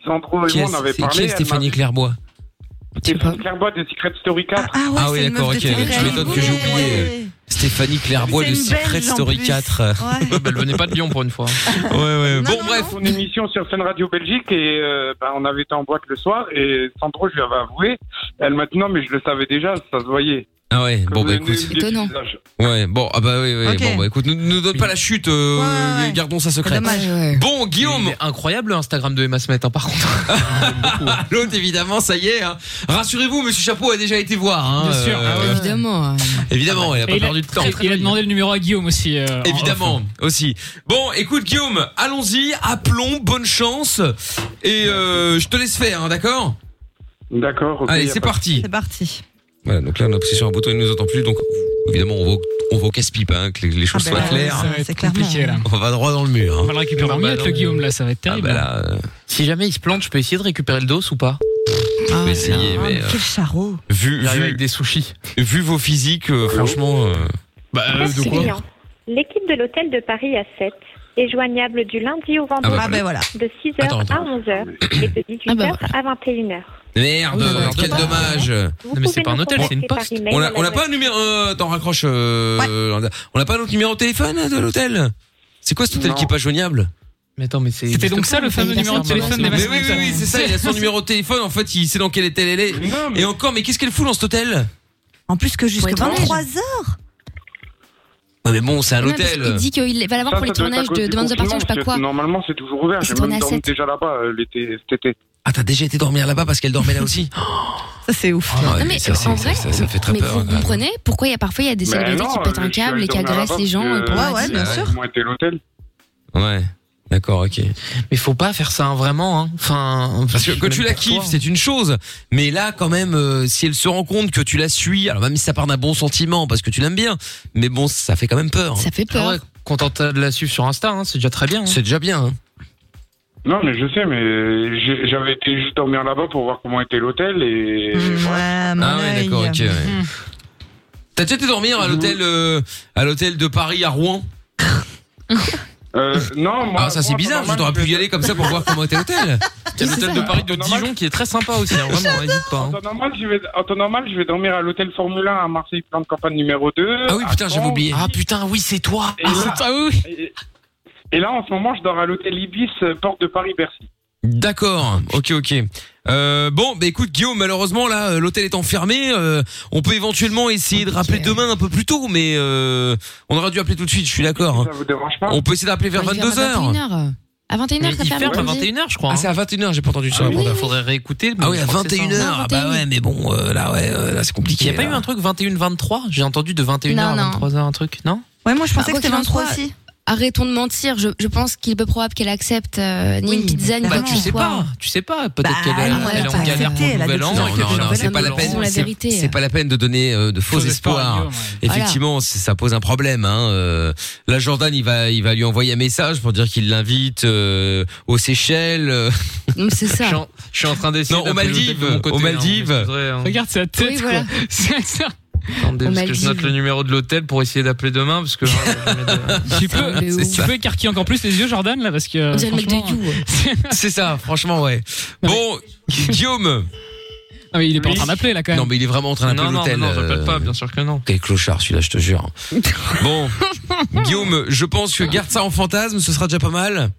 G: Sandro et
B: Qui est-
G: moi, on avait
B: c'est-
G: parlé.
B: qui est
G: elle
B: Stéphanie
G: m'a-
B: Clairbois
G: Stéphanie Clairbois de Secret Story 4.
E: Ah,
B: Ah oui, d'accord, ok. Je m'étonne que j'ai oublié. Stéphanie Clairbois
G: C'est
B: de
G: une
B: Ah, Secret
G: Belge, en
B: Story
G: plus.
B: 4.
G: Ouais.
B: Elle venait pas de Lyon pour une fois. Ouais, ouais. Bon, bref.
G: Son émission sur scène radio Belgique et euh, bah, on avait été en boîte le soir et Sandro, je lui avais avoué. Elle m'a dit non, mais je le savais déjà, ça se voyait.
B: Ah ouais, bon, bah
G: Comme
B: écoute.
G: le- Étonnant.
B: Ouais, bon, ah bah oui, oui.
G: Ok.
B: Bon, bah écoute, ne nous donne pas la chute, euh, gardons ça secret. Bon, Guillaume.
F: Incroyable le Instagram de Emma Smet, hein, par contre.
G: hein.
B: L'autre, évidemment, ça y est. hein. Rassurez-vous, Monsieur Chapeau a déjà été voir.
F: Ah,
B: hein,
C: Bien sûr. Ah
B: euh,
D: Évidemment.
F: bah.
B: Évidemment, il a pas
C: Et
B: perdu de temps.
C: Il a demandé le numéro à Guillaume aussi. euh, en
B: Évidemment,
C: off.
B: aussi. Bon, écoute Guillaume, allons-y, appelons, bonne chance, et euh, je te laisse faire, hein, d'accord
G: D'accord. ok,
B: Allez,
G: y a
B: c'est
G: pas de-
B: parti.
E: C'est parti.
B: Voilà, donc là on a poussé sur un bouton, il nous entend plus, donc évidemment on va, au- on va au casse-pipe, hein, que les, les choses
G: ben
C: Ah
B: soient
C: bah,
B: claires.
C: ça va être C'est clairement, compliqué, là.
B: On va droit dans le mur. hein.
C: On va le récupérer
B: Bah,
C: en miettes, le Guillaume, là, ça va être
B: Ah,
C: terrible. hein.
B: euh.
F: Si jamais il se plante, je peux essayer de récupérer le dos ou pas
B: Ah, essayer, mais, euh,
E: Quel charreau.
B: vu,
F: Il arrive
B: vu-
F: avec des sushis.
B: vu vos physiques, euh, franchement... euh, bah, euh, de quoi
O: Client. L'équipe de l'hôtel de Paris à 7 est joignable du lundi au vendredi
B: Ah bah voilà.
O: de 6h
B: Attends, attends.
O: à 11h et de 18h
D: Ah bah
O: à 21h.
B: Merde, quel dommage
O: Non, mais c'est pas un hôtel, c'est une poste.
B: On a, on a pas un numéro... euh, Attends, raccroche. euh, On n'a pas notre numéro de téléphone hein, de l'hôtel C'est quoi cet hôtel qui est pas joignable
F: Mais attends, mais c'est.
C: C'était donc ça le fameux numéro de téléphone
B: Mais
C: des
B: oui, oui, oui, c'est ça, il a son numéro de téléphone, en fait, il sait dans quel hôtel elle est. Et encore, mais qu'est-ce qu'elle fout dans cet hôtel
E: En plus que jusqu'à
D: les tournages.
E: 23 heures.
B: Non, mais bon, c'est un
D: Non, parce
B: hôtel.
D: qu'il dit qu'il va l'avoir
G: Ça,
D: pour les
G: ça doit être à
D: tournages
G: cause
D: de
G: du
D: Demandes de Partition, je sais pas
G: confinement,
D: quoi.
G: parce que Normalement, c'est toujours ouvert.
D: Ils
G: J'ai
D: sont
G: même
D: à
G: dormi
D: sept.
G: déjà là-bas euh, l'été, cet été.
B: Ah, t'as déjà été dormir là-bas parce qu'elle dormait là aussi
E: Ça, c'est ouf.
B: Ah, ouais,
D: non, mais
B: ça, c'est-
D: en vrai,
B: ça- ça fait très
D: mais
B: peur,
D: vous
B: quand même.
D: comprenez pourquoi il y a parfois il y a des
B: Mais
D: célébrités
B: non,
D: qui pètent
B: je
D: un
B: suis
D: câble
B: allé
D: et qui
B: dormir
D: agressent
B: là-bas
D: les gens euh,
B: parce que-
D: pour leur
B: Ouais,
F: Bah,
B: ouais,
D: dire-
B: bien sûr.
G: Moi, t'es l'hôtel.
B: Ouais. D'accord, ok.
F: Mais faut pas faire ça, hein, vraiment. Hein. Enfin,
B: Parce que
F: je
B: quand
F: sais
B: tu
F: même
B: la
F: pas hein. quoi.
B: kiffes, c'est une chose. Mais là, quand même, euh, si elle se rend compte que tu la suis, alors même si ça part d'un bon sentiment, parce que tu l'aimes bien, mais bon, ça fait quand même peur.
D: Ça fait
F: Ah ouais, contente de la suivre sur Insta, hein, c'est déjà très bien.
B: C'est déjà bien. hein.
G: Non, mais je sais, mais j'ai- j'avais été juste dormir là-bas pour voir comment était l'hôtel et.
E: Ouais,
B: Ah ouais, d'accord, ok. ouais.
D: Hmm.
B: T'as déjà été dormir à l'hôtel euh, à l'hôtel de Paris à Rouen
G: Euh, Non, moi.
B: Ah, ça c'est bizarre, je t'aurais pu y aller comme ça pour voir comment était l'hôtel.
F: Il y a l'hôtel de Paris de Dijon qui est très sympa aussi, hein, vraiment, n'hésite pas.
G: En
F: hein.
G: temps, normal, je vais, en temps normal, je vais dormir à l'hôtel Formule 1 à Marseille, plan de campagne numéro 2.
F: Ah oui, putain,
G: Oh,
F: j'avais oublié. Ah putain, oui, c'est toi. Ah, c'est toi, oui.
G: et, et là, en ce moment, je dors à l'hôtel Ibis, euh, porte de Paris-Bercy.
B: D'accord, ok, ok. Euh, bon, bah écoute Guillaume, malheureusement là, euh, l'hôtel étant fermé, euh, on peut éventuellement essayer de rappeler demain un peu plus tôt, mais euh, on aurait dû appeler tout de suite, je suis d'accord. hein. On peut essayer d'appeler vers
D: Ouais,
B: 22 h
D: 21h. À 21h, ça ferme. comme on dit.
F: je crois. hein.
B: Ah, c'est à 21h, j'ai pas entendu ça.
F: Ah oui,
B: Amanda.
F: oui. Faudrait réécouter. mais
B: Ah oui,
F: je
B: à
F: crois que c'est
B: 21h.
F: ça. hein.
B: Ah bah ouais, mais bon, euh, là, ouais, euh, là, c'est compliqué.
F: Il y a pas
B: là.
F: eu un truc 21-23 J'ai entendu de 21h
D: Non,
F: à
D: non.
F: 23h un truc, non
E: Ouais, moi je
D: Bah,
E: pensais
D: quoi
E: que c'était
D: qu'il en
E: 23
D: soit,
E: aussi.
D: arrêtons de mentir. Je, je pense qu'il est peu probable qu'elle accepte euh, ni une pizza ni
F: Bah,
D: quoi que
F: tu
D: ce
F: sais
D: soit.
F: pas, tu sais pas. Peut-être
D: Bah,
F: qu'elle
D: non,
F: est-
D: elle
F: elle
D: a
F: est
D: pas
F: en galère
D: accepté,
F: pour
D: elle
F: le
D: a
F: nouvel
D: depuis
F: an.
D: toujours
F: et que les
D: accepté.
F: gens
D: Non,
B: c'est pas la
F: acceptent
B: peine.
F: leur-
D: la
B: c'est-
D: vérité.
B: C'est pas la peine de donner euh, de faux
F: Faux espoirs,
B: espoirs.
F: ouais.
B: Effectivement, c'est- ça pose un problème. Hein. Euh, la Jordan, il va, il va lui envoyer un message pour dire qu'il l'invite euh, aux Seychelles. euh,
D: Mm, c'est ça.
F: Je suis en- Je suis en train d'essayer.
B: Non, aux
F: d'appeler l'hôtel de
B: Maldives.
F: mon côté,
B: aux
F: hein,
B: Maldives.
F: mais je voudrais, hein.
C: Regarde sa tête,
F: Oui,
C: quoi.
F: voilà.
C: C'est ça.
F: Attendez,
C: Aux
F: parce que je note
C: Maldives.
F: le numéro de l'hôtel pour essayer d'appeler demain, parce
B: hein,
F: que.
C: Tu peux, tu peux écarquiller encore plus les yeux, Jordan, là, parce que.
F: On dirait le mec de
C: franchement, euh,
F: You.
B: C'est ça, franchement, ouais. Bon, Guillaume.
F: Ah,
C: Non, mais il est pas en train d'appeler, là, quand même.
B: Non, mais il est vraiment en train d'appeler
F: Non, non,
B: l'hôtel.
F: non, non, j'appelle
B: euh,
F: pas, bien sûr que non.
B: Quel clochard, celui-là, je te jure. bon, Guillaume, je pense que garde ça en fantasme, ce sera déjà pas mal.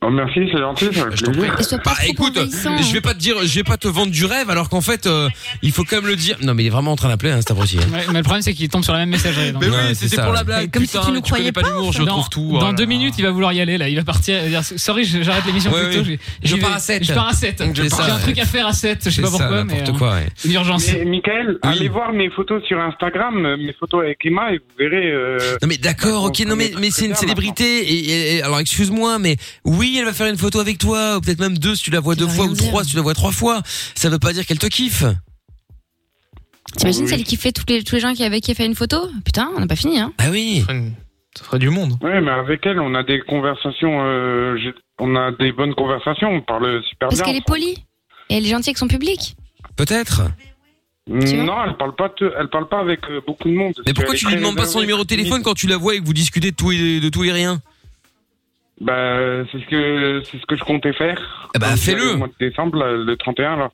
G: Oh, merci, c'est gentil, ça me fait plaisir.
B: Bah, écoute, je vais pas te dire, je vais pas te vendre du rêve, alors qu'en fait, euh, il faut quand même le dire. Non, mais il est vraiment en train d'appeler, hein, cet abruti. hein.
C: Ouais, mais le problème, c'est qu'il tombe sur la même messagerie. donc.
B: Mais oui, Ouais, c'était c'est ça. pour la blague,
C: Comme
B: putain,
C: si tu nous
B: tu
C: croyais
B: connais pas l'humour, je
C: dans,
B: trouve tout,
C: Dans
B: oh là
C: deux minutes, il va vouloir y aller. Là, il va partir. il va dire, Sorry, je- j'arrête l'émission
B: Ouais,
C: plus tôt.
B: ouais.
C: j'ai-
B: Je
C: j'y
B: pars
C: vais.
B: à sept.
C: Je pars à 7.
B: Donc, je
C: J'ai
B: pars à
C: un truc
B: sept.
C: à faire à 7. Je sais
B: C'est
C: pas
B: ça,
C: pourquoi, mais.
B: n'importe
C: euh,
B: quoi, ouais.
C: Une urgence.
G: Mais, Michael, allez voir mes photos sur Instagram, euh, mes photos avec Emma, et vous verrez. euh,
B: Non mais d'accord, ok, non mais, mais c'est une célébrité. Et, et- alors excuse-moi, mais oui, elle va faire une photo avec toi, ou peut-être même deux si tu la vois deux fois, ou trois si tu la vois trois fois. Ça veut pas dire qu'elle te kiffe. Ah
D: T'imagines celle qui fait tous les, tous les gens qui avec qui elle fait une photo Putain, on n'a pas fini, hein.
B: Ah oui
G: Ça ferait du monde. Ouais, mais avec elle, on a des conversations, euh, je- on a des bonnes conversations, on parle super
D: Parce
G: bien.
D: qu'elle est polie. Et elle est gentille avec son public.
B: Peut-être.
G: Mm, Non, elle parle pas, te- elle parle pas avec euh, beaucoup de monde.
B: Mais pourquoi tu lui demandes pas son numéro de téléphone quand tu la vois et que vous discutez de tout et, de tout et rien
G: Bah, c'est ce que c'est ce que je comptais faire.
B: bah,
G: Donc,
B: fais-le.
G: euh, Au mois de décembre, là, le 31 là.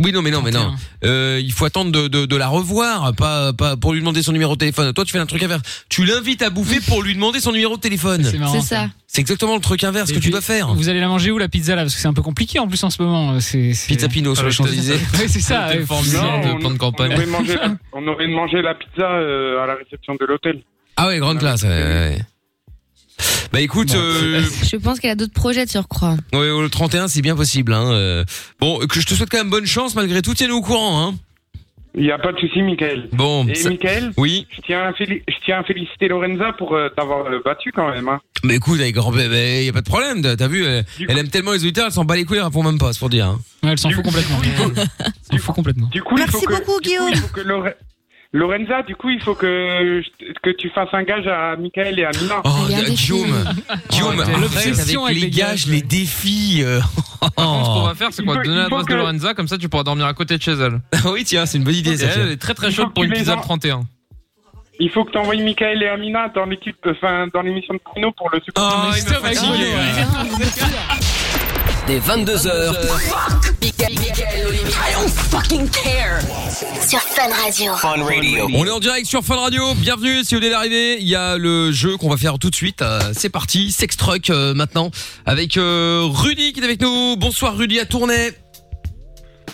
B: Oui, non, mais non, mais non. Euh, il faut attendre de, de, de la revoir, pas, pas pour lui demander son numéro de téléphone. Toi, tu fais un truc inverse. Tu l'invites à bouffer pour lui demander son numéro de téléphone.
C: C'est marrant, C'est ça. ça.
B: C'est exactement le truc inverse
C: Et
B: que tu
C: puis,
B: dois faire.
C: Vous allez la manger où la pizza là Parce que c'est un peu compliqué en plus en ce moment. euh, C'est c'est-
B: Pizza Pino
C: Ah,
B: sur les Champs-Élysées.
C: Ouais, c'est ça.
B: Hôtel
C: ouais.
B: formidable
C: Non,
B: de
C: on-
B: plan de campagne.
G: On aurait mangé la, on aurait mangé la pizza euh, à la réception de l'hôtel.
B: Ah ouais, grande classe. ouais, ouais. Bah écoute, euh,
D: Je pense qu'elle a d'autres projets de surcroît.
B: ouais, le 31 c'est bien possible. Hein. euh. Bon, que je te souhaite quand même bonne chance malgré tout. Tiens-nous au courant. Hein.
G: Il n'y a pas de souci, Michael.
B: Bon.
G: Et
B: ça-
G: Michael,
B: oui.
G: je, tiens à féli- je tiens à féliciter Lorenza pour euh, t'avoir euh, battu quand même. Hein.
B: Mais écoute, avec grand bébé, y a pas de problème. T'as t'as vu, elle, elle aime tellement les auditeurs, elle s'en bat les couilles, elle répond même pas, c'est pour dire. hein.
C: Ouais, elle s'en fout complètement. S'en fout complètement.
G: Du coup, il faut que, du coup, il faut que Lore- Lorenza, du coup, il faut que, je- que tu fasses un gage à Michael et à Mina.
B: Oh, Guillaume, Guillaume,
F: t'es
B: arrête avec,
F: l'obsession avec
B: les
F: les
B: gages, les défis. euh.
F: Par contre, ce qu'on va faire, c'est qu'on va
B: Il
F: te
B: faut-
F: donner
B: il
F: l'adresse
B: faut
F: de
B: que-
F: Lorenza, comme ça tu pourras dormir à côté de chez elle.
B: oui, tiens, c'est une bonne idée,
F: Et
B: ça, tiens.
F: Elle est très très
G: Il faut
F: chaude pour
G: que tu
F: une
G: les
F: pizza le
G: en-
F: 31.
G: Il faut que tu envoies Michael et Amina dans l'équipe, enfin, dans l'émission de Bruno pour le super.
B: Oh, il me
A: fatigué, Dès 22h,
K: Mickaël, Mickaël, Olivier. I don't fucking care. Sur Fun Radio.
B: On est en direct sur Fun Radio. Bienvenue si vous venez d'arriver. Il y a le jeu qu'on va faire tout de suite. Euh, c'est parti. Sex Truck euh, maintenant avec euh, Rudy qui est avec nous. Bonsoir Rudy à Tournai.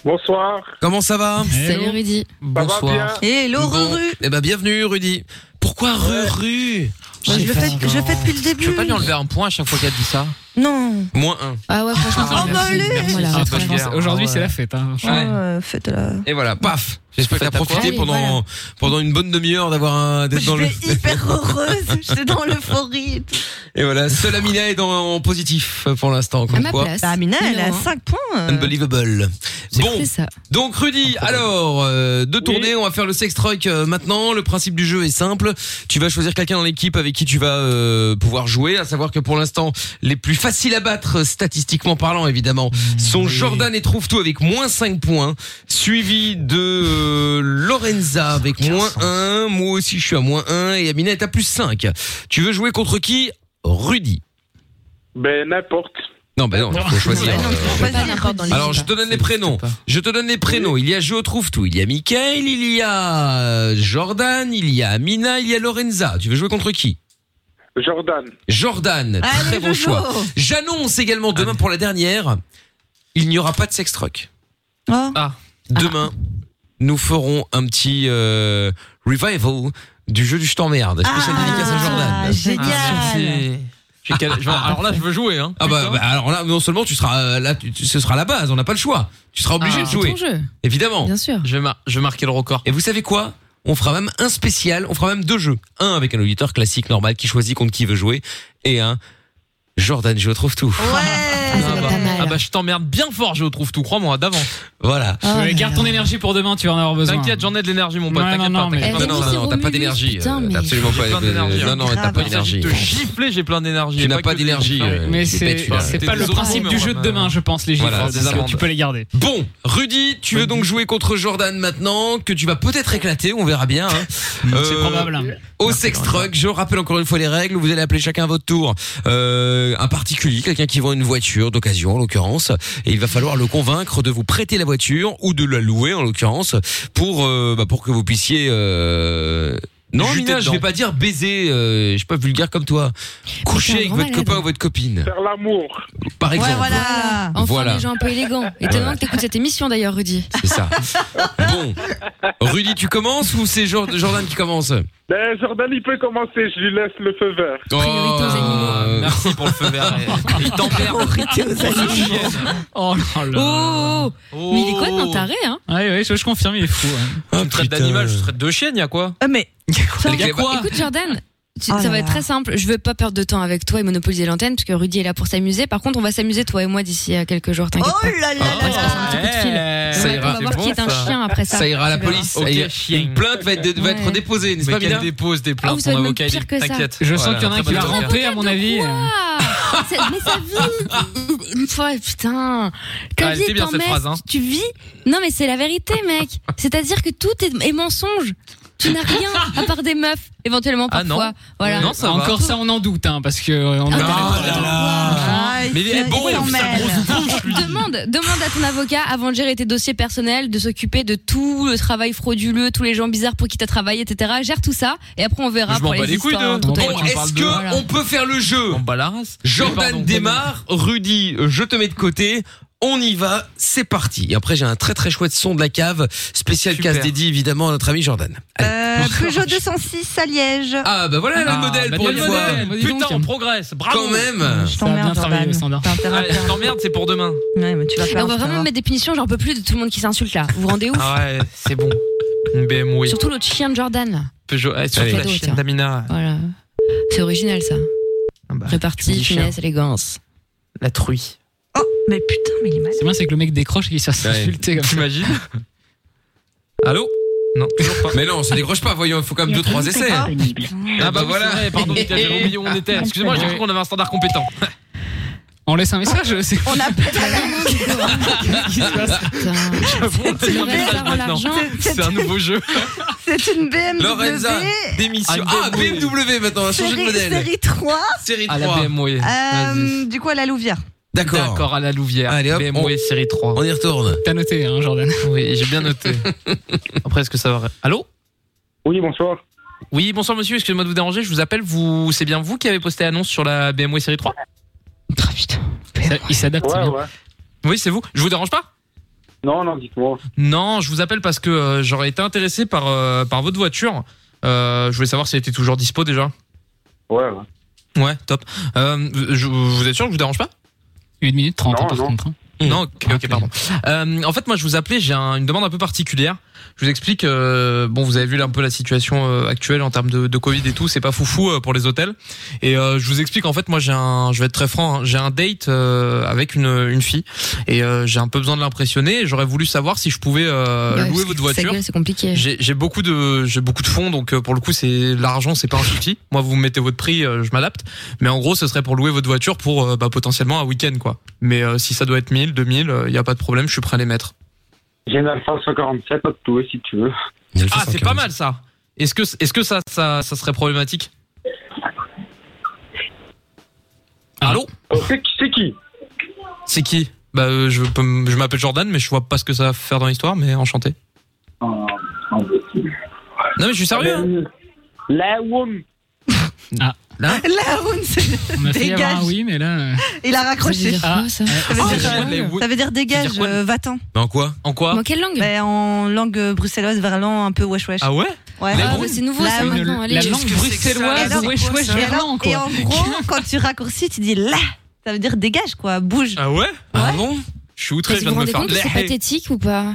G: Bonsoir.
B: Comment ça va
D: Salut Rudy.
B: Bonsoir.
E: Hello, Ruru.
B: Eh ben bienvenue Rudy. Pourquoi Ruru
E: Je le fais- je le fais depuis le début.
F: Je peux pas lui enlever un point à chaque fois qu'elle dit ça.
E: Non.
B: Moins un.
D: Ah ouais, franchement,
E: Oh, bah, allez.
F: Voilà.
C: Ah, franchement,
F: Merci.
C: c'est- Aujourd'hui,
F: Ah, ouais.
C: c'est la fête. hein.
E: Ah, euh, faites-la.
B: Et voilà, paf. J'espère que t'as
E: quoi
B: profité
E: Allez,
B: pendant
E: voilà.
B: pendant une bonne demi-heure d'avoir un d'être dans le
E: Hyper heureuse, j'étais dans l'euphorie. et tout.
B: et voilà. Seule Amina est dans- en positif euh, pour l'instant. Comme quoi.
E: Bah, Amina, elle a 5 points. euh.
B: Unbelievable. Bon,
E: C'est ça.
B: donc Rudy, alors, euh, deux tournées, on va faire le sex truck euh, maintenant. Le principe du jeu est simple. Tu vas choisir quelqu'un dans l'équipe avec qui tu vas euh, pouvoir jouer. À savoir que pour l'instant, les plus faciles à battre, euh, statistiquement parlant, évidemment, sont Jordan et Trouve-Tout avec moins 5 points, suivi de euh, Lorenza avec moins 1. Moi aussi, je suis à moins 1 et Amina est à plus 5. Tu veux jouer contre qui Rudy.
G: Ben, n'importe.
B: Non, ben non, faut choisir. euh, alors, je te donne les prénoms. Je te donne les prénoms. Il y a Joe Trouve-Tout, il y a Michael, il y a euh, Jordan, il y a Amina, il y a Lorenza. Tu veux jouer contre qui
G: Jordan.
B: Jordan, très
G: Allez,
B: bon
G: Jojo. Ah.
B: choix. J'annonce également demain pour la dernière, il n'y aura pas de sex truck.
G: Oh.
F: Ah.
B: Demain, nous ferons un petit euh, revival du jeu du je t'emmerde.
G: Ah.
B: Spécial dédicace à
D: Ah,
B: Jordan.
F: Génial. Alors là, je veux jouer. Hein.
B: Ah bah, bah, alors là non seulement tu seras euh, là tu- tu- ce sera la base on n'a pas le choix tu seras obligé
F: Ah.
B: de jouer
F: C'est ton jeu.
B: évidemment
D: bien sûr
F: je vais, mar- je vais marquer le record
B: et vous savez quoi On fera même un spécial, on fera même deux jeux. Un avec un auditeur classique normal qui choisit contre qui veut jouer et un Jordan, je retrouve tout.
F: ah, bah, ah bah, je t'emmerde bien fort, je trouve tout, crois-moi, d'avance.
B: Voilà.
C: Ah Ouais, garde ton énergie pour demain, tu vas en avoir besoin.
F: T'inquiète, j'en ai de l'énergie, mon pote.
C: Ouais,
F: T'inquiète
C: non,
F: pas.
C: non, mais-
F: t'inquiète pas.
C: Eh, mais oui, c'est
B: Non, t'as pas d'énergie. euh, t'as Absolument
F: J'ai
B: pas.
F: plein d'énergie,
B: euh, Non,
F: hein.
B: non, t'as pas d'énergifler,
F: Te gifler, j'ai plein d'énergie.
B: Tu n'as
F: Pas
B: pas
F: que
B: d'énergie,
F: des- hein.
B: euh,
C: Mais
B: il est
C: c'est
B: bête, celui-là.
C: c'est pas le principe du jeu de demain, je pense, les gifs.
B: Voilà, des amendes.
C: tu peux les garder.
B: Bon, Rudy, tu veux donc jouer contre Jordan maintenant, que tu vas peut-être éclater, on verra bien. hein.
C: C'est probable, hein.
B: Au sex truck, je rappelle encore une fois les règles. Vous allez appeler chacun à votre tour euh, un particulier, quelqu'un qui vend une voiture d'occasion en l'occurrence, et il va falloir le convaincre de vous prêter la voiture ou de la louer en l'occurrence pour euh, bah, pour que vous puissiez. euh, non,
F: Juter
B: Mina, je vais
F: dedans.
B: pas dire baiser, euh, je suis pas vulgaire comme toi. Coucher avec
D: grand
B: votre
D: malade.
B: copain ou votre copine,
G: Faire l'amour.
B: par exemple.
D: voilà. Enfin,
B: Voilà.
D: des gens un peu élégants. Étonnant
B: Voilà.
D: que t'écoutes cette émission d'ailleurs, Rudy.
B: C'est ça. bon, Rudy, tu commences ou c'est Jor- Jordan qui commence
G: Ben, Jordan, il peut commencer, je lui laisse le feu vert.
B: Oh, Euh,
F: Merci pour le feu vert. Il t'emmerde.
C: Oh là là.
D: Oh, Mais il est complètement
F: Oh.
D: taré, hein.
C: Ouais, ouais, je, je confirme, il est fou.
F: Tu me traites d'animal, je te traite de chienne, y'a quoi
D: Ah,
F: Eh, bah,
E: Mais.
F: Y'a quoi
D: Écoute, Jordan. tu-
E: Oh
D: ça
E: là
D: va être
E: là.
D: très simple. Je veux pas perdre de temps avec toi et monopoliser l'antenne parce que Rudy est là pour s'amuser. Par contre, on va s'amuser toi et moi d'ici à quelques jours.
E: Oh
D: T'inquiète pas.
F: eh,
B: Ça ira.
D: Euh, On va voir qui est un chien après ça.
B: Ça ira à la
D: Tu verras.
B: police.
F: Ok,
B: Et Une plainte va être, va être
D: Ouais.
B: déposée, n'est-ce
F: Mais
B: pas,
F: qu'elle
B: Mina
F: dépose des
D: Ah,
F: plaintes,
D: vous
F: mon
D: savez même
F: avocat, il
D: pire que ça.
F: t'inquiète.
C: Je sens qu'il y en a un qui va
F: Voilà, très bonne
C: ramper, à mon avis. euh.
D: Ah, c'est- mais ça vit une fois, putain. Ta
F: Ah, elle
D: vie
F: était
D: est
F: bien,
D: en
F: cette
D: messe,
F: phrase, hein.
D: Tu vis Non, mais c'est la vérité, mec. C'est-à-dire que tout est, est mensonge. Tu n'as rien à part des meufs, éventuellement
C: Ah,
D: parfois.
C: non.
D: Voilà.
C: Non, ça va. Encore ça, on en doute, hein, parce que. euh, On Ah,
E: Mais
F: il est bon, il s'en
D: Demande, demande à ton avocat avant de gérer tes dossiers personnels de s'occuper de tout le travail frauduleux, tous les gens bizarres pour qui t'as travaillé, etc. Gère tout ça et après on verra
F: Je m'en
D: pour
F: bats
D: les
F: les couilles
D: histoires.
F: de.
D: dont t'as-
B: Bon, est-ce que on peut faire le jeu
F: On bat la race. Mais pardon,
B: Jordan démarre, Rudy, euh, je te mets de côté. On y va, c'est parti. Et après, j'ai un très très chouette son de la cave, spécial
F: Super.
B: case dédié évidemment à notre ami Jordan.
E: Euh, Peugeot 206 à Liège.
B: Ah, bah voilà le
F: Ah,
B: modèle
F: bah,
B: pour
F: dis
B: une
F: donc,
B: fois.
F: modèle.
C: dis
F: Putain,
C: donc.
F: on progresse. Bravo.
B: Quand même.
E: Je t'emmerde, Jordan.
F: Ouais, je t'emmerde, c'est pour demain.
E: Ouais, mais tu vas
D: Et
E: faire.
D: on va vraiment mettre des punitions, j'en peux plus de tout le monde qui s'insulte là. Vous vous rendez ouf
F: Ah ouais, c'est bon. Une BMW.
D: Surtout l'autre chien de Jordan là.
F: Peugeot. eh, surtout
D: Allez.
F: la
D: Cadeau,
F: chienne
D: tiens.
F: d'Amina. Ah bah,
D: Voilà. C'est original ça.
F: tu me dis
D: Répartie, finesse,
F: chien.
D: élégance.
F: La truie.
E: Mais putain, mais il est mal.
C: C'est bien, c'est que le mec décroche et qu'il s'est insulté comme ça.
F: T'imagines Allô Non, toujours pas.
B: Mais non, ça décroche pas, voyons, il faut quand même deux trois essais.
F: Ah bah
B: bah
F: voilà.
B: voilà.
F: Pardon, putain, j'avais oublié où on était. Excusez-moi, j'ai cru qu'on avait un standard compétent.
C: On laisse un message, euh, c'est
E: On appelle à la
C: Qu'est-ce qui se passe
F: C'est un
E: vrai,
F: message
E: alors,
F: maintenant.
E: l'argent.
F: C'est un nouveau jeu.
E: C'est une BMW.
B: Lorenza, démission. Ah, BMW maintenant, on a changé de
E: Série,
B: modèle.
E: série 3.
B: Série
F: À la
B: 3.
F: BMW. Vas-y.
E: Euh, du coup, à la Louvière.
B: D'accord.
F: D'accord, à la Louvière.
B: Allez, hop,
F: BMW série 3.
B: On y retourne.
C: T'as noté, hein, Jordan.
F: Oui, j'ai bien noté. Après, est-ce que ça va Allô
G: Oui, bonsoir.
F: Oui, bonsoir monsieur, excusez-moi de vous déranger, je vous appelle, vous... c'est bien vous qui avez posté l'annonce sur la BMW série 3
C: Ah, putain. Ça- Il s'adapte. c'est
G: Ouais,
C: bien.
G: ouais.
F: Oui, c'est vous. Je vous dérange pas
G: Non, non, dites-moi.
F: Non, je vous appelle parce que euh, j'aurais été intéressé par, euh, par votre voiture. Euh, je voulais savoir si elle était toujours dispo déjà.
G: Ouais, ouais.
F: Ouais, top. Euh, je- vous êtes sûr que je vous dérange pas
C: Une minute trente,
G: Non,
C: hein, par
G: non.
C: contre. hein.
F: Non, ok, ok, pardon. Euh, en fait, moi, je vous appelais, j'ai un- une demande un peu particulière. Je vous explique. euh, bon, vous avez vu là, un peu la situation euh, actuelle en termes de, de Covid et tout. C'est pas foufou euh, pour les hôtels. Et euh, je vous explique. En fait, moi, j'ai un. Je vais être très franc. hein, j'ai un date euh, avec une, une fille et euh, j'ai un peu besoin de l'impressionner. et J'aurais voulu savoir si je pouvais euh,
D: Ouais, parce
F: louer
D: que
F: votre
D: sa
F: voiture.
D: gueule, C'est compliqué.
F: J'ai j'ai beaucoup de j'ai beaucoup de fonds donc euh, pour le coup c'est l'argent c'est pas un souci. Moi vous mettez votre prix euh, je m'adapte mais en gros ce serait pour louer votre voiture pour euh, bah, potentiellement un week-end quoi. Mais euh, si ça doit être 1000 2000 il euh, y a pas de problème je suis prêt à les mettre.
G: J'ai une Alpha 147, pas de tout, si tu veux.
F: Ah c'est pas mal ça. Est-ce que est-ce que ça ça ça serait problématique Allô
G: Oh, c'est qui- c'est qui
F: C'est qui Bah euh, je peux m- je m'appelle Jordan mais je vois pas ce que ça va faire dans l'histoire mais enchanté.
G: Oh,
F: Non mais je suis sérieux. hein.
G: Euh, La Woum.
B: Ah.
E: La Houn, c'est-
C: On m'a fait
E: Dégage.
C: avoir un oui, mais là. euh,
E: Il a
D: Ça veut
E: raccroché.
D: dire quoi, ça
B: Ah,
E: Ça veut
F: Oh,
E: dire-
F: j'ai les Houn.
E: ça veut dire
F: Ça
E: dégage,
F: veut dire quoi
E: euh, va-t'en.
B: Mais Ben, en quoi
F: En quoi
D: Dans quelle langue
E: Ben, en langue euh, bruxelloise, verlan, un peu wesh wesh.
F: Ah ouais
E: Ouais.
D: Ah, bah, C'est nouveau ça
E: La-
D: maintenant. Allez,
C: La
D: je-
C: langue
F: que c'est que ça
E: Et
C: bruxelloise,
E: alors-
C: wesh wesh,
E: et alors-
C: verlan,
E: et
C: quoi.
E: en gros, quand tu raccourcis, tu dis là. Ça veut dire dégage, quoi, bouge.
F: Ah ouais
B: Ah bon
F: Je suis outré,
D: Vous
F: je
D: vous
F: viens de me
D: rendez
F: faire
D: compte que c'est
F: blairer.
D: pathétique ou pas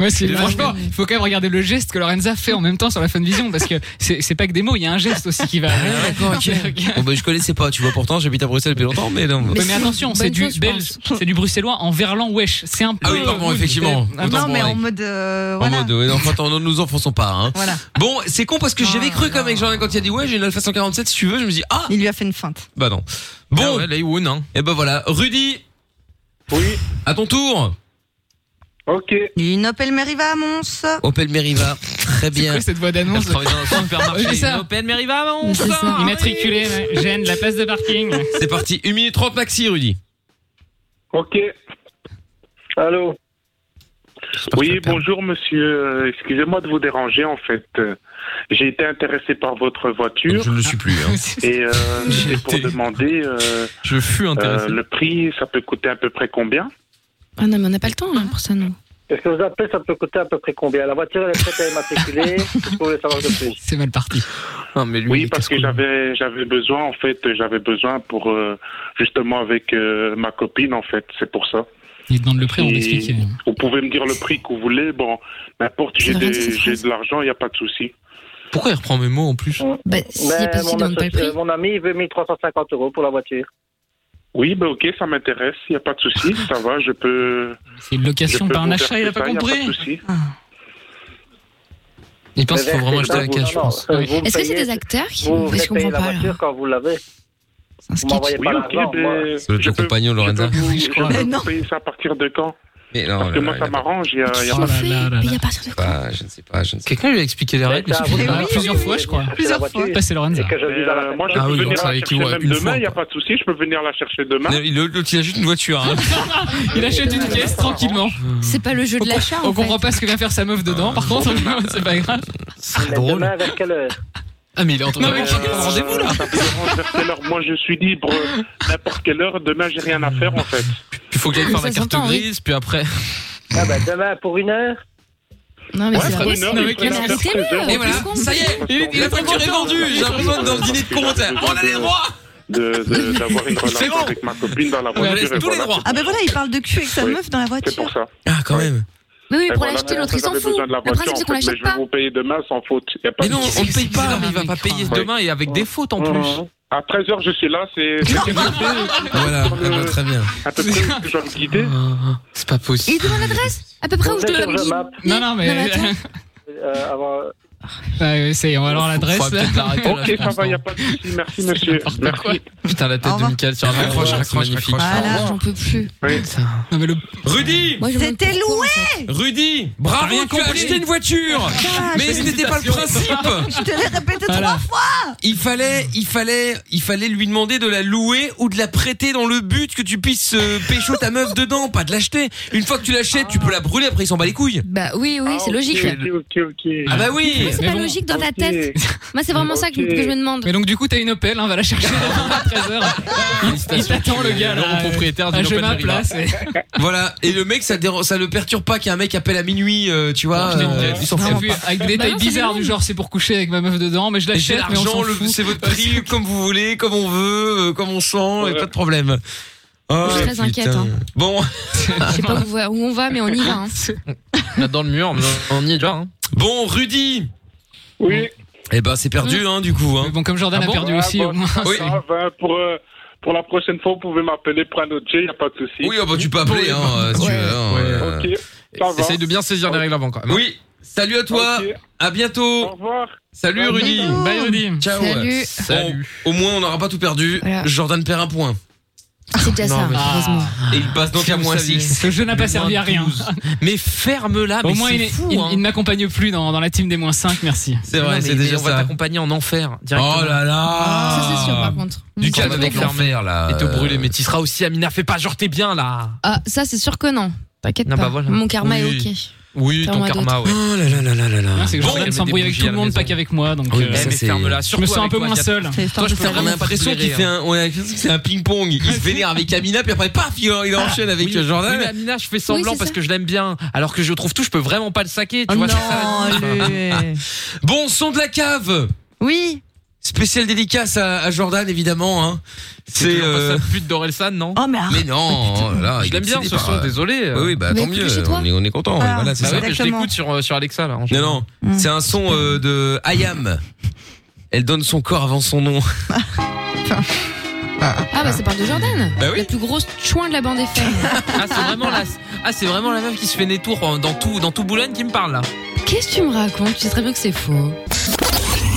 C: Ouais, c'est-
B: Le
C: franchement,
B: lendemain.
C: il faut quand même regarder le geste que Lorenza fait en même temps sur la Funvision parce que c'est c'est pas que des mots, il y a un geste aussi qui va.
F: Ah,
B: Ah, Bon, bah, je connaissais pas, tu vois, pourtant j'habite à Bruxelles depuis longtemps, mais non.
C: Ouais, mais attention, c'est du belge, c'est du bruxellois en verlan wesh. C'est un peu.
B: Ah oui, pardon, effectivement.
C: Ah,
B: Autant
C: non,
B: pour
C: mais
B: moi.
C: en
E: mode. euh,
B: En mode, ouais, non, enfin, attends, ne nous enfonçons pas. Hein. Bon, c'est con parce que j'avais cru quand même, genre, quand il a dit ouais, j'ai une Alpha 147, si tu veux, je me dis ah
E: Ah Il lui a fait une feinte.
B: Bah
F: Ah
B: non. Bon,
F: hein.
B: et ben voilà, Rudy.
G: Oui.
B: À ton tour.
G: Ok.
E: Une Opel Meriva à Mons.
B: Opel Meriva. Très bien.
C: quoi cette voix d'annonce
B: Elle travaille dans un supermarché.
C: C'est ça.
B: Une
C: Open Meriva,
D: Ah,
C: Immatriculé, ouais. gêne la place de parking.
B: C'est parti, 1 minute 30 maxi, Rudy.
G: Ok. Allô Oui, bonjour monsieur. Euh, Excusez-moi de vous déranger en fait. Euh, J'ai été intéressé par votre voiture.
B: Je ne le suis plus. hein.
G: Et euh, c'est pour demander euh,
B: Je fus
G: euh, le prix, ça peut coûter à peu près combien
D: Ah non, mais on n'a pas le temps hein, pour ça, non.
P: Est-ce que vous appelez, ça peut coûter à peu près combien La voiture, elle est prête à immatriculer. Vous pouvez savoir de plus.
C: C'est mal parti.
B: Ah,
G: oui, parce que j'avais j'avais besoin en fait, j'avais besoin pour euh, justement avec euh, ma copine en fait, c'est pour ça.
C: Il demande le prix, on
G: Et
C: l'explique.
G: Vous pouvez me dire le prix que vous voulez, bon, n'importe, j'ai
C: Ça
G: des-
C: devrait être cette
G: j'ai de l'argent, il n'y a pas de souci.
B: Pourquoi il reprend mes mots en plus
D: Bah,
P: Mais
G: est possible,
P: mon,
G: on donne pas le
P: associ- euh, mon ami, il veut 1350 euros pour la voiture.
G: Oui, bah ok, ça m'intéresse, il n'y a pas de souci, ça va, je peux.
C: C'est une location,
G: je peux
C: pas un
G: vous
C: achat,
G: verser
C: il a pas
G: ça, y
C: compris.
G: pas de souci.
D: Ah.
B: Il pense
P: Mais
B: qu'il faut vraiment
P: versez
B: acheter
P: ça, vous-
B: la cash, je
P: non, non,
B: pense.
P: euh, vous
D: Est-ce que c'est
P: payez-
D: des acteurs qui-
P: Vous
D: Parce qu'on
P: payez la
D: comprend pas,
P: voiture
D: là.
P: quand vous l'avez. Vous m'envoyez pas
G: Oui,
P: l'argent.
G: ok,
P: moi.
G: ben,
B: C'est le compagnon, Lorenza.
G: je peux vous payer ça à partir de quand
B: Mais non,
G: Parce que
B: là,
G: moi,
B: là,
G: ça
B: là.
G: m'arrange, il n'y a, il y a
B: Oh
G: pas
B: là là là là.
D: à partir de
B: Bah, je ne sais pas, je ne sais Quelqu'un lui a expliqué les règles
P: Mais ça, vous
C: Ah,
P: savez,
C: plusieurs
P: vous
C: fois,
P: savez,
C: je crois.
P: vous
C: Plusieurs
P: savez, la
C: fois.
P: voiture,
C: Bah, c'est Lorenza.
P: Et que je dis dans la
G: Euh, moi, je
B: Ah
G: peux
B: oui, donc
G: venir
B: ça
G: la
B: avec
G: chercher
B: Lou,
G: même
B: une fois,
G: demain, il n'y a pas de souci, je peux venir la chercher demain.
B: L'autre, il a juste une voiture. Hein.
C: Il achète une caisse tranquillement.
D: C'est pas le jeu de l'achat,
C: On
D: en fait.
C: comprend pas ce que vient faire sa meuf dedans, par contre, c'est pas grave.
P: Mais demain, vers quelle heure
C: Ah, mais il est en train de rendez-vous là.
G: Ça peut dérange vers quelle heure Moi, je suis libre euh, n'importe quelle heure. Demain, j'ai rien à faire, en fait.
B: Il faut que j'aille faire
D: Ça
B: ma carte
D: s'entend, oui.
B: grise, puis euh, après.
P: Ah bah, Demain, pour une heure
D: Non, mais
B: Ouais,
D: c'est
B: frère,
D: vrai.
B: une heure, il
D: mais
B: ferait
D: quelle
B: une heure
D: arrêtez-le,
B: treize heures.
D: deux
B: Et voilà,
D: secondes.
B: ça y est, il- il a pas tiré vendu. J'ai l'impression d'être dans le dîner de compte. On a les droits.
G: De- de- D'avoir une
B: C'est
G: relation
B: bon.
G: avec ma copine dans la
B: On laisse
G: voiture. et
B: tous les
G: voilà.
B: droits.
E: Ah, ben voilà, il parle de cul avec sa
G: Oui.
E: meuf dans la
G: C'est
E: voiture.
G: pour ça.
B: Ah, quand même.
D: Mais oui, pour
G: Voilà,
D: l'acheter,
G: mais
D: l'autre,
G: ça,
D: il s'en
G: j'avais
D: fout.
G: besoin de la
D: Le principe,
G: voiture,
D: c'est
G: en
D: qu'on
G: fait,
D: l'achète
G: mais je
D: pas.
G: vais vous payer demain sans faute. Y a pas
B: Mais
G: de
B: non,
G: souci.
B: on ne paye pas. Il va pas payer
G: Ouais.
B: demain et avec des fautes en plus.
G: À 13h, je suis là. C'est c'est quelque chose,
B: Voilà,
G: Sur le-
B: très bien. Ah.
G: à peu près où je dois me guider.
B: C'est pas
D: Il
B: possible.
D: demande l'adresse À peu près où je
P: Vous êtes
D: dois
P: sur le
D: me
P: map.
C: Non, non, mais. Ah,
D: attends.
P: Euh, avant...
C: Ouais, ouais, ça y est, on va avoir l'adresse. là.
G: Ok, ça va, il a pas de souci. Merci, monsieur. Merci.
B: Putain, la tête de Michael sur la
F: Raccroche,
B: voiture, c'est
F: raccroche,
B: magnifique.
D: Voilà, j'en peux plus.
C: Non, mais le.
B: Rudy
D: Moi, je me-
E: C'était loué
B: Rudy Bravo,
C: rien
B: tu as
C: compris. Ah,
B: acheté une voiture
D: Ah.
B: Mais ce n'était pas le principe
E: Je te l'ai répété
C: Voilà.
E: trois fois
B: Il fallait, il fallait, il fallait lui demander de la louer ou de la prêter dans le but que tu puisses euh, pécho ta meuf dedans, pas de l'acheter. Une fois que tu l'achètes, tu peux la brûler, après il s'en bat les couilles.
D: Bah oui, oui, c'est
G: Ah,
D: logique.
G: Ok, ok, ok.
B: Ah bah oui
D: Pourquoi c'est
C: Mais
D: pas
C: bon,
D: logique dans ta
G: ok.
D: tête Moi, c'est vraiment ça que
G: Ok.
D: que je me demande.
C: Mais donc, du coup, t'as une Opel, hein, va la chercher à 13h. Il t'attend, le gars, là.
B: propriétaire
C: Ah, je m'appelle
B: Voilà, et le mec, ça, déra- ça le perturbe pas qu'un mec appelle à minuit, euh, tu vois, euh, il s'en fout.
C: bah, avec des détails
D: Bah non, c'est
C: bizarres
D: les
C: du genre c'est pour coucher avec ma meuf dedans mais je
B: J'ai
C: l'achète mais on
B: l'argent,
C: s'en
B: le-
C: fout.
B: c'est votre prix, comme vous voulez, comme on veut, euh, comme on sent, et pas de problème. Oh,
D: Je suis très inquiète,
B: putain.
D: hein.
B: Bon,
D: Je sais pas où va- où on va, mais on y va. hein.
F: Là, dans le mur, on y est déjà. hein.
B: bon, Rudy.
G: Oui.
B: Eh ben, c'est perdu, hein, du coup. Hein.
C: Mm. Mais bon comme Jordan
B: Ah bon
C: a perdu
G: Ah,
C: aussi
G: bon,
C: au moins
B: Oui.
G: Ça va, pour, euh, pour la prochaine fois, vous pouvez m'appeler pour un autre jeu, il n'y a pas de souci.
B: Oui, ah bah, tu peux appeler, hein, euh, si tu veux. hein, euh.
G: Ok, ça va.
F: Essaye de bien saisir les règles avant quand même.
B: Oui, salut à toi.
G: Ok.
B: À
G: Au
B: bientôt.
G: revoir.
B: Salut Rudy.
D: Bisous.
C: bye Rudy
B: Ciao.
D: Salut.
F: Salut.
B: Bon, au moins, on n'aura pas tout perdu.
D: Voilà.
B: Jordan perd un point.
D: Ah, C'est déjà ça, heureusement.
B: Et il passe donc à moins 6.
C: ce jeu n'a pas
F: Le
C: servi à
F: moins
C: rien
F: 12. Mais ferme-la, mais
C: au moins il,
F: c'est
C: est-
F: fou.
C: il-
F: hein.
C: il ne m'accompagne plus dans, dans la team des moins 5 merci
B: C'est vrai,
F: Non,
B: c'est
F: mais- mais
B: déjà
F: on va
B: ça.
F: t'accompagner en enfer hein, directement.
B: Oh là là.
D: Ah, Ça, c'est sûr, par contre.
B: Du
F: Ça
B: calme
F: va
B: avec
F: t'enfermer.
B: l'enfer, là.
F: Et te brûler,
B: Euh,
F: mais tu seras aussi Amina, fais pas genre t'es bien là.
D: Ah, ça, c'est sûr que non. T'inquiète
F: Non,
D: pas.
F: bah voilà.
D: Mon karma
F: Oui.
D: est ok.
F: Oui, ton
D: Ferme-moi
F: karma, ouais.
B: Oh là là là là là là.
C: Hein, c'est que
F: Bon,
C: Jordan s'embrouille avec
F: il y
C: tout
F: a
C: le
F: des bougies à
C: monde
F: la
C: pas
F: maison.
C: qu'avec moi donc
B: Oui,
C: euh,
B: mais ça,
F: mais
B: c'est-
F: ferme-la.
C: je me sens un peu moins seul
E: C'est
F: Toi,
E: histoire
F: je
E: de
F: peux
E: faire
B: On a
F: vraiment
E: un-
F: pas
B: l'impression
F: tolérer,
B: qu'il fait
F: hein.
B: un, on a l'impression que c'est un ping-pong. Il se vénère avec Amina, puis après, paf, il, il enchaîne avec
F: Ah, Oui,
B: Jordan.
F: oui, mais Amina, je fais semblant
D: c'est
F: parce
D: ça.
F: que je l'aime bien. Alors que je trouve tout, je peux vraiment pas le saquer. Tu
E: Oh
F: vois, c'est ça.
E: non, lui.
B: Bon, son de la cave.
E: Oui,
B: Spéciale dédicace à, à Jordan, évidemment. Hein.
F: C'est toujours pas
B: euh,
F: ça, le but d'Orelsan, non
E: Oh, mais arrête.
B: Mais non, oh là là,
F: Je
B: il est
F: l'aime bien
B: obsédé
F: ce
B: par,
F: son,
B: euh,
F: désolé.
B: Oui, oui, bah tant mieux, on est, on est content.
E: Ah,
F: Voilà.
B: Voilà, c'est
F: Bah
B: ça.
F: ouais, mais je l'écoute sur, euh, sur Alexa là. en
B: Non, non, c'est un son euh, de Ayam. Elle donne son corps avant son nom.
D: Ah bah ça parle de Jordan.
B: Bah oui.
D: La plus grosse chouin de la bande FM.
F: Ah, c'est vraiment la, ah, c'est vraiment la meuf qui se fait des tours euh, dans tout, dans tout Boulogne qui me parle là.
D: Qu'est-ce que tu me racontes Tu sais très bien que c'est faux.